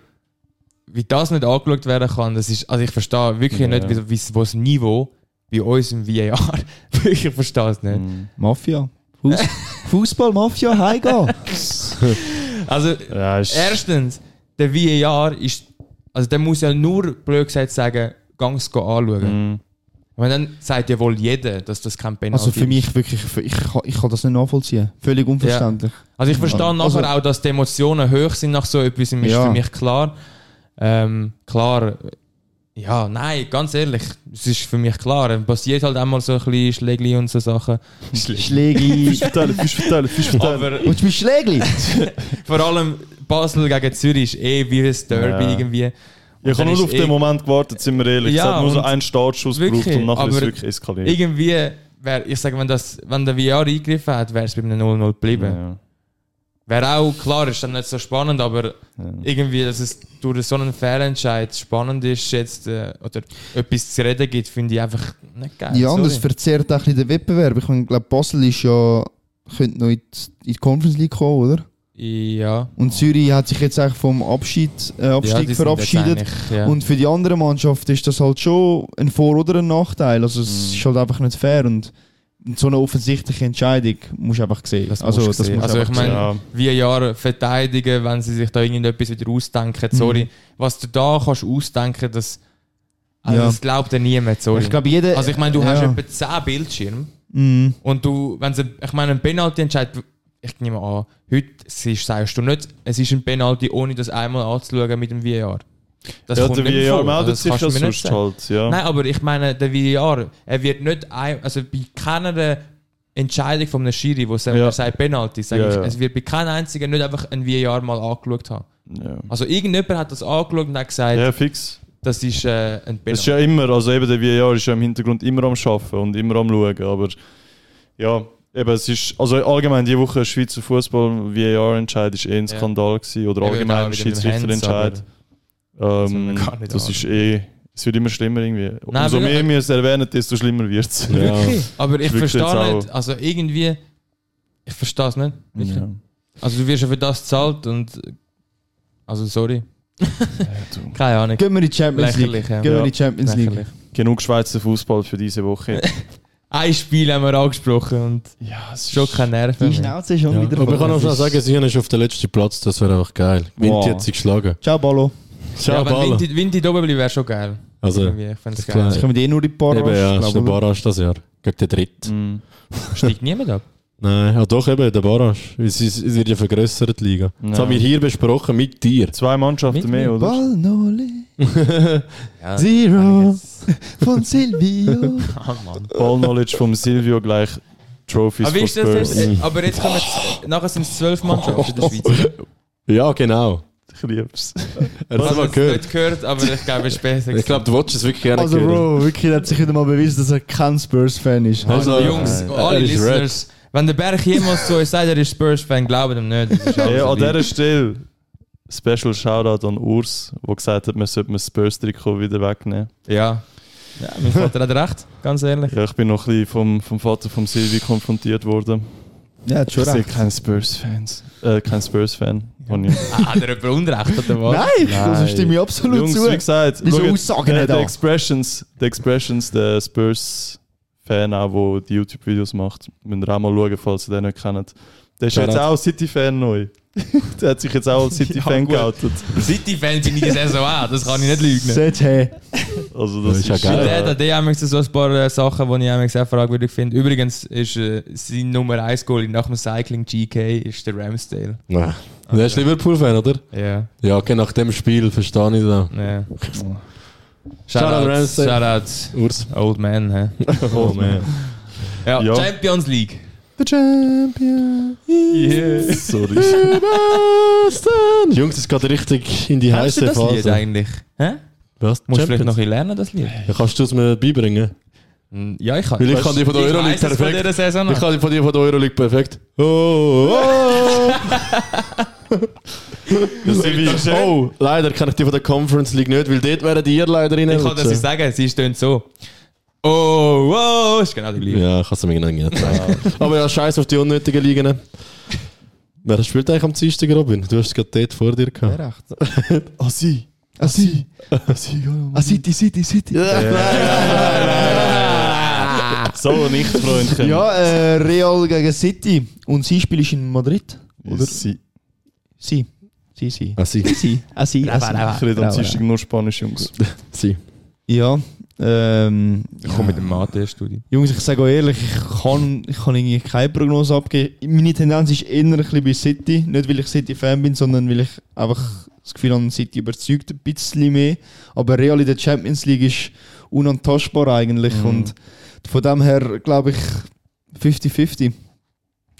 A: wie das nicht angeschaut werden kann, das ist, also ich verstehe wirklich
E: Ja.
A: nicht, wie, wie, wo das Niveau bei uns im VAR, ich verstehe es nicht.
E: Mhm.
D: Mafia. Fuß Genau, Fußball, Mafia, heimgehen.
A: Also
E: Ja, ist,
A: Erstens, der VAR ist. Also, der muss ja nur, blöd gesagt, sagen, ganz go anschauen.
E: Mhm.
A: Weil dann sagt ja wohl jeder, dass das kein Penalty
D: Also für mich wirklich, für- ich kann, ich kann das nicht nachvollziehen. Völlig unverständlich.
A: ist. Also, ich verstehe
D: Also-
A: nachher auch, dass die Emotionen hoch sind nach so etwas, ist
D: Ja.
A: für mich klar. Ähm, klar, ja, nein, ganz ehrlich, es ist für mich klar. Es passiert halt einmal so ein bisschen Schlägli und so Sachen.
D: Schlägli.
E: Fisch verteilen, Fisch verteilen, Fisch verteilen.
A: Aber
D: Und du bist Schlägli?
A: vor allem Basel gegen Zürich ist eh wie ein Derby
E: Ja.
A: irgendwie. Und
E: Ich habe
A: dann
E: nur
A: ist
E: auf den
A: eh-
E: Moment gewartet, sind wir ehrlich.
A: Ja,
E: es hat nur so
A: und-
E: einen Startschuss
A: Wirklich,
E: gebraucht und nachher ist es
A: aber
E: wirklich eskaliert.
A: irgendwie wäre, ich sage, wenn, das, wenn der VR eingegriffen hat, wäre es bei einem 0-0 geblieben.
E: Ja.
A: Wäre auch klar, ist dann nicht so spannend, aber irgendwie, dass es durch so einen Fehlentscheid spannend ist, jetzt äh, oder etwas zu reden gibt, finde ich einfach nicht geil.
D: Ja, und das
A: sorry.
D: verzerrt auch ein bisschen den Wettbewerb. Ich meine, ich glaube, Basel ist ja, könnte noch in die, in die Conference League kommen, oder?
A: ja.
D: Und Zürich hat sich jetzt eigentlich vom Abschied, äh,
A: ja, die
D: Abstieg
A: sind
D: verabschiedet.
A: jetzt eigentlich, Ja.
D: Und für die andere Mannschaft ist das halt schon ein Vor- oder ein Nachteil. Also es
A: Mhm.
D: ist halt einfach nicht fair. Und so eine offensichtliche Entscheidung musst du einfach sehen.
A: Das
D: also,
A: musst du sehen.
D: musst
A: Also,
D: einfach
A: ich meine-
E: Ja.
A: wie ein Jahr verteidigen, wenn sie sich da irgendetwas wieder
D: Mhm.
A: ausdenken. Sorry, was du da kannst ausdenken, das, also
D: Ja.
A: das glaubt dir niemand.
D: sehen.
A: Sorry.
D: ich glaube, jeder...
A: also ich meine, du hast
D: ja.
A: etwa 10 Bildschirme.
D: Mhm.
A: Und du, wenn sie, ich meine, ein Penalty entscheidet, ich nehme an, heute siehst- sagst du nicht, es ist ein Penalty, ohne das einmal anzuschauen mit dem VAR. Das
E: Ja,
A: kommt
E: der
A: nicht
E: VR
A: vor. Also
E: meldet
A: das
E: sich
A: kannst
E: ja
A: du mir nicht
E: sonst
A: sagen.
E: halt. Ja.
A: Nein, aber ich meine, der VAR, er wird nicht, ein, also bei keiner Entscheidung von einem Schiri, wo sagt,
E: Ja.
A: er sagt Penalty, sage
E: Ja,
A: ich,
E: ja.
A: es wird bei keinem einzigen nicht einfach ein VAR mal angeschaut haben.
E: Ja.
A: Also irgendjemand hat das angeschaut und hat gesagt,
E: ja, fix.
A: das ist äh, ein
E: Es ist
A: Penalty.
E: ja immer, also eben der VR ist ja im Hintergrund immer am Arbeiten und immer am Schauen, aber ja, eben es ist, also allgemein die Woche Schweizer Fußball VR-Entscheid ist eh ein
A: Ja.
E: Skandal gewesen oder
A: Eben
E: allgemein
A: auch wieder mit dem
E: Schiedsrichterentscheid.
A: Hands, das will man
E: Ähm,
A: gar nicht
E: das ist eh, es wird immer schlimmer irgendwie.
A: Nein,
E: Umso
A: aber-
E: mehr wir es erwähnen, desto schlimmer wird es.
B: Ja.
A: Aber ich
E: Wirklich jetzt
A: verstehe
E: auch.
A: nicht, also irgendwie, ich verstehe es nicht. Wirklich.
E: Ja.
A: Also du wirst ja für das gezahlt und. Also sorry.
E: du.
A: Keine Ahnung.
D: Gehen wir in die Champions
A: Lächerlich,
D: League.
A: ja.
D: Gehen wir
E: Ja.
D: in die Champions League.
A: Lächerlich.
E: Genug Schweizer Fußball für diese Woche.
A: Ein Spiel haben wir angesprochen und
E: ja, es ist
A: schon keine Nerven.
D: Die
A: Mehr.
D: Schnauze ist schon
A: Ja.
D: wieder
B: Aber ich kann
D: voll.
B: auch schon sagen, Sion ist auf den letzten Platz, das wäre einfach geil. Winti
D: Wow.
B: hat sie geschlagen.
D: Ciao, Ballo.
B: Ciao,
A: Ja, wenn
B: Ball.
A: Vinti, Vinti da oben bleibt, wäre schon geil.
B: Also, eben,
A: Irgendwie, Ich fände es
B: das
A: geil.
D: Jetzt kommen eh nur die paar
B: ja, ist der Barasch das Jahr. Gegen den Dritt.
E: Mhm.
A: Steigt niemand ab.
B: Nein, ja, doch eben, der Barasch. Es, ist- es wird ja vergrößert, die Liga. Das
E: Ja.
B: haben wir hier besprochen mit dir.
E: Zwei Mannschaften
A: Mit-
E: mehr,
A: mit
E: oder?
D: Ball Nole
A: Ja.
D: Zero von Silvio.
E: Ball-Knowledge vom Silvio gleich Trophies
A: Aber, wie
E: for
A: ist das
E: Spurs.
A: jetzt? Äh, aber jetzt kommen jetzt, nachher sind es zwölf Mannschaften in der Schweiz.
B: Ja, genau.
E: Ich lieb's.
B: Er hat es
A: Also,
B: mal
A: es
B: gehört.
A: nicht gehört, aber ich glaube, es ist besser.
B: Ich glaube, du wolltest es wirklich gerne
D: Also,
B: hören.
D: Bro, wirklich hat sich wieder mal bewiesen, dass er kein Spurs-Fan ist.
A: also, Jungs,
B: äh,
A: alle
B: er ist red.
A: Listeners, wenn der Berg jemals zu euch sagt, er ist Spurs-Fan, glaubt ihm nicht. Das ist alles
E: Ja, an
A: ein
E: dieser Stelle Special Shoutout an Urs, der gesagt hat, man sollte mir das Spurs-Trikot wieder wegnehmen.
A: Ja. ja, mein Vater hat recht, ganz ehrlich.
E: Ja, ich bin noch ein bisschen vom, vom Vater von Silvi konfrontiert worden.
D: Ja, hat schon
E: Ich sehe
D: recht.
E: keinen Spurs-Fans. Äh, kein Spurs-Fan. Hab ich-
A: Ah, hat er jemand Unrecht oder was?
D: Nein, ich also stimme ich absolut
E: Jungs, wie
D: zu.
E: gesagt,
D: Wieso
E: schaut, äh,
D: Aussagen
E: der,
D: nicht
E: der
D: an?
E: Expressions, der Expressions, der Spurs-Fan auch, der die YouTube-Videos macht, müsst ihr auch mal schauen, falls ihr den nicht kennt. Der ist
B: Shoutout.
E: jetzt auch City-Fan neu. der hat sich jetzt auch als City-Fan
A: Ja,
E: geoutet. ne?
A: City-Fan bin ich das auch, das kann ich nicht lügen.
D: Seht her.
E: Also das
B: ist ja
E: ist
A: Bei
B: geil.
A: der hat auch immer so ein paar äh, Sachen, die ich auch sehr fragwürdig finde. Übrigens ist äh, sein Nummer 1 Goal nach dem Cycling GK ist der Ramsdale.
B: Nein. Du bist Liverpool-Fan, oder?
A: Ja.
B: Ja, okay, nach dem Spiel verstehe ich das.
A: Ja.
B: Shoutout
A: Shoutouts,
B: Ramsdale.
A: Shoutouts.
B: Urs.
A: Old Man, hä?
E: Oh man.
A: Ja,
E: Ja.
A: Champions League.
B: The Champion.
A: Yeah.
E: Sorry.
B: Besten. Jungs, es geht richtig in die
A: Hast du
B: heiße
A: das Lied
B: Phase.
A: eigentlich? Hä?
B: Was?
A: Musst du vielleicht
B: Champions?
A: noch ein bisschen lernen, das Lied?
B: Ja, kannst du es mir beibringen?
A: Ja, ich kann.
B: Weil ich kann die von der
A: Ich
B: Euroleague
A: weiss es Von dieser
B: perfekt.
A: Saison noch.
B: Ich kann die von dir von der Euroleague perfekt. Oh, oh,
E: Das sind wir
B: oh. oh, leider kann ich die von der Conference League nicht, weil dort wären die Irrleiderinnen.
A: Ich kann das nicht sagen, sie stöhnt so. Oh, wow, ist genau die gleiche.
B: Ja, ich kann es mir irgendwie nicht sagen. Aber ja, scheiß auf die unnötigen Ligen. Wer spielt eigentlich am Dienstag, Robin? Du hast es gerade dort vor dir gehabt.
D: Recht.
A: Ah,
E: Asi.
D: Asi. Ah, City, City, City.
A: Äh,
E: So nicht, Freundchen.
D: Ja, äh, Real gegen City. Und sein Spiel ist in Madrid.
E: Oder? Sie.
D: Sie. Sie, sie.
B: Ah, sie.
D: Sie. Ah, sie. ah, sie.
E: Ich rede am Dienstag nur Spanisch, Jungs.
B: sie.
D: Ja. Ähm,
A: Ich komme mit dem Mathe-Studium.
D: Jungs, ich sage euch ehrlich, ich kann, ich kann irgendwie keine Prognose abgeben. Meine Tendenz ist eher ein bisschen bei City. Nicht, weil ich City-Fan bin, sondern weil ich einfach das Gefühl habe, City überzeugt ein bisschen mehr. Aber Real in der Champions League ist unantastbar eigentlich. Und von dem her glaube ich 50-50.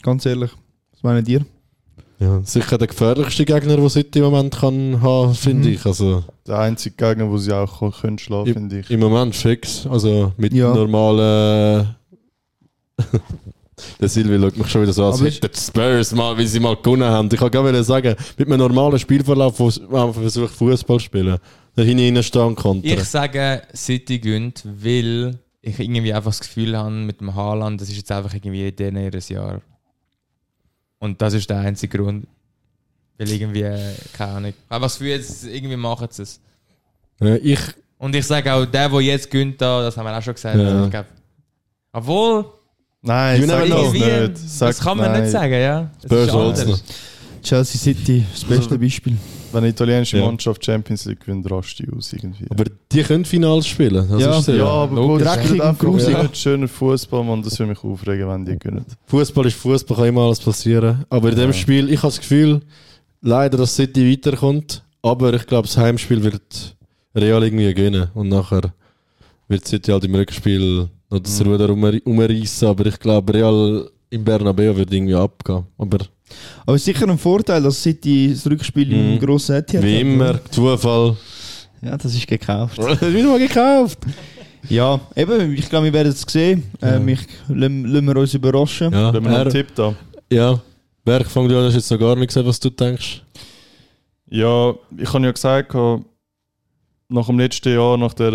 D: Ganz ehrlich. Was meint ihr?
B: Ja, sicher der gefährlichste Gegner, den City im Moment kann haben,
A: Mhm.
B: finde ich. Also
E: Der einzige Gegner, wo sie auch ko- können schlafen,
B: Ja.
E: finde ich.
B: im Moment fix. Also mit
D: Ja.
B: normalen. äh, der Silvi schaut mich schon wieder so an, als
D: Aber ist-
B: hätte die Spurs mal, wie sie mal gewonnen haben. Ich kann gar nicht sagen, mit einem normalen Spielverlauf, wo sie- wo man versucht Fußball zu spielen, da hinten reinstehen konnte.
A: Ich sage, City gönnt, weil ich irgendwie einfach das Gefühl habe, mit dem Haaland, das ist jetzt einfach irgendwie in ihres Jahr. Und das ist der einzige Grund. Weil irgendwie, äh, keine Ahnung. Aber das Gefühl, jetzt irgendwie machen sie es.
B: Ja, ich
A: Und ich sage auch, der, der jetzt gönnt, da, das haben wir auch schon gesagt.
B: Ja.
A: also Ich glaub, obwohl,
E: Nein,
B: You never
E: sag das
B: know.
E: nicht.
A: irgendwie,
E: Sag
A: das kann man
E: nein.
A: nicht sagen, ja. Es ist
B: Spurs
A: anders.
B: hol's noch.
D: Chelsea City, das beste Beispiel.
E: Wenn eine italienische
B: Ja.
E: Mannschaft Champions League gewinnt, rast die aus irgendwie.
B: Aber die können Finals spielen. Das
D: Ja.
B: ist sehr.
E: ja, aber Bro, das
D: Dreckig
E: ist
D: und
E: einfach
D: grusig.
E: ja. schöner Fußball, Mann. Das würde mich aufregen, wenn die gewinnen.
B: Fußball ist Fußball, kann immer alles passieren. Aber in dem Spiel, ich habe das Gefühl, leider, dass City weiterkommt. Aber ich glaube, das Heimspiel wird Real irgendwie gewinnen. Und nachher wird City halt im Rückspiel noch das
E: Mhm.
B: Ruder umre- umreißen. Aber ich glaube, Real im Bernabeu wird irgendwie abgehen. Aber
D: Aber es ist sicher ein Vorteil, dass City das Rückspiel
B: Mhm.
D: im grossen Etihad
B: wie
D: hat.
B: immer, Zufall.
D: Ja, das ist gekauft.
B: Wieder mal gekauft.
D: Ja, eben, ich glaube, wir werden es sehen. Ähm, ich, lassen, lassen wir uns überraschen.
B: Ja,
E: Wenn wir noch einen
B: er,
E: Tipp da.
B: ja. Berg, fang du an, hast jetzt noch gar nicht gesehen, was du denkst.
E: Ja, ich habe ja gesagt, äh, nach dem letzten Jahr, nach der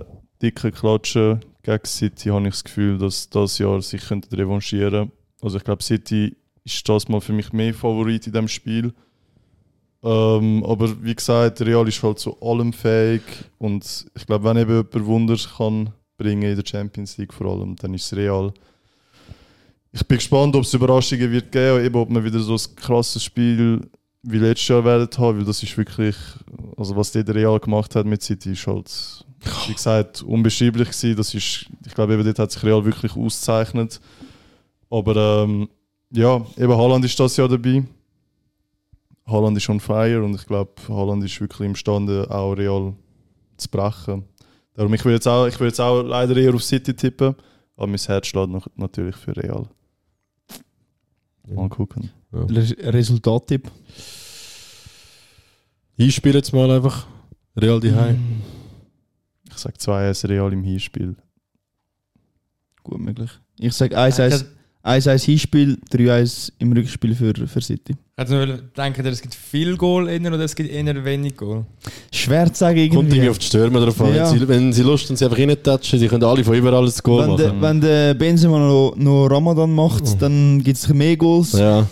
E: äh, dicken Klatsche gegen City, habe ich das Gefühl, dass das Jahr sich könnte revanchieren Also ich glaube, City ist das mal für mich mehr Favorit in dem Spiel. Ähm, aber wie gesagt, Real ist halt zu allem fähig und ich glaube, wenn eben jemand Wunder kann bringen in der Champions League vor allem, dann ist es Real. Ich bin gespannt, ob es Überraschungen wird geben, eben ob man wieder so ein krasses Spiel wie letztes Jahr werden haben, weil das ist wirklich, also was der Real gemacht hat mit City, ist halt, wie gesagt, unbeschreiblich gewesen. Das ist, ich glaube, eben dort hat sich Real wirklich ausgezeichnet. Aber ähm, ja, eben Haaland ist das Jahr dabei. Haaland ist on fire und ich glaube, Haaland ist wirklich imstande, auch Real zu brechen. Darum, ich würde jetzt, auch- ich würde jetzt auch leider eher auf City tippen, aber mein Herz schlägt noch, natürlich für Real. Mal gucken.
D: Le- Resultattipp.
B: Ich spiele jetzt mal einfach Real die Heim.
E: Ich sage 2-1 Real im Hinspiel.
D: Gut möglich. Ich sage
A: Also,
D: 1-1 1-1 Hinspiel, 3-1 im Rückspiel für, für City.
A: Ich denke, denken, es gibt viel Goal eher oder es gibt eher wenig Goal.
D: Schwer zu sagen
B: Kommt
D: irgendwie.
B: irgendwie auf die Stürmer drauf an.
D: Ja.
B: Wenn, sie, wenn sie Lust haben, sie einfach reintatschen, sie können alle von überall ein Goal
D: wenn,
B: machen.
D: der, wenn der Benzema noch, noch Ramadan macht, dann gibt es mehr Goals.
B: Oh. Ja,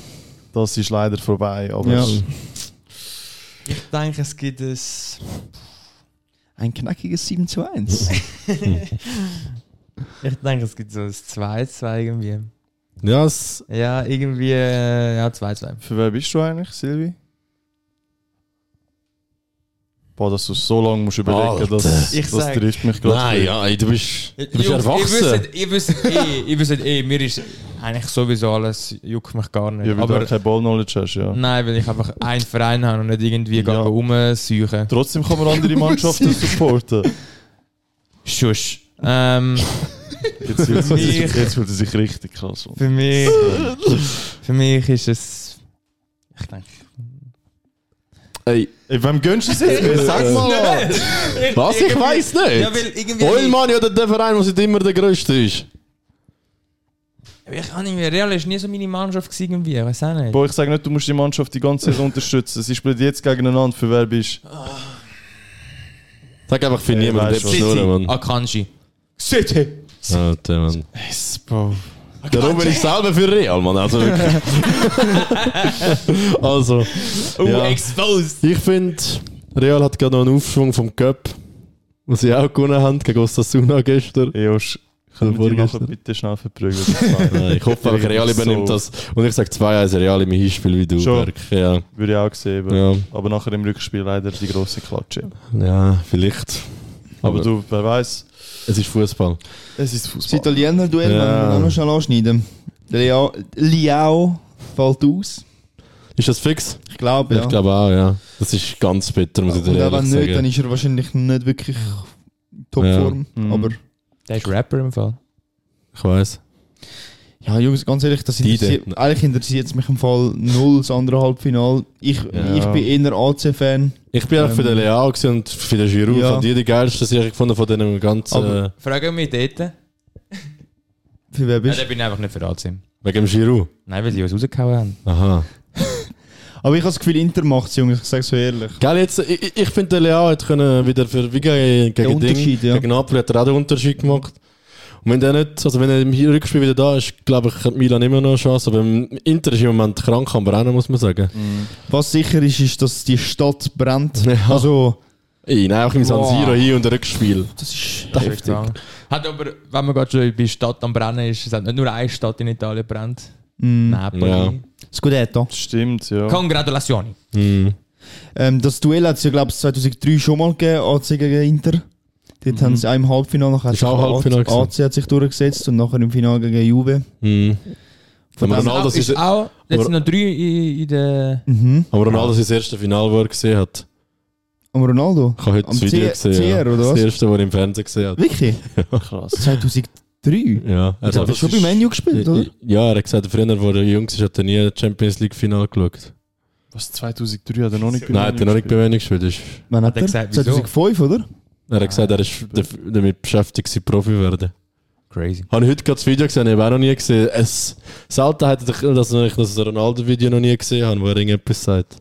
E: Das ist leider vorbei, aber
D: Ja.
A: Ich denke, es gibt es.
D: Ein knackiges 7-1.
A: Ich denke, es gibt so ein 2-2 irgendwie.
B: ja es,
A: Ja, irgendwie. äh, Ja, 2-2.
E: für wer bist du eigentlich, Silvi? Boah, dass du so lange musst überlegen,
B: Alter.
E: dass
A: Ich
E: das
A: sag-
E: trifft mich gerade.
B: Nein, ja, ey, du bist, du bist
A: Jungs,
B: erwachsen.
A: Ihr wisst, ihr wisst eh, ihr wisst eh, mir ist eigentlich sowieso alles, juckt mich gar nicht.
E: Ja, weil du
A: aber
E: auch keine Ball-Knowledge hast, ja.
A: nein, weil ich einfach einen Verein habe und nicht irgendwie ja.
E: Ja.
A: rumsuchen.
E: Trotzdem kann man andere Mannschaften supporten.
A: Schuss. Ähm,
E: Jetzt fühlt, sie sich,
A: Ich-
E: jetzt fühlt sie sich richtig krass an.
A: für mich, für mich ist es, ich denke,
B: Ey,
E: Ey, wem gönnst du es jetzt?
B: Äh, sag mal, was? Ich weiß nicht.
A: Ja, weil irgendwie.
B: Oilmann ja der- der Verein, der seit immer der grösste ist.
A: Ich habe irgendwie Real ist nie so meine Mannschaft gewesen irgendwie, ich weiß auch nicht.
E: Boah, ich sage nicht, du musst die Mannschaft die ganze Zeit unterstützen. Sie spielen jetzt gegeneinander, für wer bist
B: Sag einfach für
E: Ey,
B: niemanden, der
E: weißt du was?
B: Schnurren,
A: Ah,
B: Mann.
A: Akanji. City.
B: Alter, Mann.
E: Yes, Bro.
B: Der Robin ist selber für Real, Mann. Also wirklich. also,
A: Oh,
B: Ja.
A: exposed.
B: ich finde, Real hat gerade noch einen Aufschwung vom Cup, was sie auch gewonnen haben, gegen Osasuna gestern.
E: Eos, können wir die nachher
B: Vorgestern.
E: bitte schnell verprügeln?
B: Nein, ich hoffe, einfach, Real
E: So.
B: übernimmt das. Und ich sage 2-1 Real im Hinspiel wie du,
E: Schon.
B: Berg. Ja.
E: Würde ich auch sehen. Aber,
B: Ja.
E: aber nachher im Rückspiel leider die grosse Klatsche.
B: ja, vielleicht.
E: Aber
B: Aber
E: du, wer weiß,
B: Es ist Fußball.
E: es ist
D: Das
E: Fußball.
D: Italiener-Duell
B: Ja.
D: ja. wir auch noch schnell anschneiden. Liao, Liao fällt aus.
B: Ist das fix?
D: Ich glaube, ja.
B: Ich glaube auch, ja. Das ist ganz bitter, muss ich dir
D: Und auch
B: ehrlich
D: wenn
B: sagen.
D: nicht, dann ist er wahrscheinlich nicht wirklich Topform.
E: Ja. Mhm.
D: Aber
A: Der ist Rapper im Fall.
B: ich weiß.
D: ja, Jungs, ganz ehrlich, das
B: Die
D: interessiert,
B: dort.
D: eigentlich interessiert es mich im Fall null, das andere Halbfinale. Ich,
B: Ja.
D: ich bin eher AC-Fan.
B: Ich bin auch für den Leao gewesen und für den Giroud.
D: Ähm, Ja.
B: Ich habe die die geilste Serie gefunden von diesem ganzen...
D: Aber-
B: äh,
A: Frag mich dort. Ja,
D: Für wer bist du?
A: dann bin ich einfach nicht für AC.
B: wegen dem Giroud.
A: Nein, weil die uns rausgehauen haben.
B: Aha.
D: Aber ich habe das Gefühl, Inter macht es, Jungs, ich sage so ehrlich.
B: Gell, jetzt, ich, ich- ich finde, der Leao hat können wieder für wie gegen, gegen Ding,
D: Unterschied, ja.
B: gegen Napoli hat er auch den Unterschied gemacht. Und wenn der nicht, also wenn er im Rückspiel wieder da ist, glaube ich, hat Milan immer noch eine Chance. Aber im Inter ist im Moment krank am Brennen, muss man sagen.
D: Mhm. Was sicher ist, ist, dass die Stadt brennt.
B: Ja.
D: Also,
B: Ey, nein, auch im San
A: Boah.
B: Siro hin und Rückspiel.
D: das ist.
B: Heftig.
A: Hat aber, wenn man gerade schon bei Stadt am Brennen ist, es hat nicht nur eine Stadt in Italien brennt.
D: Mm,
A: Napoli.
B: Ja.
D: Scudetto.
E: Stimmt, ja.
A: Congratulazioni.
B: Mhm.
D: Ähm, das Duell hat es ja, glaube ich, 2003 schon mal gegeben, AC gegen Inter. Dort haben sie auch im Halbfinale nachher
B: Mhm. Ist auch Halbfinale gewesen.
D: AC hat sich durchgesetzt und nachher im Finale gegen Juve.
B: Mhm.
D: Von
B: Aber
D: dem-
B: Ronaldo,
A: ist,
B: sein-
A: auch, jetzt sind noch drei in, in der...
D: Mhm.
B: aber Ronaldo sein erstes Final, wo er gesehen hat.
D: Am Ronaldo?
B: Ich habe heute
D: Am
B: das Video
D: CR,
B: gesehen. ja.
D: oder
B: Das
D: was?
B: erste, wo er im Fernsehen gesehen hat.
D: Wirklich?
E: Krass.
D: 2003?
B: Ja,
D: Er hat
B: das
D: schon
B: ist-
D: beim Menu gespielt, oder?
B: Ja, er hat gesagt, früher, wo er jung war, hat er nie Champions League Final geschaut.
E: Was, 2003 hat er noch nicht
B: Nein, hat er noch nicht bei wenig gespielt. ist-
D: Wann hat
A: Hat er
D: er?
A: gesagt, wieso?
D: 2005, oder?
B: Er hat gesagt, er ist daf- damit beschäftigt, sein Profi zu werden.
A: Crazy.
B: Habe ich heute gerade das Video gesehen, ich habe auch noch nie gesehen. Es selten hat er, dass ich das Ronaldo-Video noch nie gesehen habe, wo er irgendetwas sagt.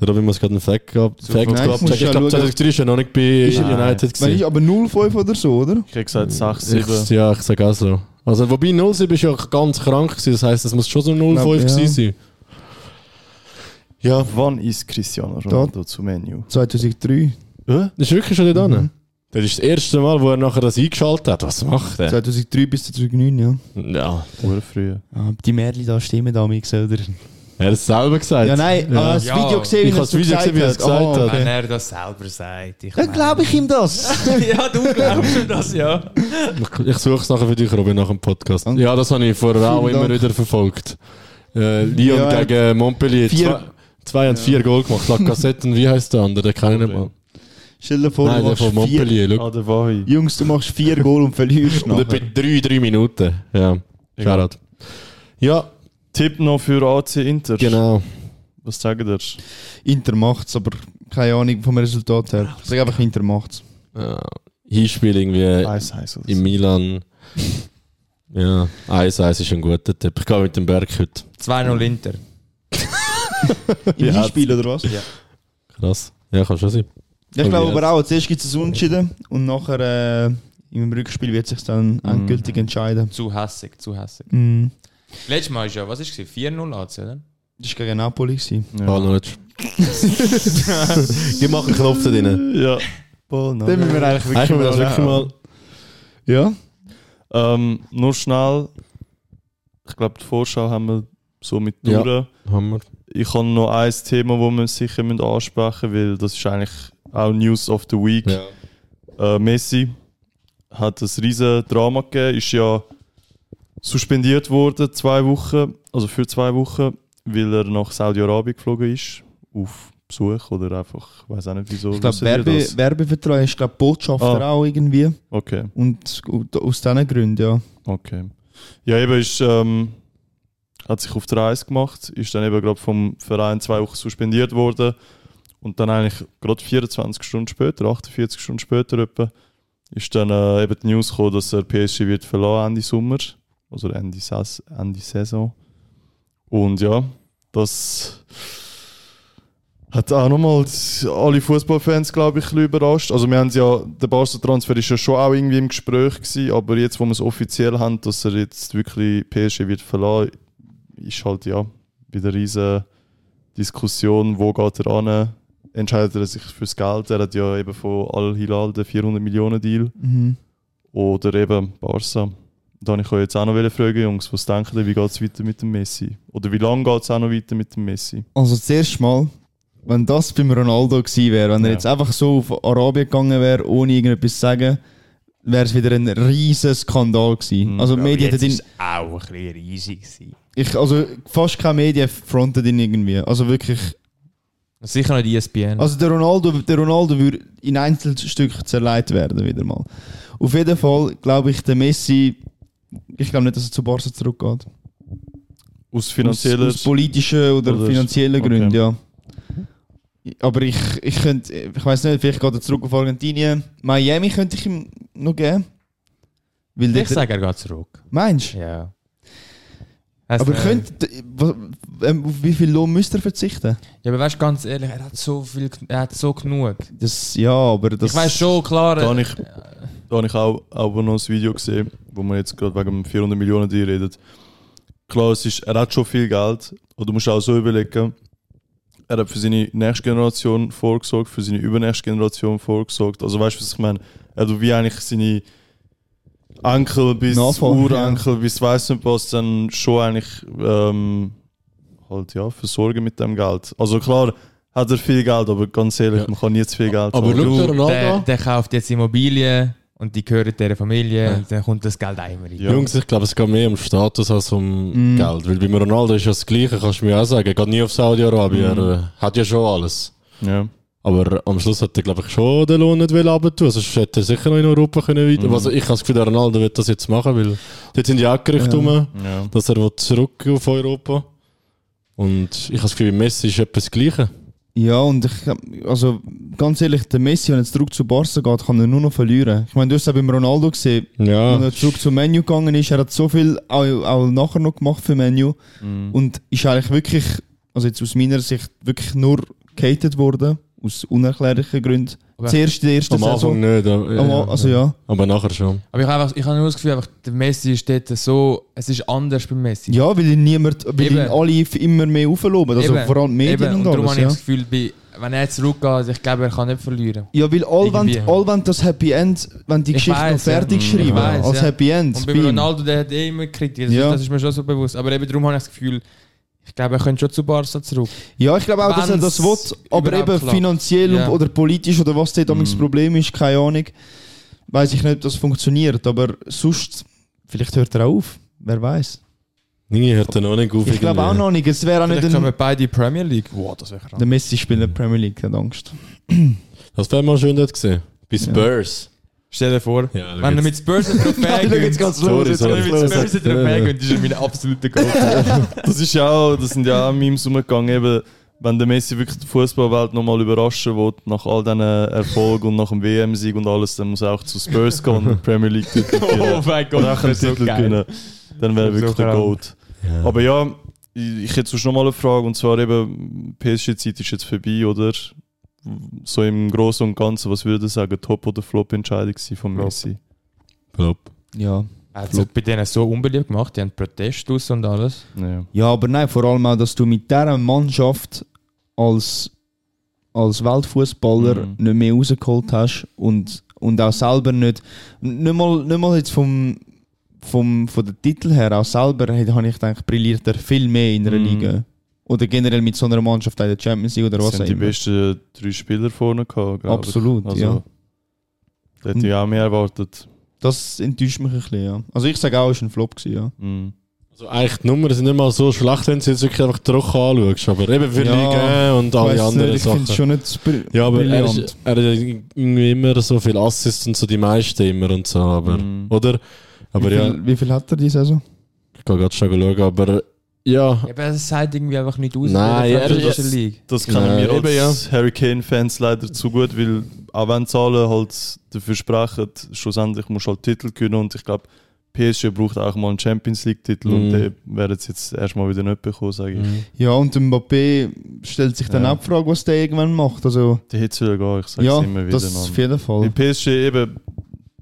B: Der Robin muss gerade einen Fact gehabt.
E: Super.
B: Fact
E: Nein,
B: gehabt.
D: ich muss
B: Ich
D: ja
B: glaube,
D: schauen.
B: 2003 ist er noch nicht bei
D: er-
B: United.
D: Wenn
B: gewesen.
D: ich aber 05 oder so, oder?
E: Ich habe gesagt 6, 7.
B: Ich, ja, ich sage auch so. Also, wobei 07 ist ja auch ganz krank gewesen, das heisst, es muss schon so 05
D: Ja.
B: gewesen sein. Ja,
E: Wann ist Cristiano Ronaldo zu Menu?
D: 2003.
B: das ist wirklich schon nicht mhm.
D: Mhm.
B: Das ist das erste Mal, wo er nachher das eingeschaltet hat. Was macht er?
D: 2003 bis 2009, ja.
B: Ja,
E: Uhr früh.
D: Ah, Die Märchen da stimmen damals, oder?
B: er hat es selber gesagt.
D: Ja, nein,
B: Ja.
D: ah, das
A: Ja.
D: Video
B: Ich
D: gesehen, wie er
B: habe
D: es
B: das Video gesehen, wie er es
D: Ah,
B: gesagt hat.
D: okay.
A: Wenn er das selber sagt. Ich
D: Dann glaube ich ihm das.
A: ja, du glaubst ihm das, ja.
B: Ich- Ich suche es nachher für dich, Robin, nach dem Podcast.
D: Danke.
B: Ja, das habe ich vorher auch
D: Vielen
B: immer
D: Dank.
B: wieder verfolgt. Äh, Lyon
D: Ja, er-
B: gegen Montpellier.
D: Vier-
B: Zwei, zwei und vier Goal gemacht. La Cassette und wie heißt der andere? Den kenne ich nicht mal.
D: Stell dir vor,
B: Nein,
D: du
B: der von
D: machst vier, Genau.
B: Montpellier. Schau.
E: Ah, der Wahi.
D: Jungs, du machst vier Goal und verlierst
B: Und
D: nachher.
B: bei drei, drei Minuten. Ja,
E: Egal.
B: Shoutout. Ja,
E: Tipp noch für AC Inter.
B: genau.
E: Was sagen dir?
D: Inter macht's, aber keine Ahnung vom Resultat her. Ich sage einfach, Inter macht's.
B: Ja. Äh, Hinspiel irgendwie
E: 1, 1 oder
B: in
E: so.
B: Milan. Ja, 1-1 ist ein guter Tipp. Ich gehe mit dem Berg heute.
A: 2-0 Inter.
D: Im
B: Ja.
D: Hinspiel, oder was? Ja,
B: Krass. Ja, kann schon sein.
D: ich
B: Oh,
D: glaube
B: yes.
D: aber auch, zuerst gibt es ein Unentschieden und nachher äh, im Rückspiel wird sich dann endgültig entscheiden.
A: Zu hässig, zu hässig.
D: Mhm.
A: Letztes Mal ist ja, was war es? 4-0 AC, oder?
D: Das war gegen Napoli. gewesen.
B: Ja. Knowledge. Gib mal einen Knopf da drin.
E: Ja. Ball,
D: Dann müssen wir eigentlich
B: Eigentlich
D: wirklich,
B: müssen wir das wirklich mal.
D: Ja?
E: Ähm, nur schnell. Ich glaube, die Vorschau haben wir so mit
B: Ja.
E: durch.
B: Hammer.
E: Ich habe noch ein Thema, das wir sicher müssen ansprechen müssen, weil das ist eigentlich auch News of the Week. Äh, Messi hat ein riesen Drama gegeben, ist ja suspendiert worden zwei Wochen, also für zwei Wochen, weil er nach Saudi-Arabien geflogen ist, auf Besuch oder einfach, ich weiß auch nicht wieso.
D: Ich glaube,
E: Wissen ihr
D: Werbe,
E: das?
D: Werbevertrag ist glaub, Botschafter
E: Ah.
D: auch irgendwie.
E: Okay,
D: Und aus diesen Gründen, ja.
E: okay. Ja, eben ist, ähm, hat sich auf die Reise gemacht, ist dann eben gerade vom Verein zwei Wochen suspendiert worden und dann eigentlich gerade 24 Stunden später, 48 Stunden später etwa, ist dann äh, eben die News gekommen, dass er PSG wird verlassen Ende Sommer, also Ende, Saison, Ende Saison. Und ja, das hat auch nochmal alle Fußballfans, glaube ich, ein bisschen überrascht. Also wir haben ja, der Barca-Transfer ist ja schon auch irgendwie im Gespräch gewesen, aber jetzt, wo wir es offiziell haben, dass er jetzt wirklich PSG wird verlassen, ist halt ja wieder eine riesige Diskussion, wo geht er an, entscheidet er sich fürs Geld, er hat ja eben von Al-Hilal den 400-Millionen-Deal
D: Mhm.
E: oder eben Barca. Da wollte ich euch jetzt auch noch fragen, Jungs, was denkt ihr, wie geht es weiter mit dem Messi? Oder wie lange geht es auch noch weiter mit dem Messi?
D: Also zuerst mal, wenn das beim Ronaldo gewesen wäre, wenn er
E: Ja.
D: jetzt einfach so auf Arabien gegangen wäre, ohne irgendetwas zu sagen, wäre es wieder ein riesen Skandal gewesen.
E: Mhm.
D: Also die
F: Bro,
D: Medien
F: jetzt
D: hätten ihn,
F: ist auch ein bisschen riesig gewesen.
D: ich, also fast keine Medien fronten ihn irgendwie. Also wirklich,
A: Sicher E nicht ESPN.
D: also der Ronaldo, der Ronaldo würde in Einzelstück zerlegt werden wieder mal. Auf jeden Fall glaube ich, der Messi, ich glaube nicht, dass er zu Barca zurückgeht.
E: Aus finanzieller
D: Aus, aus politischen oder,
E: Oder-
D: finanziellen
E: okay.
D: Gründen, ja. Aber ich, ich könnte, ich weiß nicht, vielleicht geht er zurück auf Argentinien. Miami könnte ich ihm noch geben. Weil
A: ich
D: der,
A: sage, er geht zurück.
D: meinst du?
A: Ja. Also,
D: Aber
A: äh,
D: könnte, wa- ähm, auf wie viel Lohn müsste er verzichten?
A: Ja, aber weißt du, ganz ehrlich, er hat so viel, er hat so genug.
D: Das, ja, aber das.
A: ich weiß schon,
B: Äh,
A: klar.
E: Da habe ich, da hab ich auch, auch noch ein Video gesehen, wo man jetzt gerade wegen dem 400 Millionen Deal redet. Klar, es ist, er hat schon viel Geld. Und du musst auch so überlegen, er hat für seine nächste Generation vorgesorgt, für seine übernächste Generation vorgesorgt. Also weißt du, was ich meine? Er hat wie eigentlich seine Enkel bis
D: Nachfolger,
E: Urenkel bis weiß nicht was dann schon eigentlich ähm, halt ja, versorgen mit dem Geld. Also klar hat er viel Geld, aber ganz ehrlich,
B: Ja.
E: man kann nie zu viel Geld
B: Aber
E: haben.
B: schau dir
A: der,
B: Ronaldo
A: der kauft jetzt Immobilien und die gehören dieser Familie und dann kommt das Geld einmal rein.
E: Ja.
B: Jungs, ich glaube, es geht mehr um Status als
D: Mm.
B: um Geld. Weil bei Ronaldo ist ja das Gleiche, kannst du mir auch sagen. Er geht nie auf
D: Mm.
B: Saudi-Arabien. Er äh, hat ja schon alles.
E: Ja.
B: Aber am Schluss hat er, glaube ich, schon den Lohn nicht will runtertun. Sonst hätte er sicher noch in Europa können weiter. Also ich habe das Gefühl, der Ronaldo wird das jetzt machen, weil dort sind ja auch Gerüchte rum,
E: Ja.
B: dass er will zurück auf Europa Und ich habe das Gefühl, bei Messi ist etwas das Gleiche.
D: Ja, und ich, glaub, also ganz ehrlich, der Messi, wenn er jetzt zurück zu Barca geht, kann er nur noch verlieren. Ich meine, du hast es auch beim Ronaldo gesehen.
A: Ah.
B: Ja.
D: Wenn er zurück zum Menu gegangen ist, er hat so viel auch, auch nachher noch gemacht für Menu
A: Mhm.
D: und ist eigentlich wirklich, also jetzt aus meiner Sicht, wirklich nur gehatet worden, aus unerklärlichen Gründen.
A: Aber-
D: Zuerst in der ersten
B: Am Anfang
D: Saison.
B: nicht. Aber,
D: Am An- also ja.
B: aber nachher schon.
A: Aber ich habe, einfach, ich habe nur das Gefühl, einfach, der Messi ist dort so, es ist anders beim Messi.
D: Ja, weil ihn niemand, weil
A: Eben.
D: ihn alle f- immer mehr aufloben, also
A: Eben,
D: vor allem die Medien
A: eben.
D: und,
A: und darum
D: alles.
A: habe ich
D: Ja.
A: das Gefühl, bei, wenn er zurückgeht, also ich glaube, er kann nicht verlieren.
D: ja, weil all
A: Irgendwie.
D: wenn, all wenn das Happy End, wenn die
A: Ich
D: Geschichte
A: weiss,
D: noch
A: ja.
D: fertig
A: Mhm. Ich
D: schreiben,
A: weiss,
D: als
A: ja.
D: Happy End.
A: Und bei
D: Beam.
A: Ronaldo, der hat eh immer Kritik, das,
D: Ja.
A: das ist mir schon so bewusst. Aber eben darum habe ich das Gefühl, ich glaube, er könnte schon zu Barca zurück.
D: Ja, ich glaube auch, dass er
A: Wenn's
D: das will, aber
A: überhaupt
D: eben
A: klappt.
D: finanziell
A: Ja. Mhm.
D: oder politisch oder was dort mm. das Problem ist, keine Ahnung. Weiß ich nicht, ob das funktioniert, aber sonst, vielleicht hört er auch auf, wer weiß.
B: Nie hört er noch nicht auf.
D: Ich glaube auch
B: irgendwie.
D: noch nicht, es wäre auch nicht
A: Vielleicht kommen wir
D: ein,
A: beide in die Premier League. Wow, das wäre krass.
D: der Messi spielt in der Premier League, keine Angst.
B: Das wäre mal schön dort gesehen. Bei Spurs.
A: Stell dir vor,
B: Ja, schau
A: wenn er
B: jetzt.
A: mit Spurs eine Trophäe gewinnt,
B: Sorry,
A: wenn er
B: sorry.
A: mit Spurs eine Trophäe gewinnt, ist er mein absoluter Goal.
E: Das ist ja auch, das sind ja auch Memes umgegangen, eben, wenn der Messi wirklich die Fußballwelt nochmal überraschen will, nach all diesen Erfolgen und nach dem WM-Sieg und alles, dann muss er auch zu Spurs gehen und den Premier League-Titel
A: oh
E: gewinnen.
A: mein Gott,
E: und auch einen
A: das ist so
E: Titel
A: geil.
E: gewinnen. Dann wäre er
A: Das ist
E: wirklich
A: so
E: der
A: krank.
E: Goat. Aber ja, ich ich hätte sonst nochmal eine Frage, und zwar eben, PSG-Zeit ist jetzt vorbei, oder? So im Großen und Ganzen, was würde ihr sagen, Top- oder Flop-Entscheidung gewesen von
A: Flop.
E: Messi?
B: Glaub.
D: Ja.
A: Er hat sich bei denen so unbeliebt gemacht, die haben Protest aus und alles.
E: Ja.
D: ja, aber nein, vor allem auch, dass du mit dieser Mannschaft als, als Weltfußballer
E: Mhm.
D: nicht mehr rausgeholt hast und, und auch selber nicht, nicht mal, nicht mal jetzt vom, vom, von den Titel her, auch selber hätte- habe ich gedacht, brilliert er viel mehr in einer
E: Mhm.
D: Liga. Oder generell mit so einer Mannschaft in der Champions League oder
E: Das
D: was auch
E: sind die
D: immer.
E: besten drei Spieler vorne gehabt, glaub ich.
D: Absolut,
E: also,
D: ja. Hm.
E: Da hätte ich auch mehr erwartet.
D: Das enttäuscht mich ein bisschen, ja. Also ich sage auch, es war ein Flop, gewesen, ja.
E: Mhm.
B: Also eigentlich die Nummern sind nicht mal so schlecht, wenn du sie jetzt wirklich einfach trocken anschaust. Aber eben für
D: Ja,
B: Liga und alle
D: Weiss
B: anderen
D: nicht, ich
B: Sachen.
D: finde es schon nicht br
B: ja, aber er,
D: brillant.
B: ist, er hat irgendwie immer so viel Assists und so die meisten immer und so, aber,
E: Mhm.
B: oder? Aber
D: wie,
B: ja,
D: viel, wie viel hat er die Saison?
B: ich kann gerade schon schauen, aber äh, ja,
A: Aber es sagt irgendwie einfach nicht aus.
B: Nein,
A: in der
B: er
A: französischen
B: ist-
A: League.
E: Das kennen
B: Nein.
E: wir
B: Eben,
E: als Hurricane-Fans leider zu gut, weil auch wenn Zahlen halt dafür sprechen, schlussendlich musst du halt Titel gewinnen und ich glaube, PSG braucht auch mal einen Champions League-Titel und
B: Mhm.
D: Hm.
E: den werden sie jetzt erstmal wieder nicht bekommen, sage ich.
D: Ja, und Mbappé stellt sich dann
E: Ja.
D: auch die Frage, was der irgendwann macht. Also,
E: Die hätte es gehen, ich sage
D: ja,
E: es immer wieder.
D: das
E: Mann.
D: auf jeden Fall.
E: Bei PSG eben,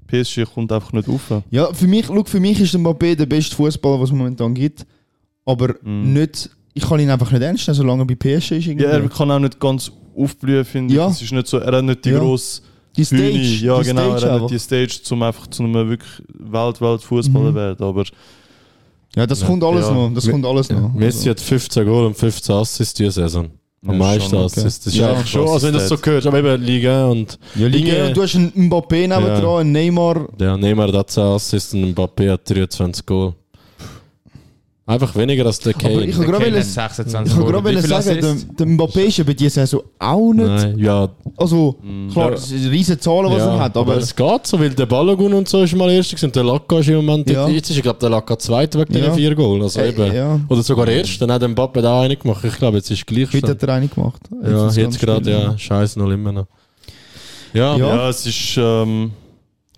E: PSG kommt einfach nicht rauf.
D: Ja, für mich, schau, für mich ist Mbappé der beste Fußballer, was es momentan gibt. Aber
E: Mm.
D: nicht, ich kann ihn einfach nicht ernst nehmen, solange er bei PSG ist. Irgendwie.
E: Ja, er kann auch nicht ganz aufblühen, finde
D: Ja.
E: ich. Es ist nicht so, er hat nicht die
D: Ja.
E: grosse
D: die
E: Bühne. ja,
D: die Stage
E: genau, er hat
D: einfach.
E: nicht die Stage, um einfach zu einem wirklich Welt-Welt-Fußballer
D: Mhm.
E: werden. Aber
D: ja, das kommt alles
E: Ja.
D: noch. Das kommt alles noch.
B: Messi hat 15 Goal und 15 Assists diese Saison. Am
E: Ja,
B: meisten
E: schon, okay.
B: Assists. Das ist
D: Ja,
B: eigentlich schon,
E: krass,
B: also wenn du das so
E: das-
B: hörst, aber eben Liga und
D: Ja, Liga,
B: Dinge-
D: du hast einen Mbappé nebendran,
B: Ja.
D: einen Neymar.
B: Ja, Neymar hat 10 Assists und Mbappé hat 23 Goal. Einfach weniger als der Kane.
D: Aber ich wollte
A: Der Kane
D: gerade
A: hat
D: sagen,
A: 26
D: ich wollte
A: Tore.
D: gerade
A: Wie
D: wollen
A: viele
D: sagen,
A: Assists?
D: der, der Mbappé ist eben diese Saison auch nicht.
B: Nein, ja,
D: Also, klar, es sind riesige Zahlen, was
B: ja,
D: er hat, aber,
B: es geht so, weil der Balogun und so ist mal erster gewesen, und der Lacka ist im Moment,
D: Ja.
B: jetzt ist, ich glaube, der Lacka zweiter wegen
D: Ja.
B: den vier Goal, also
D: Äh,
B: eben.
D: ja.
B: Oder sogar erst, dann hat der Mbappé da auch einen gemacht, ich glaube, jetzt ist gleich
D: heute hat er einen gemacht.
B: Ja,
D: Das
B: jetzt
D: ganze
B: gerade,
D: Spiel.
B: ja, scheiße, null immer noch. Ja,
D: Ja.
E: ja, es ist. Ähm,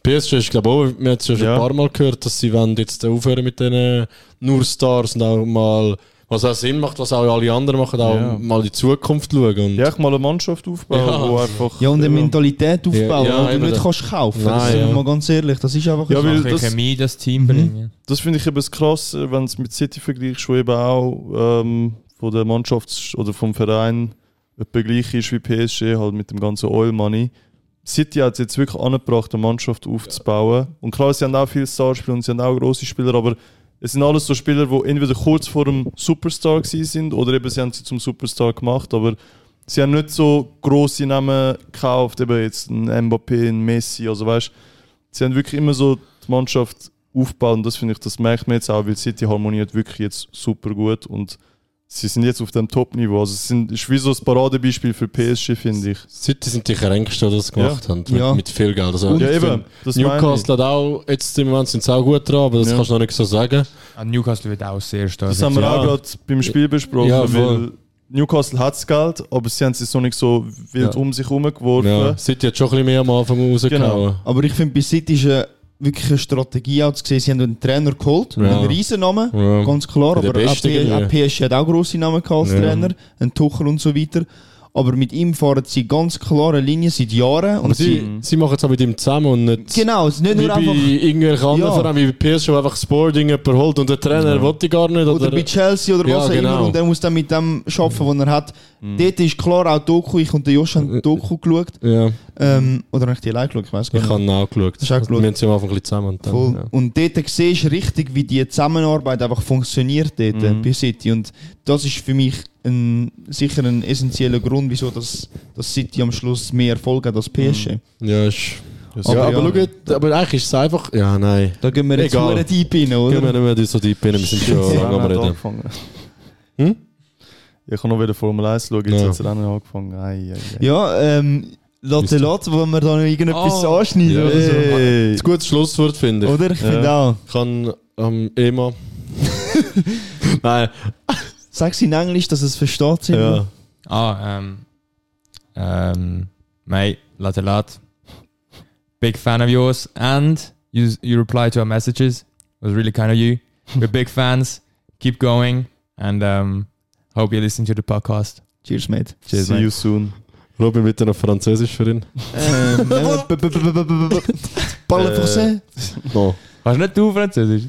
B: PSG ist, glaube ich, auch, wir haben es ja schon
E: Ja.
B: ein paar Mal gehört, dass sie wollen jetzt aufhören mit den äh, nur Stars und auch mal, was auch Sinn macht, was auch alle anderen machen, auch
E: Ja.
B: mal in die Zukunft schauen. Und
E: Ja, ich mal eine Mannschaft aufbauen,
B: Ja.
E: wo einfach.
D: Ja, und eine
E: eben-
D: Mentalität aufbauen,
B: ja,
D: die
B: eben
D: du nicht
B: das.
D: kannst kaufen. das
B: Nein,
D: sind wir
B: ja.
D: mal eh, ganz ehrlich, das ist einfach
E: Ja,
D: so.
E: weil
A: Welche
E: das-
A: Chemie das Team bringen.
E: Das finde ich eben das Krasse, wenn es mit City vergleichst, wo eben auch ähm, von der Mannschaft oder vom Verein etwa gleich ist wie PSG, halt mit dem ganzen Oil Money. City hat es jetzt wirklich angebracht, eine Mannschaft aufzubauen. Und klar, sie haben auch viele Starspieler und sie haben auch grosse Spieler, aber es sind alles so Spieler, die entweder kurz vor dem Superstar gewesen sind oder eben sie haben sie zum Superstar gemacht, aber sie haben nicht so grosse Namen gekauft, eben jetzt ein Mbappé, ein Messi, also weißt sie haben wirklich immer so die Mannschaft aufgebaut und das finde ich, das merkt man jetzt auch, weil City harmoniert wirklich jetzt super gut und sie sind jetzt auf dem Top-Niveau. Also es sind, ist wie so ein Paradebeispiel für PSG, finde ich.
B: City sind die Kränksten, die das gemacht haben, mit,
D: Ja.
B: mit viel Geld. Also,
E: ja, eben. Das meine ich.
B: Newcastle hat auch, jetzt im Moment sind sie auch gut dran, aber das
E: Ja.
B: kannst du noch nicht so sagen.
A: An Ah, Newcastle wird auch sehr stark.
E: Das haben wir
B: Ja.
E: auch gerade beim Spiel besprochen,
B: Ja, voll.
E: weil Newcastle hat das Geld, aber sie haben es jetzt noch nicht so wild
B: Ja.
E: um sich herumgeworfen.
B: Ja. City hat schon ein bisschen mehr am Anfang
E: Genau.
B: rausgehauen.
D: Aber ich finde, bei City ist äh, wirklich eine Strategie auch zu sehen. Sie haben einen Trainer geholt,
B: Ja.
D: einen riesen Namen,
B: Ja.
D: ganz klar.
B: Der
D: Aber auch,
B: Beste
D: P- auch
B: irgendwie.
D: PSG hat auch grosse Namen gehabt als
B: Ja.
D: Trainer, ein Tuchel und so weiter. Aber mit ihm fahren sie ganz klare Linie seit Jahren.
B: Aber
D: Und sie,
B: sie,
E: Mhm.
B: sie machen es auch mit ihm zusammen und nicht,
D: genau, es ist nicht
B: wie
D: nur
B: bei
D: einfach.
B: irgendwelchen anderen
D: Ja.
B: Vereinen, wie bei PSG, wo einfach das Boarding jemand holt und der Trainer will die gar nicht.
D: Oder
B: Oder,
D: bei Chelsea oder
B: Ja,
D: was auch
B: genau. Mm.
D: immer. Und er muss dann mit dem arbeiten, was er hat. Dort ist klar auch Doku. Ich und der Josh
B: Eh,
D: haben Doku geschaut.
B: ja,
D: Ähm, oder habe ich die allein geschaut? Ich weiß gar
B: ich
D: nicht.
B: habe ihn angeschaut.
D: Hast du auch geschaut?
B: Wir haben sie am Anfang ein bisschen zusammen. Und dann,
D: Voll.
B: ja.
D: Und dort siehst du richtig, wie die Zusammenarbeit einfach funktioniert dort äh, bei City. Und das ist für mich ein, sicher ein essentieller Grund, wieso das, das City am Schluss mehr Erfolg hat als PSG.
B: Ja, ist,
D: Aber
B: ja,
D: ja.
B: aber schau, aber eigentlich ist es einfach. Ja, nein.
D: Da gehen wir jetzt
B: Egal.
D: nur einen Deep rein, oder?
B: Gehen wir nicht mehr so deep hin, wir sind schon
E: Jetzt
B: lange am
E: haben wir
B: Reden.
E: angefangen.
B: Hm?
E: Ich kann noch wieder Formel 1 schauen, jetzt
B: Ja.
E: hat es Rennen angefangen. Ei, ei, ei.
D: Ja, ähm, Latte Latte, wo wir da noch irgendetwas
A: Oh.
D: anschneiden
B: Ja.
D: oder
E: Hey.
B: Das ist ein gutes Schlusswort, finde
D: so.
B: ich.
D: Oder? Ich finde auch.
B: Ich kann ähm, immer. Nein,
D: Sag's in Englisch, dass es versteht. Simon.
B: ja.
A: Ah, ähm. Ähm. Mate, latte lat. Big fan of yours. And you, you reply to our messages. It was really kind of you. We're big fans. Keep going. And um, hope you listen to the podcast.
D: Cheers, mate.
A: Cheers,
E: See
A: mate.
E: you soon.
B: Robin, bitte noch Französisch für ihn.
D: ähm, Parle français?
B: No.
A: Kannst nicht du Französisch?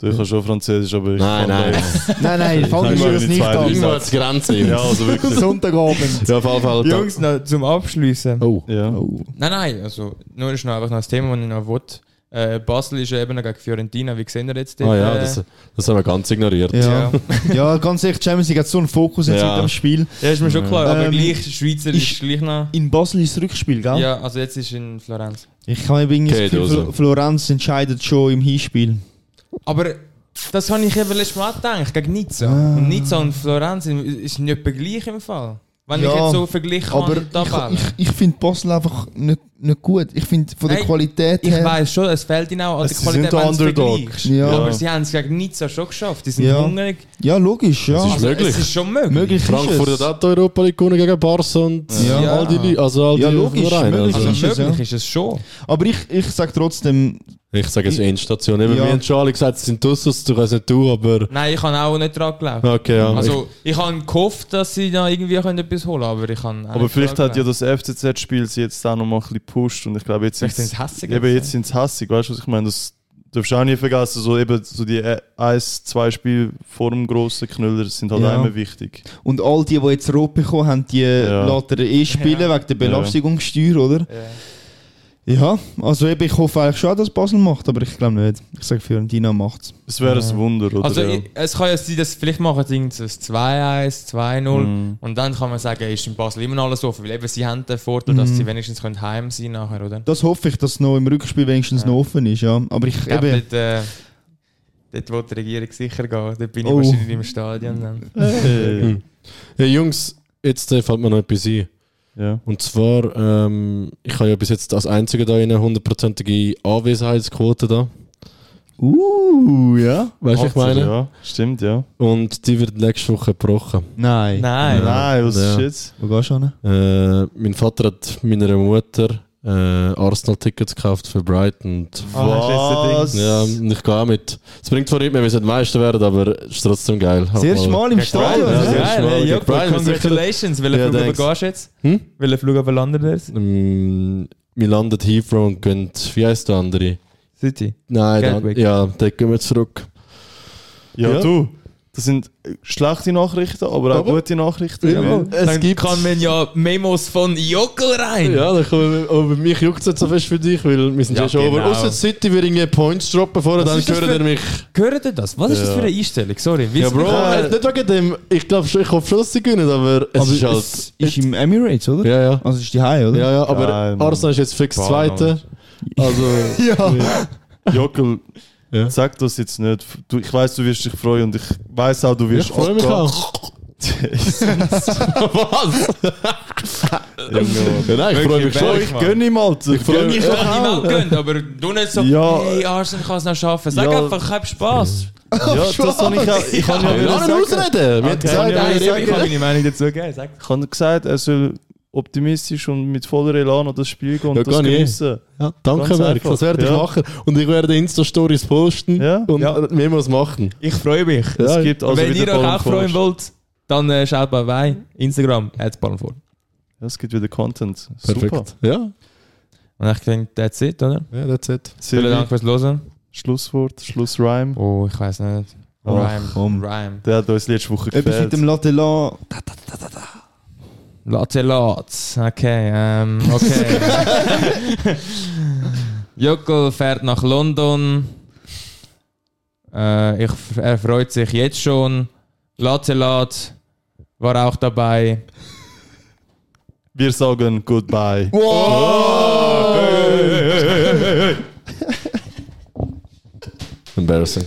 E: Du kannst schon Französisch, aber ich
B: Nein,
E: kann
B: nein.
D: Nein, nein, fang
E: Ich
D: mich
E: mag
D: das
E: die
D: nicht
E: zweite
D: an.
E: Linie.
B: Irgendwo hat es Grenzen.
E: Ja, also wirklich.
D: Sonntagabend.
B: Ja, auf jeden Fall. da-
A: Jungs, noch zum Abschließen.
B: Oh.
E: Ja.
D: Oh.
A: Nein, nein, also nur ist noch einfach noch ein Thema, das ich noch will, Äh, Basel ist ja eben noch gegen Fiorentina, wie sehen wir jetzt
B: Ah ja,
A: äh,
B: das, das haben wir ganz ignoriert.
D: Ja.
A: Ja.
D: ja, ganz ehrlich, die Champions League hat so einen Fokus jetzt
B: Ja.
D: hinter dem Spiel.
A: Ja, ist mir schon klar, aber
D: Ähm,
A: gleich, Schweizer
D: ist-
A: ist gleich noch.
D: In Basel ist das Rückspiel, gell?
A: Ja, also jetzt ist in Florenz.
D: Ich habe irgendwie das
B: Geht
D: Gefühl,
B: also.
D: Fl- Florenz entscheidet schon im Hinspiel.
A: Aber das habe ich eben letztes Mal auch gedacht, gegen Nizza.
D: Ah.
A: Und Nizza und Florenz sind- ist nicht etwa gleich im Fall. Wenn
D: Ja,
A: ich jetzt so vergleiche
D: Aber
A: an die Tabelle.
D: ich, ich, ich finde Basel einfach nicht, nicht gut. Ich finde von der
A: Nein,
D: Qualität
A: Ich
D: her...
A: weiß schon, es fehlt ihnen auch an der
E: Sie sind
A: Qualität,
E: der
A: wenn du es
E: Underdog.
A: vergleichst.
D: Ja.
A: Aber sie haben es gegen Nizza schon geschafft. Die sind
D: Ja.
A: hungrig. Also,
D: Ja, logisch, ja.
B: Es ist möglich.
A: Es ist schon möglich.
D: Möglich ist
B: Frankfurt
D: es.
B: hat auch die Europa League gewonnen gegen Barca und
D: Ja.
B: all die Leute. Also all die
D: Ja, logisch,
B: Vereine.
D: möglich.
B: Also,
A: Also
D: Ist es,
A: möglich
D: ja.
A: ist es schon.
D: Aber ich, ich sage trotzdem,
B: ich sage es Endstation. Eben,
D: Ja.
B: Wir haben schon alle gesagt, es sind Dussus, du kannst nicht du, aber.
A: Nein, ich habe auch nicht dran geglaubt.
B: Okay, ja.
A: Also ich habe gehofft, dass sie da irgendwie können etwas holen können, aber ich habe auch
E: Aber
A: nicht
E: vielleicht
A: dran
E: hat ja
A: geglaubt.
E: das FCZ-Spiel sie jetzt auch noch mal ein bisschen gepusht und ich glaube, jetzt
A: Vielleicht sind
E: sind's-
A: sie hässig.
E: Eben jetzt sind sie hässig, weißt du, was ich meine? Das darfst du auch nie vergessen. So eben so die äh, eins, zwei Spiele vor dem grossen Knüller sind halt
D: Ja.
E: auch immer wichtig.
D: und all die, die jetzt rot bekommen haben, die
E: Ja.
D: lassen eh spielen
A: Ja.
D: wegen der Belastigungssteuer, oder? Ja, also eben, ich hoffe eigentlich schon, dass Basel macht, aber ich glaube nicht. Ich sage, Fiorentina macht es.
E: Es wäre ein Wunder, oder?
A: Also
E: ja.
A: ich- es kann ja sein, dass vielleicht machen sie irgend so ein 2-1, 2-0
E: Mhm.
A: und dann kann man sagen, ist in Basel immer noch alles offen, weil eben sie haben den Vorteil, dass
B: Mhm.
A: sie wenigstens können heim sein nachher, oder?
D: Das hoffe ich, dass es noch im Rückspiel wenigstens noch offen ist, ja. Aber ich
A: Ich glaube,
D: eben...
A: dort, äh, dort will die Regierung sicher gehen, dort bin ich
D: Oh.
A: wahrscheinlich im Stadion. Dann.
B: Hm.
E: Hey.
B: Hey Jungs, jetzt äh, fällt mir noch etwas ein.
E: ja.
B: Und zwar, ähm, ich habe ja bis jetzt als einziger da eine hundertprozentige Anwesenheitsquote da.
D: Uh, ja?
B: Weißt du, was ich meine?
E: Ja, stimmt, ja.
B: Und die wird nächste Woche gebrochen.
D: Nein.
A: Nein,
E: Nein, was
B: Ja.
E: ist jetzt?
D: Wo gehst du hin?
B: Äh, mein Vater hat meiner Mutter äh, Arsenal-Tickets gekauft für Brighton. Und
A: Ah,
E: Was?
B: ja, und ich gehe auch mit. Es bringt zwar nicht mehr, wir sind Meister werden, aber es ist trotzdem geil.
D: Das erste Mal im
A: Gegen Brighton,
D: Stadion,
B: Ja,
A: das
D: ja?
A: ist
B: ja.
A: geil, hey,
B: Ja,
A: Jakob,
B: Brighton,
A: congratulations. Welchen
B: Ja,
A: Flug
B: thanks.
A: übergehst du jetzt?
B: Hm?
A: Welchen Flug überlandet jetzt?
B: Ähm, Wir landen hier und gehen, wie heisst der andere?
A: City.
B: Nein, dann,
A: Gatwick.
B: ja, dann gehen wir zurück.
E: Ja,
B: Ja.
E: du. Das sind schlechte Nachrichten, aber auch
B: Aber-
E: gute Nachrichten.
B: Ja,
E: Jawohl.
B: Äh, es
A: dann
B: gibt-
A: kann man ja Memos von Jockel rein.
B: Ja, dann kommen wir, oh, aber mich juckt es nicht so fest für dich, weil wir sind ja,
A: Ja,
B: schon
A: genau.
B: over. Außer die City würde irgendwie Points droppen vorher,
A: Was
B: dann
A: ist das
B: hören
A: für-
B: ihr mich.
A: Gehört ihr das? Was ist das
B: Ja.
A: für eine Einstellung? Sorry. wisst
B: Ja,
A: ihr-
B: Bro, äh, nicht wegen dem. Ich glaube schon, ich hoffe schon, dass sie gewinnen, aber es
D: Aber
B: ist halt.
D: es ist im Emirates, oder?
B: ja, ja.
D: Also es ist die High, oder?
B: Ja, ja, aber
E: Geil, Mann.
B: Arsenal ist jetzt fix
A: Boah,
B: Zweite. Also,
E: Jockel,
B: Ja.
E: sag das jetzt nicht. Du, ich weiß, du wirst dich freuen und ich weiß auch, du
B: ich
E: wirst
B: freue mich auch. Was?
E: Junge,
B: Ja, nein, ich freue
A: Wirklich,
B: mich schon.
A: wirklich,
B: Ich
A: Mann.
B: gönne ihm halt. Ich freue
A: Ich
B: mich
A: will
B: auch.
A: niemand gönnt, aber du nicht so,
E: Ja.
A: hey, Arsenal kann es noch schaffen. Sag
E: Ja.
A: einfach, ich hab Spass.
E: ja, das habe ich auch. Ich kann ja
B: Wir
E: wieder
B: lassen
E: sagen.
B: ausreden. Wir haben gesagt,
E: Ja,
A: Nein,
E: ich
A: ich
E: sage-
A: habe meine Meinung dazu gegeben. Sag.
E: Ich habe gesagt, er soll optimistisch und mit voller Elan an das Spiel gehen und
B: Ja,
E: das
B: gar nicht.
E: geniessen.
B: Ja, danke,
E: Ganz
B: Merk.
E: einfach.
B: Das werde ich
E: Ja.
B: machen. Und ich werde Insta-Stories posten
E: Ja.
B: und
A: Ja.
B: Memos machen.
A: Ich freue mich.
B: Ja.
E: Es gibt also
A: Wenn ihr
E: wieder
A: euch
E: Ball
A: auch
E: und
A: freuen
E: Forst.
A: wollt, dann äh, schaut bei Wei, Instagram, Ballon vor.
E: Ja, es gibt wieder Content. Super.
B: Perfekt. Ja,
A: Und ich denke, that's it, oder?
B: ja, that's it.
A: Vielen Dank
E: Silvi,
A: fürs Hören.
E: Schlusswort, Schlussrhyme.
A: Oh, ich weiß nicht.
E: Ach,
A: Rhyme,
D: komm.
A: Rhyme.
E: Der hat uns letzte Woche
D: Etwas mit dem
E: gefällt.
D: Latte La.
A: Latte Lats. Okay, ähm, okay. Jockel fährt nach London. Äh, ich, er freut sich jetzt schon. Latte Lat war auch dabei.
E: Wir sagen Goodbye.
B: Embarrassing.